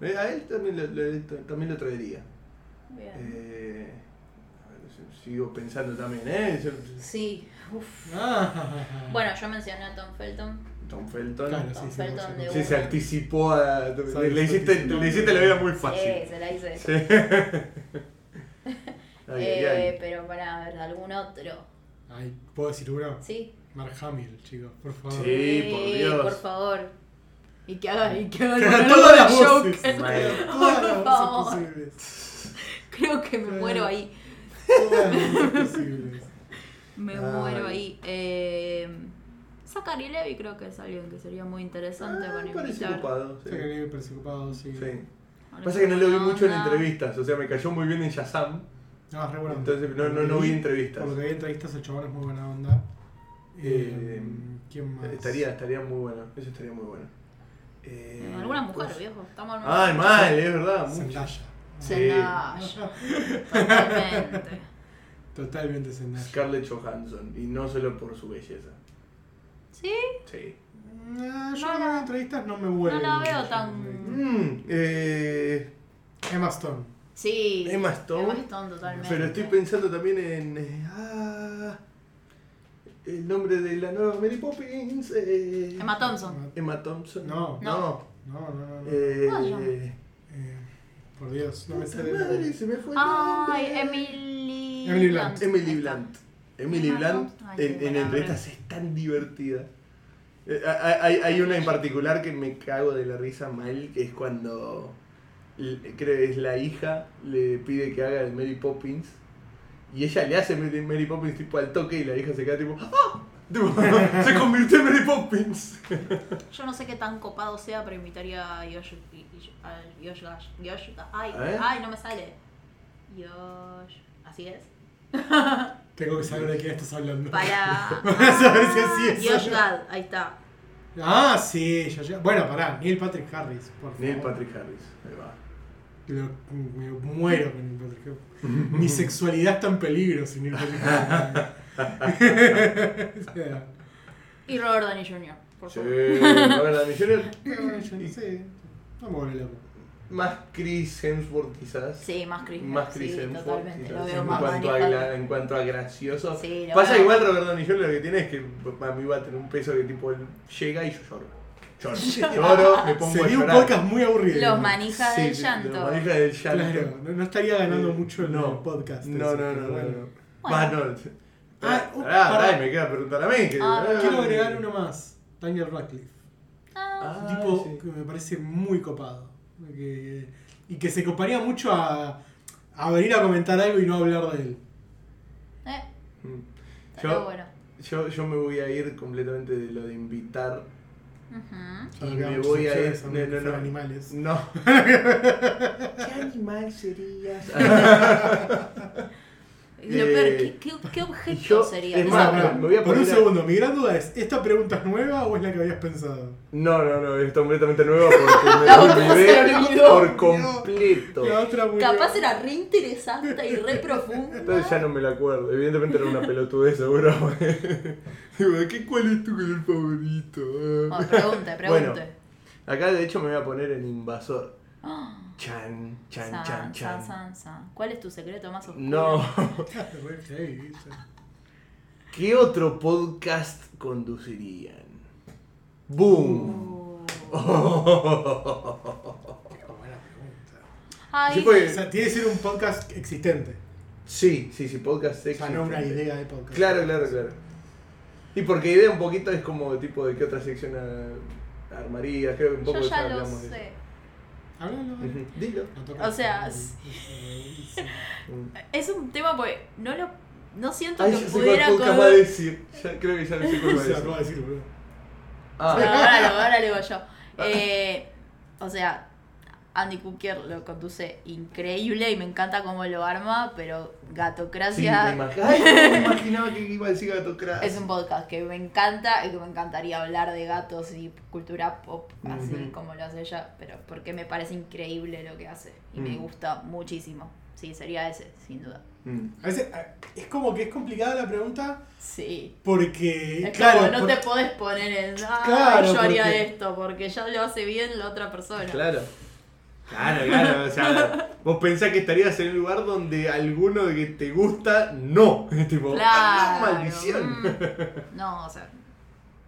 Speaker 1: Eh, A él también lo, lo- también lo traería.
Speaker 3: Bien.
Speaker 1: Eh, a ver, sigo pensando también, ¿eh?
Speaker 3: Sí. Uf.
Speaker 2: Ah.
Speaker 3: Bueno, yo mencioné a Tom Felton.
Speaker 1: Tom Felton.
Speaker 2: Claro,
Speaker 3: Tom
Speaker 2: sí, sí,
Speaker 3: Felton
Speaker 2: sí.
Speaker 3: de
Speaker 1: Sí,
Speaker 3: una.
Speaker 1: se anticipó a. Le, le hiciste, le hiciste la vida muy fácil.
Speaker 3: Sí, Eh, se la hice.
Speaker 1: Sí. Ay, ay,
Speaker 3: eh,
Speaker 1: ay.
Speaker 3: Pero para ver, algún otro.
Speaker 2: Ay, ¿Puedo decir uno?
Speaker 3: Sí.
Speaker 2: Mark Hamill, chicos, por favor.
Speaker 1: Sí. por Dios.
Speaker 3: por favor. Y que haga, y que haga
Speaker 2: Que
Speaker 3: el
Speaker 2: haga
Speaker 3: monólogo
Speaker 2: todas
Speaker 3: de
Speaker 2: las voces.
Speaker 3: Joker.
Speaker 1: Bueno,
Speaker 2: Todas las
Speaker 3: Por
Speaker 2: voces
Speaker 3: favor.
Speaker 2: posibles.
Speaker 3: Creo que me
Speaker 2: Eh.
Speaker 3: muero ahí.
Speaker 2: Todas las voces posibles.
Speaker 3: Me
Speaker 1: Ay.
Speaker 3: muero ahí. Eh, Zachary Levy creo que es alguien que sería muy interesante
Speaker 1: ah,
Speaker 3: para
Speaker 1: parece
Speaker 3: invitar.
Speaker 1: ocupado.
Speaker 2: Sí.
Speaker 1: Sí.
Speaker 2: que me parece ocupado, sí.
Speaker 1: Sí.
Speaker 3: Ahora
Speaker 1: Pasa que no lo vi
Speaker 3: buena
Speaker 1: mucho en
Speaker 3: onda.
Speaker 1: entrevistas, o sea, me cayó muy bien en Shazam.
Speaker 2: No, es Ah, re bueno.
Speaker 1: Entonces, no- no- no vi entrevistas.
Speaker 2: Por lo que vi entrevistas, el chabón es muy buena onda. Eh,
Speaker 1: Eh,
Speaker 2: ¿Quién más?
Speaker 1: Estaría, estaría muy bueno, eso estaría muy bueno. Eh,
Speaker 3: Eh, Alguna mujer,
Speaker 1: uf.
Speaker 3: viejo. Estamos en
Speaker 1: Ay, mal, es verdad. mucho.
Speaker 2: Zendaya.
Speaker 1: Sí.
Speaker 3: Zendaya. Totalmente.
Speaker 2: Totalmente Zendaya.
Speaker 1: Scarlett Johansson, y no solo por su belleza.
Speaker 3: ¿Sí?
Speaker 1: Sí.
Speaker 2: No, Eh, yo
Speaker 3: No
Speaker 2: no,
Speaker 3: la-
Speaker 2: las entrevistas no me vuelvo.
Speaker 3: no la veo tan-
Speaker 1: Mm, eh,
Speaker 2: Emma Stone.
Speaker 3: Sí.
Speaker 1: Emma Stone.
Speaker 3: Emma Stone, totalmente.
Speaker 1: Pero estoy pensando también en. eh, ah, el nombre de la nueva Mary Poppins. eh,
Speaker 3: Emma Thompson.
Speaker 1: Emma Thompson.
Speaker 2: No.
Speaker 1: no.
Speaker 2: No, no, no. no.
Speaker 1: Eh,
Speaker 3: ¿Cómo se llama?
Speaker 2: Eh, por Dios, no me
Speaker 1: puta
Speaker 2: sale. el
Speaker 1: madre,
Speaker 2: nombre.
Speaker 1: se me fue el
Speaker 3: Ay,
Speaker 1: nombre.
Speaker 3: Emily.
Speaker 2: Emily Blunt.
Speaker 1: Emily Blunt. Emily
Speaker 3: Emma
Speaker 1: Blunt
Speaker 3: Thompson.
Speaker 1: en,
Speaker 3: Ay, qué
Speaker 1: en
Speaker 3: buena
Speaker 1: entrevistas es tan divertida. Eh, ha- Hay, hay una en particular que me cago de la risa mal, que es cuando l- creo que es la hija, le pide que haga el Mary Poppins. Y ella le hace Mary Mary Poppins tipo al toque y la hija se queda tipo ¡Ah! Tipo, se convirtió en Mary Poppins.
Speaker 3: Yo no sé qué tan copado sea, pero invitaría a Yosh... Yosh- a Yosh... Yosh... Ay,
Speaker 1: ¿Eh?
Speaker 3: ay, no me sale. Yosh... Así es.
Speaker 2: Tengo que saber de quién estás hablando.
Speaker 3: Para...
Speaker 2: Para saber si así es.
Speaker 3: Yosh Gad, ahí está.
Speaker 2: Ah, sí, ya llega. Bueno, pará, Neil Patrick Harris, por favor.
Speaker 1: Neil Patrick Harris. Ahí va.
Speaker 2: Lo- me muero con Neil Patrick Harris. Mi sexualidad está en peligro sin Neil Patrick Harris. O sea,
Speaker 3: Y Robert Downey Jr., por
Speaker 1: Sí,
Speaker 3: favor.
Speaker 1: Robert Downey Jr.
Speaker 2: no, yo no sé. No me vuelve loco.
Speaker 1: Más Chris Hemsworth quizás.
Speaker 3: Sí, más Chris.
Speaker 1: Más Chris
Speaker 3: sí,
Speaker 1: Hemsworth,
Speaker 3: totalmente.
Speaker 1: quizás,
Speaker 3: Lo veo
Speaker 1: en,
Speaker 3: más
Speaker 1: cuanto a,
Speaker 3: manejable.
Speaker 1: gra- en cuanto a gracioso.
Speaker 3: Sí, lo
Speaker 1: Pasa
Speaker 3: veo.
Speaker 1: igual Robert Downey Jr. lo que tiene es que para mí va a tener un peso que tipo él llega y yo lloro. Lloro, lloro me pongo a
Speaker 2: Sería un
Speaker 1: llorar.
Speaker 2: podcast muy aburrido.
Speaker 3: Los manijas
Speaker 1: Sí,
Speaker 3: del
Speaker 1: sí,
Speaker 3: llanto.
Speaker 1: lo maneja del llanto.
Speaker 2: Claro, no, no estaría ganando mucho en
Speaker 1: Eh, No.
Speaker 2: el podcast.
Speaker 1: No,
Speaker 2: eso,
Speaker 1: no,
Speaker 2: pero
Speaker 1: no, no.
Speaker 2: bueno.
Speaker 1: no. Va, no.
Speaker 2: Ah,
Speaker 1: Pará,
Speaker 2: uh,
Speaker 1: pará,
Speaker 2: pará.
Speaker 1: y me queda preguntar a mí. que-
Speaker 3: Ah,
Speaker 1: ah,
Speaker 2: Quiero agregar uno más. Daniel Radcliffe.
Speaker 3: Ah,
Speaker 1: Ah,
Speaker 2: tipo
Speaker 1: sí.
Speaker 2: que me parece muy copado. que- y que se coparía mucho a, a venir a comentar algo y no hablar de él.
Speaker 3: eh,
Speaker 1: Mm. Yo,
Speaker 3: pero bueno.
Speaker 1: yo, yo me voy a ir completamente de lo de invitar.
Speaker 3: Ujú.
Speaker 1: Y
Speaker 2: Ahora
Speaker 1: me
Speaker 2: quedamos
Speaker 1: voy a ir.
Speaker 2: opciones,
Speaker 1: No,
Speaker 2: aunque
Speaker 1: no, no.
Speaker 2: fueran animales.
Speaker 1: No.
Speaker 4: ¿Qué animal serías?
Speaker 3: Y Lo
Speaker 1: Eh,
Speaker 3: peor, ¿qué, qué, qué objeto
Speaker 1: yo-
Speaker 3: sería?
Speaker 1: es
Speaker 3: No,
Speaker 1: más,
Speaker 2: Pará, pará,
Speaker 1: me voy a
Speaker 2: por un
Speaker 1: poner a-
Speaker 2: segundo, mi gran duda es, ¿esta pregunta es nueva o es la que habías pensado?
Speaker 1: No, no, no, es completamente nueva porque me
Speaker 3: La
Speaker 1: lo
Speaker 3: otra se
Speaker 1: olvidé
Speaker 3: olvidó.
Speaker 1: por completo.
Speaker 2: La otra muy
Speaker 3: Capaz era re interesante y re
Speaker 1: Entonces ya
Speaker 3: profunda.
Speaker 1: no me la acuerdo. Evidentemente era una pelotudez, seguro. Digo, ¿qué, ¿Cuál es tu color favorito? Ah.
Speaker 3: Bueno, Oh, pregunte, pregunte.
Speaker 1: Bueno. Acá de hecho me voy a poner en invasor. Chan, chan, chan,
Speaker 3: San, san,
Speaker 1: chan.
Speaker 3: san, san. ¿Cuál es tu secreto más oscuro?
Speaker 1: No.
Speaker 2: Re heavy, ¿viste?
Speaker 1: ¿Qué otro podcast conducirían? ¡Boom!
Speaker 3: Uh.
Speaker 1: Oh,
Speaker 2: Qué buena pregunta.
Speaker 3: Ay,
Speaker 1: Sí, pues,
Speaker 2: O sea, tiene que ser un podcast existente.
Speaker 1: Sí, sí, sí, podcast
Speaker 2: O sea, no una
Speaker 1: existente.
Speaker 2: idea de podcast.
Speaker 1: Claro, claro, claro. Y porque idea un poquito es como tipo de qué otra sección ah, armarías, creo que un
Speaker 3: yo
Speaker 1: poco de eso
Speaker 3: ya lo
Speaker 1: hablamos de eso.
Speaker 3: sé.
Speaker 2: Háblalo, dale.
Speaker 1: Ujú, Dilo.
Speaker 2: eh. No toca
Speaker 3: O sea,
Speaker 2: el-
Speaker 1: Mm.
Speaker 3: Es un tema porque no lo no siento
Speaker 1: Ay,
Speaker 3: que
Speaker 1: ya sé
Speaker 3: pudiera
Speaker 1: cuál podcast
Speaker 3: con-
Speaker 1: va a decir. Ya, creo que ya no sé cuál va a
Speaker 2: Se
Speaker 1: decir.
Speaker 2: acaba de decir, boludo.
Speaker 3: No,
Speaker 1: Ah,
Speaker 3: ahora, lo, ahora lo digo yo. Eh, o sea, Andy Cooker lo conduce increíble y me encanta cómo lo arma, pero Ah,
Speaker 1: sí, me
Speaker 3: Gatocracia
Speaker 1: imag- Ay, no me imaginaba que iba a decir Gato Crash.
Speaker 3: es un podcast que me encanta y que me encantaría hablar de gatos y cultura pop, así
Speaker 1: Ujú.
Speaker 3: como lo hace ella, pero porque me parece increíble lo que hace y me
Speaker 1: Mm.
Speaker 3: gusta muchísimo. Sí, sería ese, sin duda.
Speaker 1: Mm.
Speaker 2: A veces a- es como que es complicada la pregunta
Speaker 3: Sí.
Speaker 2: porque,
Speaker 3: Es
Speaker 2: claro,
Speaker 3: como, no
Speaker 2: por-
Speaker 3: te podés poner en. "Ay,
Speaker 2: Claro,
Speaker 3: yo haría
Speaker 2: porque-
Speaker 3: esto, porque ya lo hace bien la otra persona.
Speaker 1: Claro. Claro, claro. O sea, vos pensás que estarías en un lugar donde alguno de que te gusta, no. Es tipo,
Speaker 3: Claro.
Speaker 1: ¡ah, no, maldición.
Speaker 3: mm. No, o sea.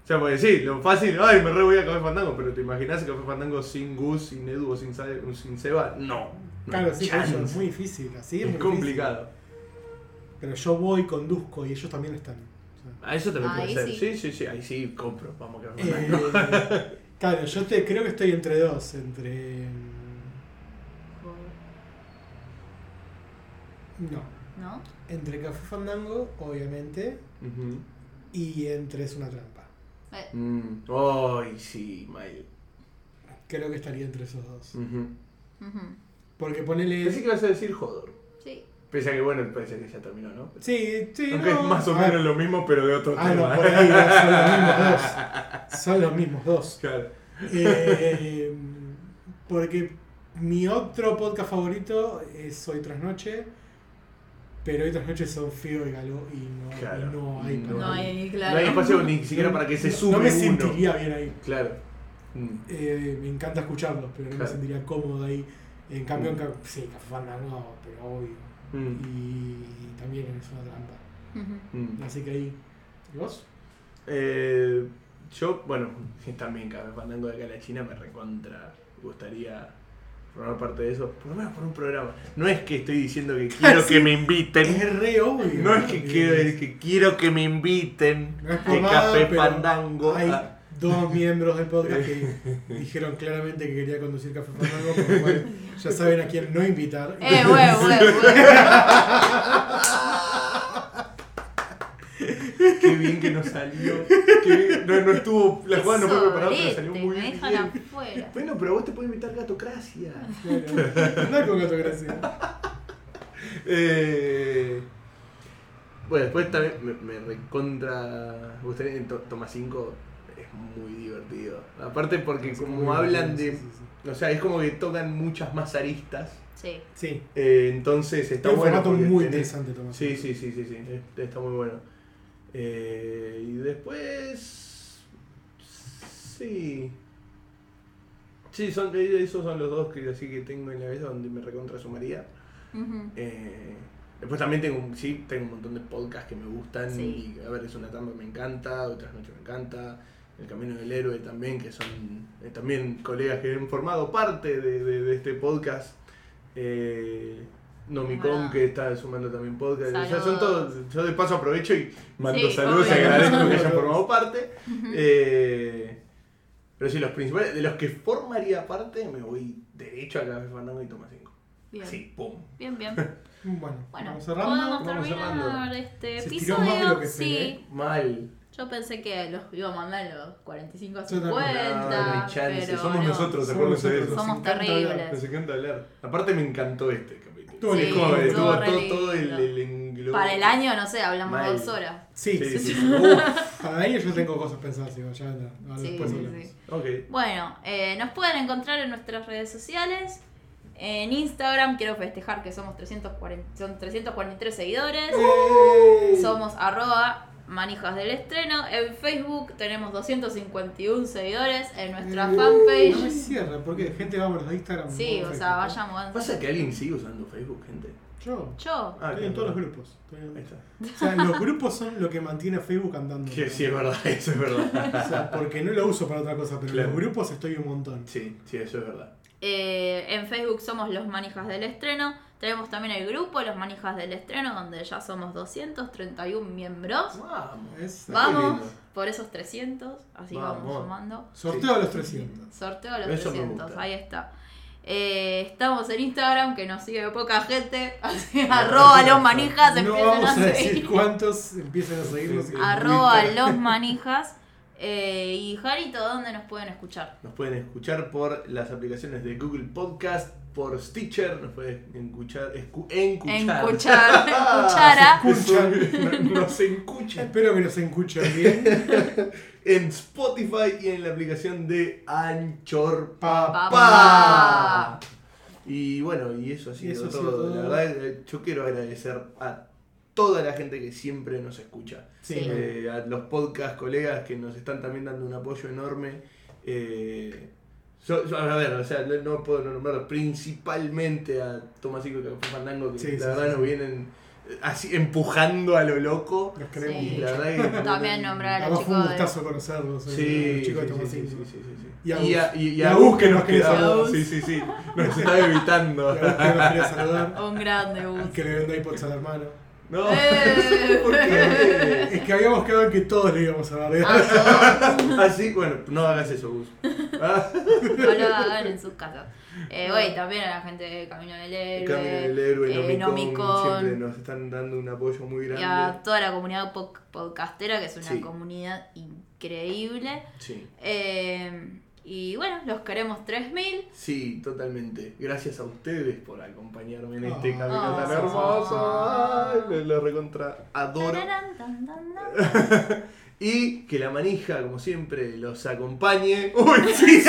Speaker 1: O sea, porque sí, lo fácil, ay, me re voy a Café Fandango, pero ¿te imaginas Café Fandango sin Gus, sin Edu o sin, Sa- o sin Seba? No. no
Speaker 2: claro,
Speaker 1: hay
Speaker 2: sí, por eso es
Speaker 1: chance.
Speaker 2: muy difícil, así es,
Speaker 1: Es
Speaker 2: muy
Speaker 1: complicado.
Speaker 2: difícil. Pero yo voy, conduzco y ellos también están. o sea.
Speaker 1: A eso también
Speaker 3: Ahí
Speaker 1: puede ser.
Speaker 3: sí.
Speaker 1: Sí, sí, sí, ahí sí, compro, vamos a Café
Speaker 2: Eh,
Speaker 1: Fandango.
Speaker 2: claro, yo te creo que estoy entre dos, entre mm, no,
Speaker 3: ¿No?
Speaker 2: entre Café Fandango, obviamente,
Speaker 1: Ujú.
Speaker 2: y entre es una trampa.
Speaker 3: Eh,
Speaker 1: Mm. Ay, sí, Mael.
Speaker 2: Creo que estaría entre esos dos.
Speaker 1: Ujú.
Speaker 3: ujú.
Speaker 2: Porque ponele
Speaker 1: Pensé que ibas a decir Jodor.
Speaker 3: Sí.
Speaker 1: Pensé que, bueno, pensé que ya terminó, ¿no?
Speaker 2: Sí, sí,
Speaker 1: Aunque
Speaker 2: no,
Speaker 1: es más o
Speaker 2: a ver,
Speaker 1: menos lo mismo, pero de otro
Speaker 2: Ah, no,
Speaker 1: tema.
Speaker 2: por ahí son los mismos dos. Son los mismos dos.
Speaker 1: Claro.
Speaker 2: Eh, porque mi otro podcast favorito es Hoy Tras Noche. Pero hoy tras noche son Fío y Galo y no, y
Speaker 1: Claro.
Speaker 2: no hay
Speaker 1: No
Speaker 2: para
Speaker 3: No
Speaker 1: hay-
Speaker 2: mí.
Speaker 1: No hay
Speaker 3: hay, claro.
Speaker 1: espacio ni siquiera para que se
Speaker 2: no-
Speaker 1: sube
Speaker 2: No me
Speaker 1: uno.
Speaker 2: sentiría bien ahí.
Speaker 1: Claro. Mm.
Speaker 2: Eh, me encanta escucharlos, pero no
Speaker 1: Claro.
Speaker 2: me sentiría cómodo ahí. En cambio, en
Speaker 1: Mm.
Speaker 2: ca- sí, Café Fandango, pero obvio.
Speaker 1: Mm.
Speaker 2: Y también es una trampa.
Speaker 3: Ujú.
Speaker 1: Mm.
Speaker 2: Así que ahí. ¿Y vos?
Speaker 1: Eh, yo, bueno, también cada vez mandando de acá a la China me recontra gustaría formar parte de eso, por lo menos por un programa. No es que estoy diciendo que quiero que me inviten.
Speaker 2: Es re obvio.
Speaker 1: No es que
Speaker 2: Eh,
Speaker 1: quiero, es que quiero que me inviten
Speaker 2: No es por
Speaker 1: de
Speaker 2: nada,
Speaker 1: Café
Speaker 2: pero
Speaker 1: Fandango.
Speaker 2: Hay
Speaker 1: Ah,
Speaker 2: dos miembros del podcast que dijeron claramente que quería conducir Café Fandango, por lo cual ya saben a quién no invitar.
Speaker 3: Eh, bueno, bueno, bueno.
Speaker 1: Qué bien que nos salió. Qué bien. No, no estuvo. La jugada no fue preparada, pero
Speaker 3: Sorete,
Speaker 1: salió muy
Speaker 3: me
Speaker 1: bien.
Speaker 3: dejan afuera.
Speaker 1: Bueno, pero vos te puedes invitar gatocracia.
Speaker 2: Claro. No hay con gato gracia.
Speaker 1: Eh, bueno, después también me, me recontra. me gustaría- en To- Toma 5 es muy divertido. Aparte, porque
Speaker 2: Sí,
Speaker 1: como
Speaker 2: muy bien,
Speaker 1: hablan
Speaker 2: sí,
Speaker 1: de.
Speaker 2: sí,
Speaker 1: O sea, es como que tocan muchas más aristas.
Speaker 3: Sí.
Speaker 2: Sí.
Speaker 1: Eh, entonces
Speaker 2: Está
Speaker 1: está
Speaker 2: un
Speaker 1: bueno.
Speaker 2: formato
Speaker 1: porque
Speaker 2: muy
Speaker 1: tenés-
Speaker 2: interesante, Tomás.
Speaker 1: Sí, sí, sí, sí, sí. es- Está muy bueno. Eh, y después. Sí. Sí, son, eh, esos son los dos que así que tengo en la cabeza donde me recontra sumaría.
Speaker 3: Ujú.
Speaker 1: Eh, después también tengo, un- sí, tengo un montón de podcasts que me gustan.
Speaker 3: Sí.
Speaker 1: Y, a ver, es una trampa me encanta, otras noches me encanta. El Camino del Héroe también, que son eh, también colegas que han formado parte de, de- de este podcast. Eh, Nomicom,
Speaker 3: Bueno.
Speaker 1: que está sumando también podcast. O sea, son
Speaker 3: Saludos.
Speaker 1: todos, yo de paso aprovecho y mando
Speaker 3: Sí,
Speaker 1: saludos y
Speaker 3: obvio.
Speaker 1: agradezco que hayan formado parte. Eh, pero sí, los principales, de los que formaría parte, me voy derecho a Café Fandango y Toma 5.
Speaker 3: Bien.
Speaker 1: Así, pum.
Speaker 3: Bien, bien.
Speaker 2: Bueno,
Speaker 3: Bueno,
Speaker 2: vamos
Speaker 3: podemos
Speaker 2: cerrando.
Speaker 1: vamos
Speaker 3: terminar
Speaker 1: cerrando.
Speaker 3: este
Speaker 2: Se estiró más de lo
Speaker 3: episodio.
Speaker 2: que
Speaker 3: Sí,
Speaker 1: Mal.
Speaker 3: yo pensé que los iba a mandar los 45 a
Speaker 2: Yo también.
Speaker 1: No,
Speaker 3: 50.
Speaker 1: no hay chance.
Speaker 3: pero
Speaker 1: Somos
Speaker 3: no.
Speaker 1: nosotros,
Speaker 2: Somos
Speaker 1: acuérdense de eso.
Speaker 2: nosotros, nos
Speaker 3: Somos
Speaker 2: encanta hablar.
Speaker 3: terribles.
Speaker 1: Nos encanta hablar. Aparte me encantó este capítulo.
Speaker 2: Todo
Speaker 3: Sí,
Speaker 2: el
Speaker 1: Como que
Speaker 2: joven,
Speaker 1: estuvo
Speaker 3: estuvo re
Speaker 1: todo, todo el,
Speaker 3: lindo.
Speaker 1: el englobo.
Speaker 3: Para el año, no sé, hablamos
Speaker 1: Mal.
Speaker 3: dos horas.
Speaker 2: Sí, sí, sí.
Speaker 1: Uf,
Speaker 2: Para ello yo tengo cosas pensadas, igual, ya anda, ahora
Speaker 3: Sí,
Speaker 2: después
Speaker 3: sí,
Speaker 2: hablamos.
Speaker 3: sí.
Speaker 1: ok.
Speaker 3: Bueno, eh, nos pueden encontrar en nuestras redes sociales. En Instagram quiero festejar que somos 340, son 343 seguidores. Somos arroba manijas del estreno. En Facebook tenemos 251 seguidores. En nuestra
Speaker 2: Eh,
Speaker 3: fanpage.
Speaker 2: No me cierra, porque gente vámonos a Instagram.
Speaker 3: Sí,
Speaker 2: vamos a
Speaker 3: o sea,
Speaker 2: Facebook.
Speaker 3: vayan moviendo.
Speaker 1: ¿Pasa que alguien sigue usando Facebook, gente?
Speaker 2: Yo.
Speaker 3: Yo.
Speaker 1: Ah,
Speaker 2: estoy
Speaker 1: claro.
Speaker 2: en todos los grupos. estoy en-
Speaker 1: Ahí está.
Speaker 2: O sea, los grupos son lo que mantiene a Facebook andando.
Speaker 1: Que sí, es verdad, eso es verdad.
Speaker 2: O sea, porque no lo uso para otra cosa, pero
Speaker 1: Claro.
Speaker 2: en los grupos estoy un montón.
Speaker 1: Sí, sí, eso es verdad.
Speaker 3: Eh, en Facebook somos Los Manijas del Estreno. Tenemos también el grupo Los Manijas del Estreno, donde ya somos 231 miembros.
Speaker 1: Vamos.
Speaker 2: Es-
Speaker 3: Vamos
Speaker 1: lindo.
Speaker 3: por esos 300, así vamos,
Speaker 1: Vamos.
Speaker 3: sumando.
Speaker 2: Sorteo a los 300.
Speaker 3: Sorteo a los
Speaker 1: Eso me
Speaker 3: 300,
Speaker 1: gusta.
Speaker 3: ahí está. Eh, estamos en Instagram, que nos sigue poca gente. Así, arroba Los Manijas,
Speaker 2: No
Speaker 3: empiecen
Speaker 2: vamos
Speaker 3: a
Speaker 2: a decir
Speaker 3: seguir.
Speaker 2: cuántos empiezan a seguirnos. en
Speaker 3: Arroba
Speaker 2: Twitter.
Speaker 3: Los Manijas. Eh, y Jarito, ¿dónde nos pueden escuchar?
Speaker 1: Nos pueden escuchar por las aplicaciones de Google Podcast, por Stitcher, nos pueden escuchar, escu encuchar.
Speaker 3: Encuchar, encuchara.
Speaker 1: Escuchan. Nos encuchan
Speaker 2: Espero que nos escuchen bien.
Speaker 1: en Spotify y en la aplicación de Anchor
Speaker 2: Papá.
Speaker 1: Papá. Y bueno, y eso ha sido,
Speaker 2: Eso ha
Speaker 1: todo.
Speaker 2: sido todo.
Speaker 1: La verdad, eh, yo quiero agradecer a toda la gente que siempre nos escucha.
Speaker 2: Sí.
Speaker 3: Sí.
Speaker 1: Eh, a los podcast colegas que nos están también dando un apoyo enorme. Eh, yo- yo, a ver, o sea, no, no puedo no nombrar principalmente a Tomasico y Café Fandango, que
Speaker 2: Sí,
Speaker 1: la
Speaker 2: sí,
Speaker 1: verdad
Speaker 2: sí,
Speaker 1: nos
Speaker 2: sí.
Speaker 1: vienen eh, así empujando a lo loco.
Speaker 2: Los queremos
Speaker 3: Sí.
Speaker 1: Y
Speaker 2: mucho.
Speaker 1: la verdad que
Speaker 3: También nombrar a los
Speaker 2: Además fue un
Speaker 3: chicos de
Speaker 2: gustazo conocerlos. eh,
Speaker 1: Sí,
Speaker 2: los chicos de
Speaker 1: sí,
Speaker 2: Tomás
Speaker 1: sí, sí,
Speaker 2: Cinco.
Speaker 1: sí, sí, sí.
Speaker 2: Y a
Speaker 1: Y a-
Speaker 2: Gus.
Speaker 1: y- y
Speaker 2: Y
Speaker 1: a
Speaker 2: a
Speaker 1: Gus
Speaker 2: Gus
Speaker 1: que nos
Speaker 2: que nos
Speaker 1: quedaba.
Speaker 3: quedaba.
Speaker 1: Sí, sí, sí. Nos está evitando.
Speaker 2: Y a los que nos quería saludar.
Speaker 3: un grande
Speaker 2: y
Speaker 3: bus.
Speaker 2: Que le venda iPods al hermano.
Speaker 1: No.
Speaker 3: ¡Eh!
Speaker 1: ¿Por qué?
Speaker 2: Eh, Es que habíamos quedado en que todos le íbamos a
Speaker 3: A
Speaker 1: Ah,
Speaker 2: bardear.
Speaker 3: todos,
Speaker 1: Así, bueno, no hagas eso, Gus. Ah,
Speaker 3: no lo hagan en sus casas. Eh, güey, también a la gente de Camino del Héroe,
Speaker 1: Camino del héroe,
Speaker 3: eh,
Speaker 1: Nomicon,
Speaker 3: Nomicon,
Speaker 1: siempre nos están dando un apoyo muy
Speaker 3: y a
Speaker 1: grande.
Speaker 3: toda la comunidad poc- podcastera, que es una
Speaker 1: Sí.
Speaker 3: comunidad increíble.
Speaker 1: Sí.
Speaker 3: Eh, y bueno, los queremos 3000.
Speaker 1: Sí, totalmente. Gracias a ustedes por acompañarme en este
Speaker 2: Ah.
Speaker 1: camino tan
Speaker 3: Ah.
Speaker 1: hermoso. Ay, lo- lo recontra adoro.
Speaker 3: Tararán, tan, tan, tan.
Speaker 1: Y que la manija, como siempre, los acompañe. ¡Uy, sí!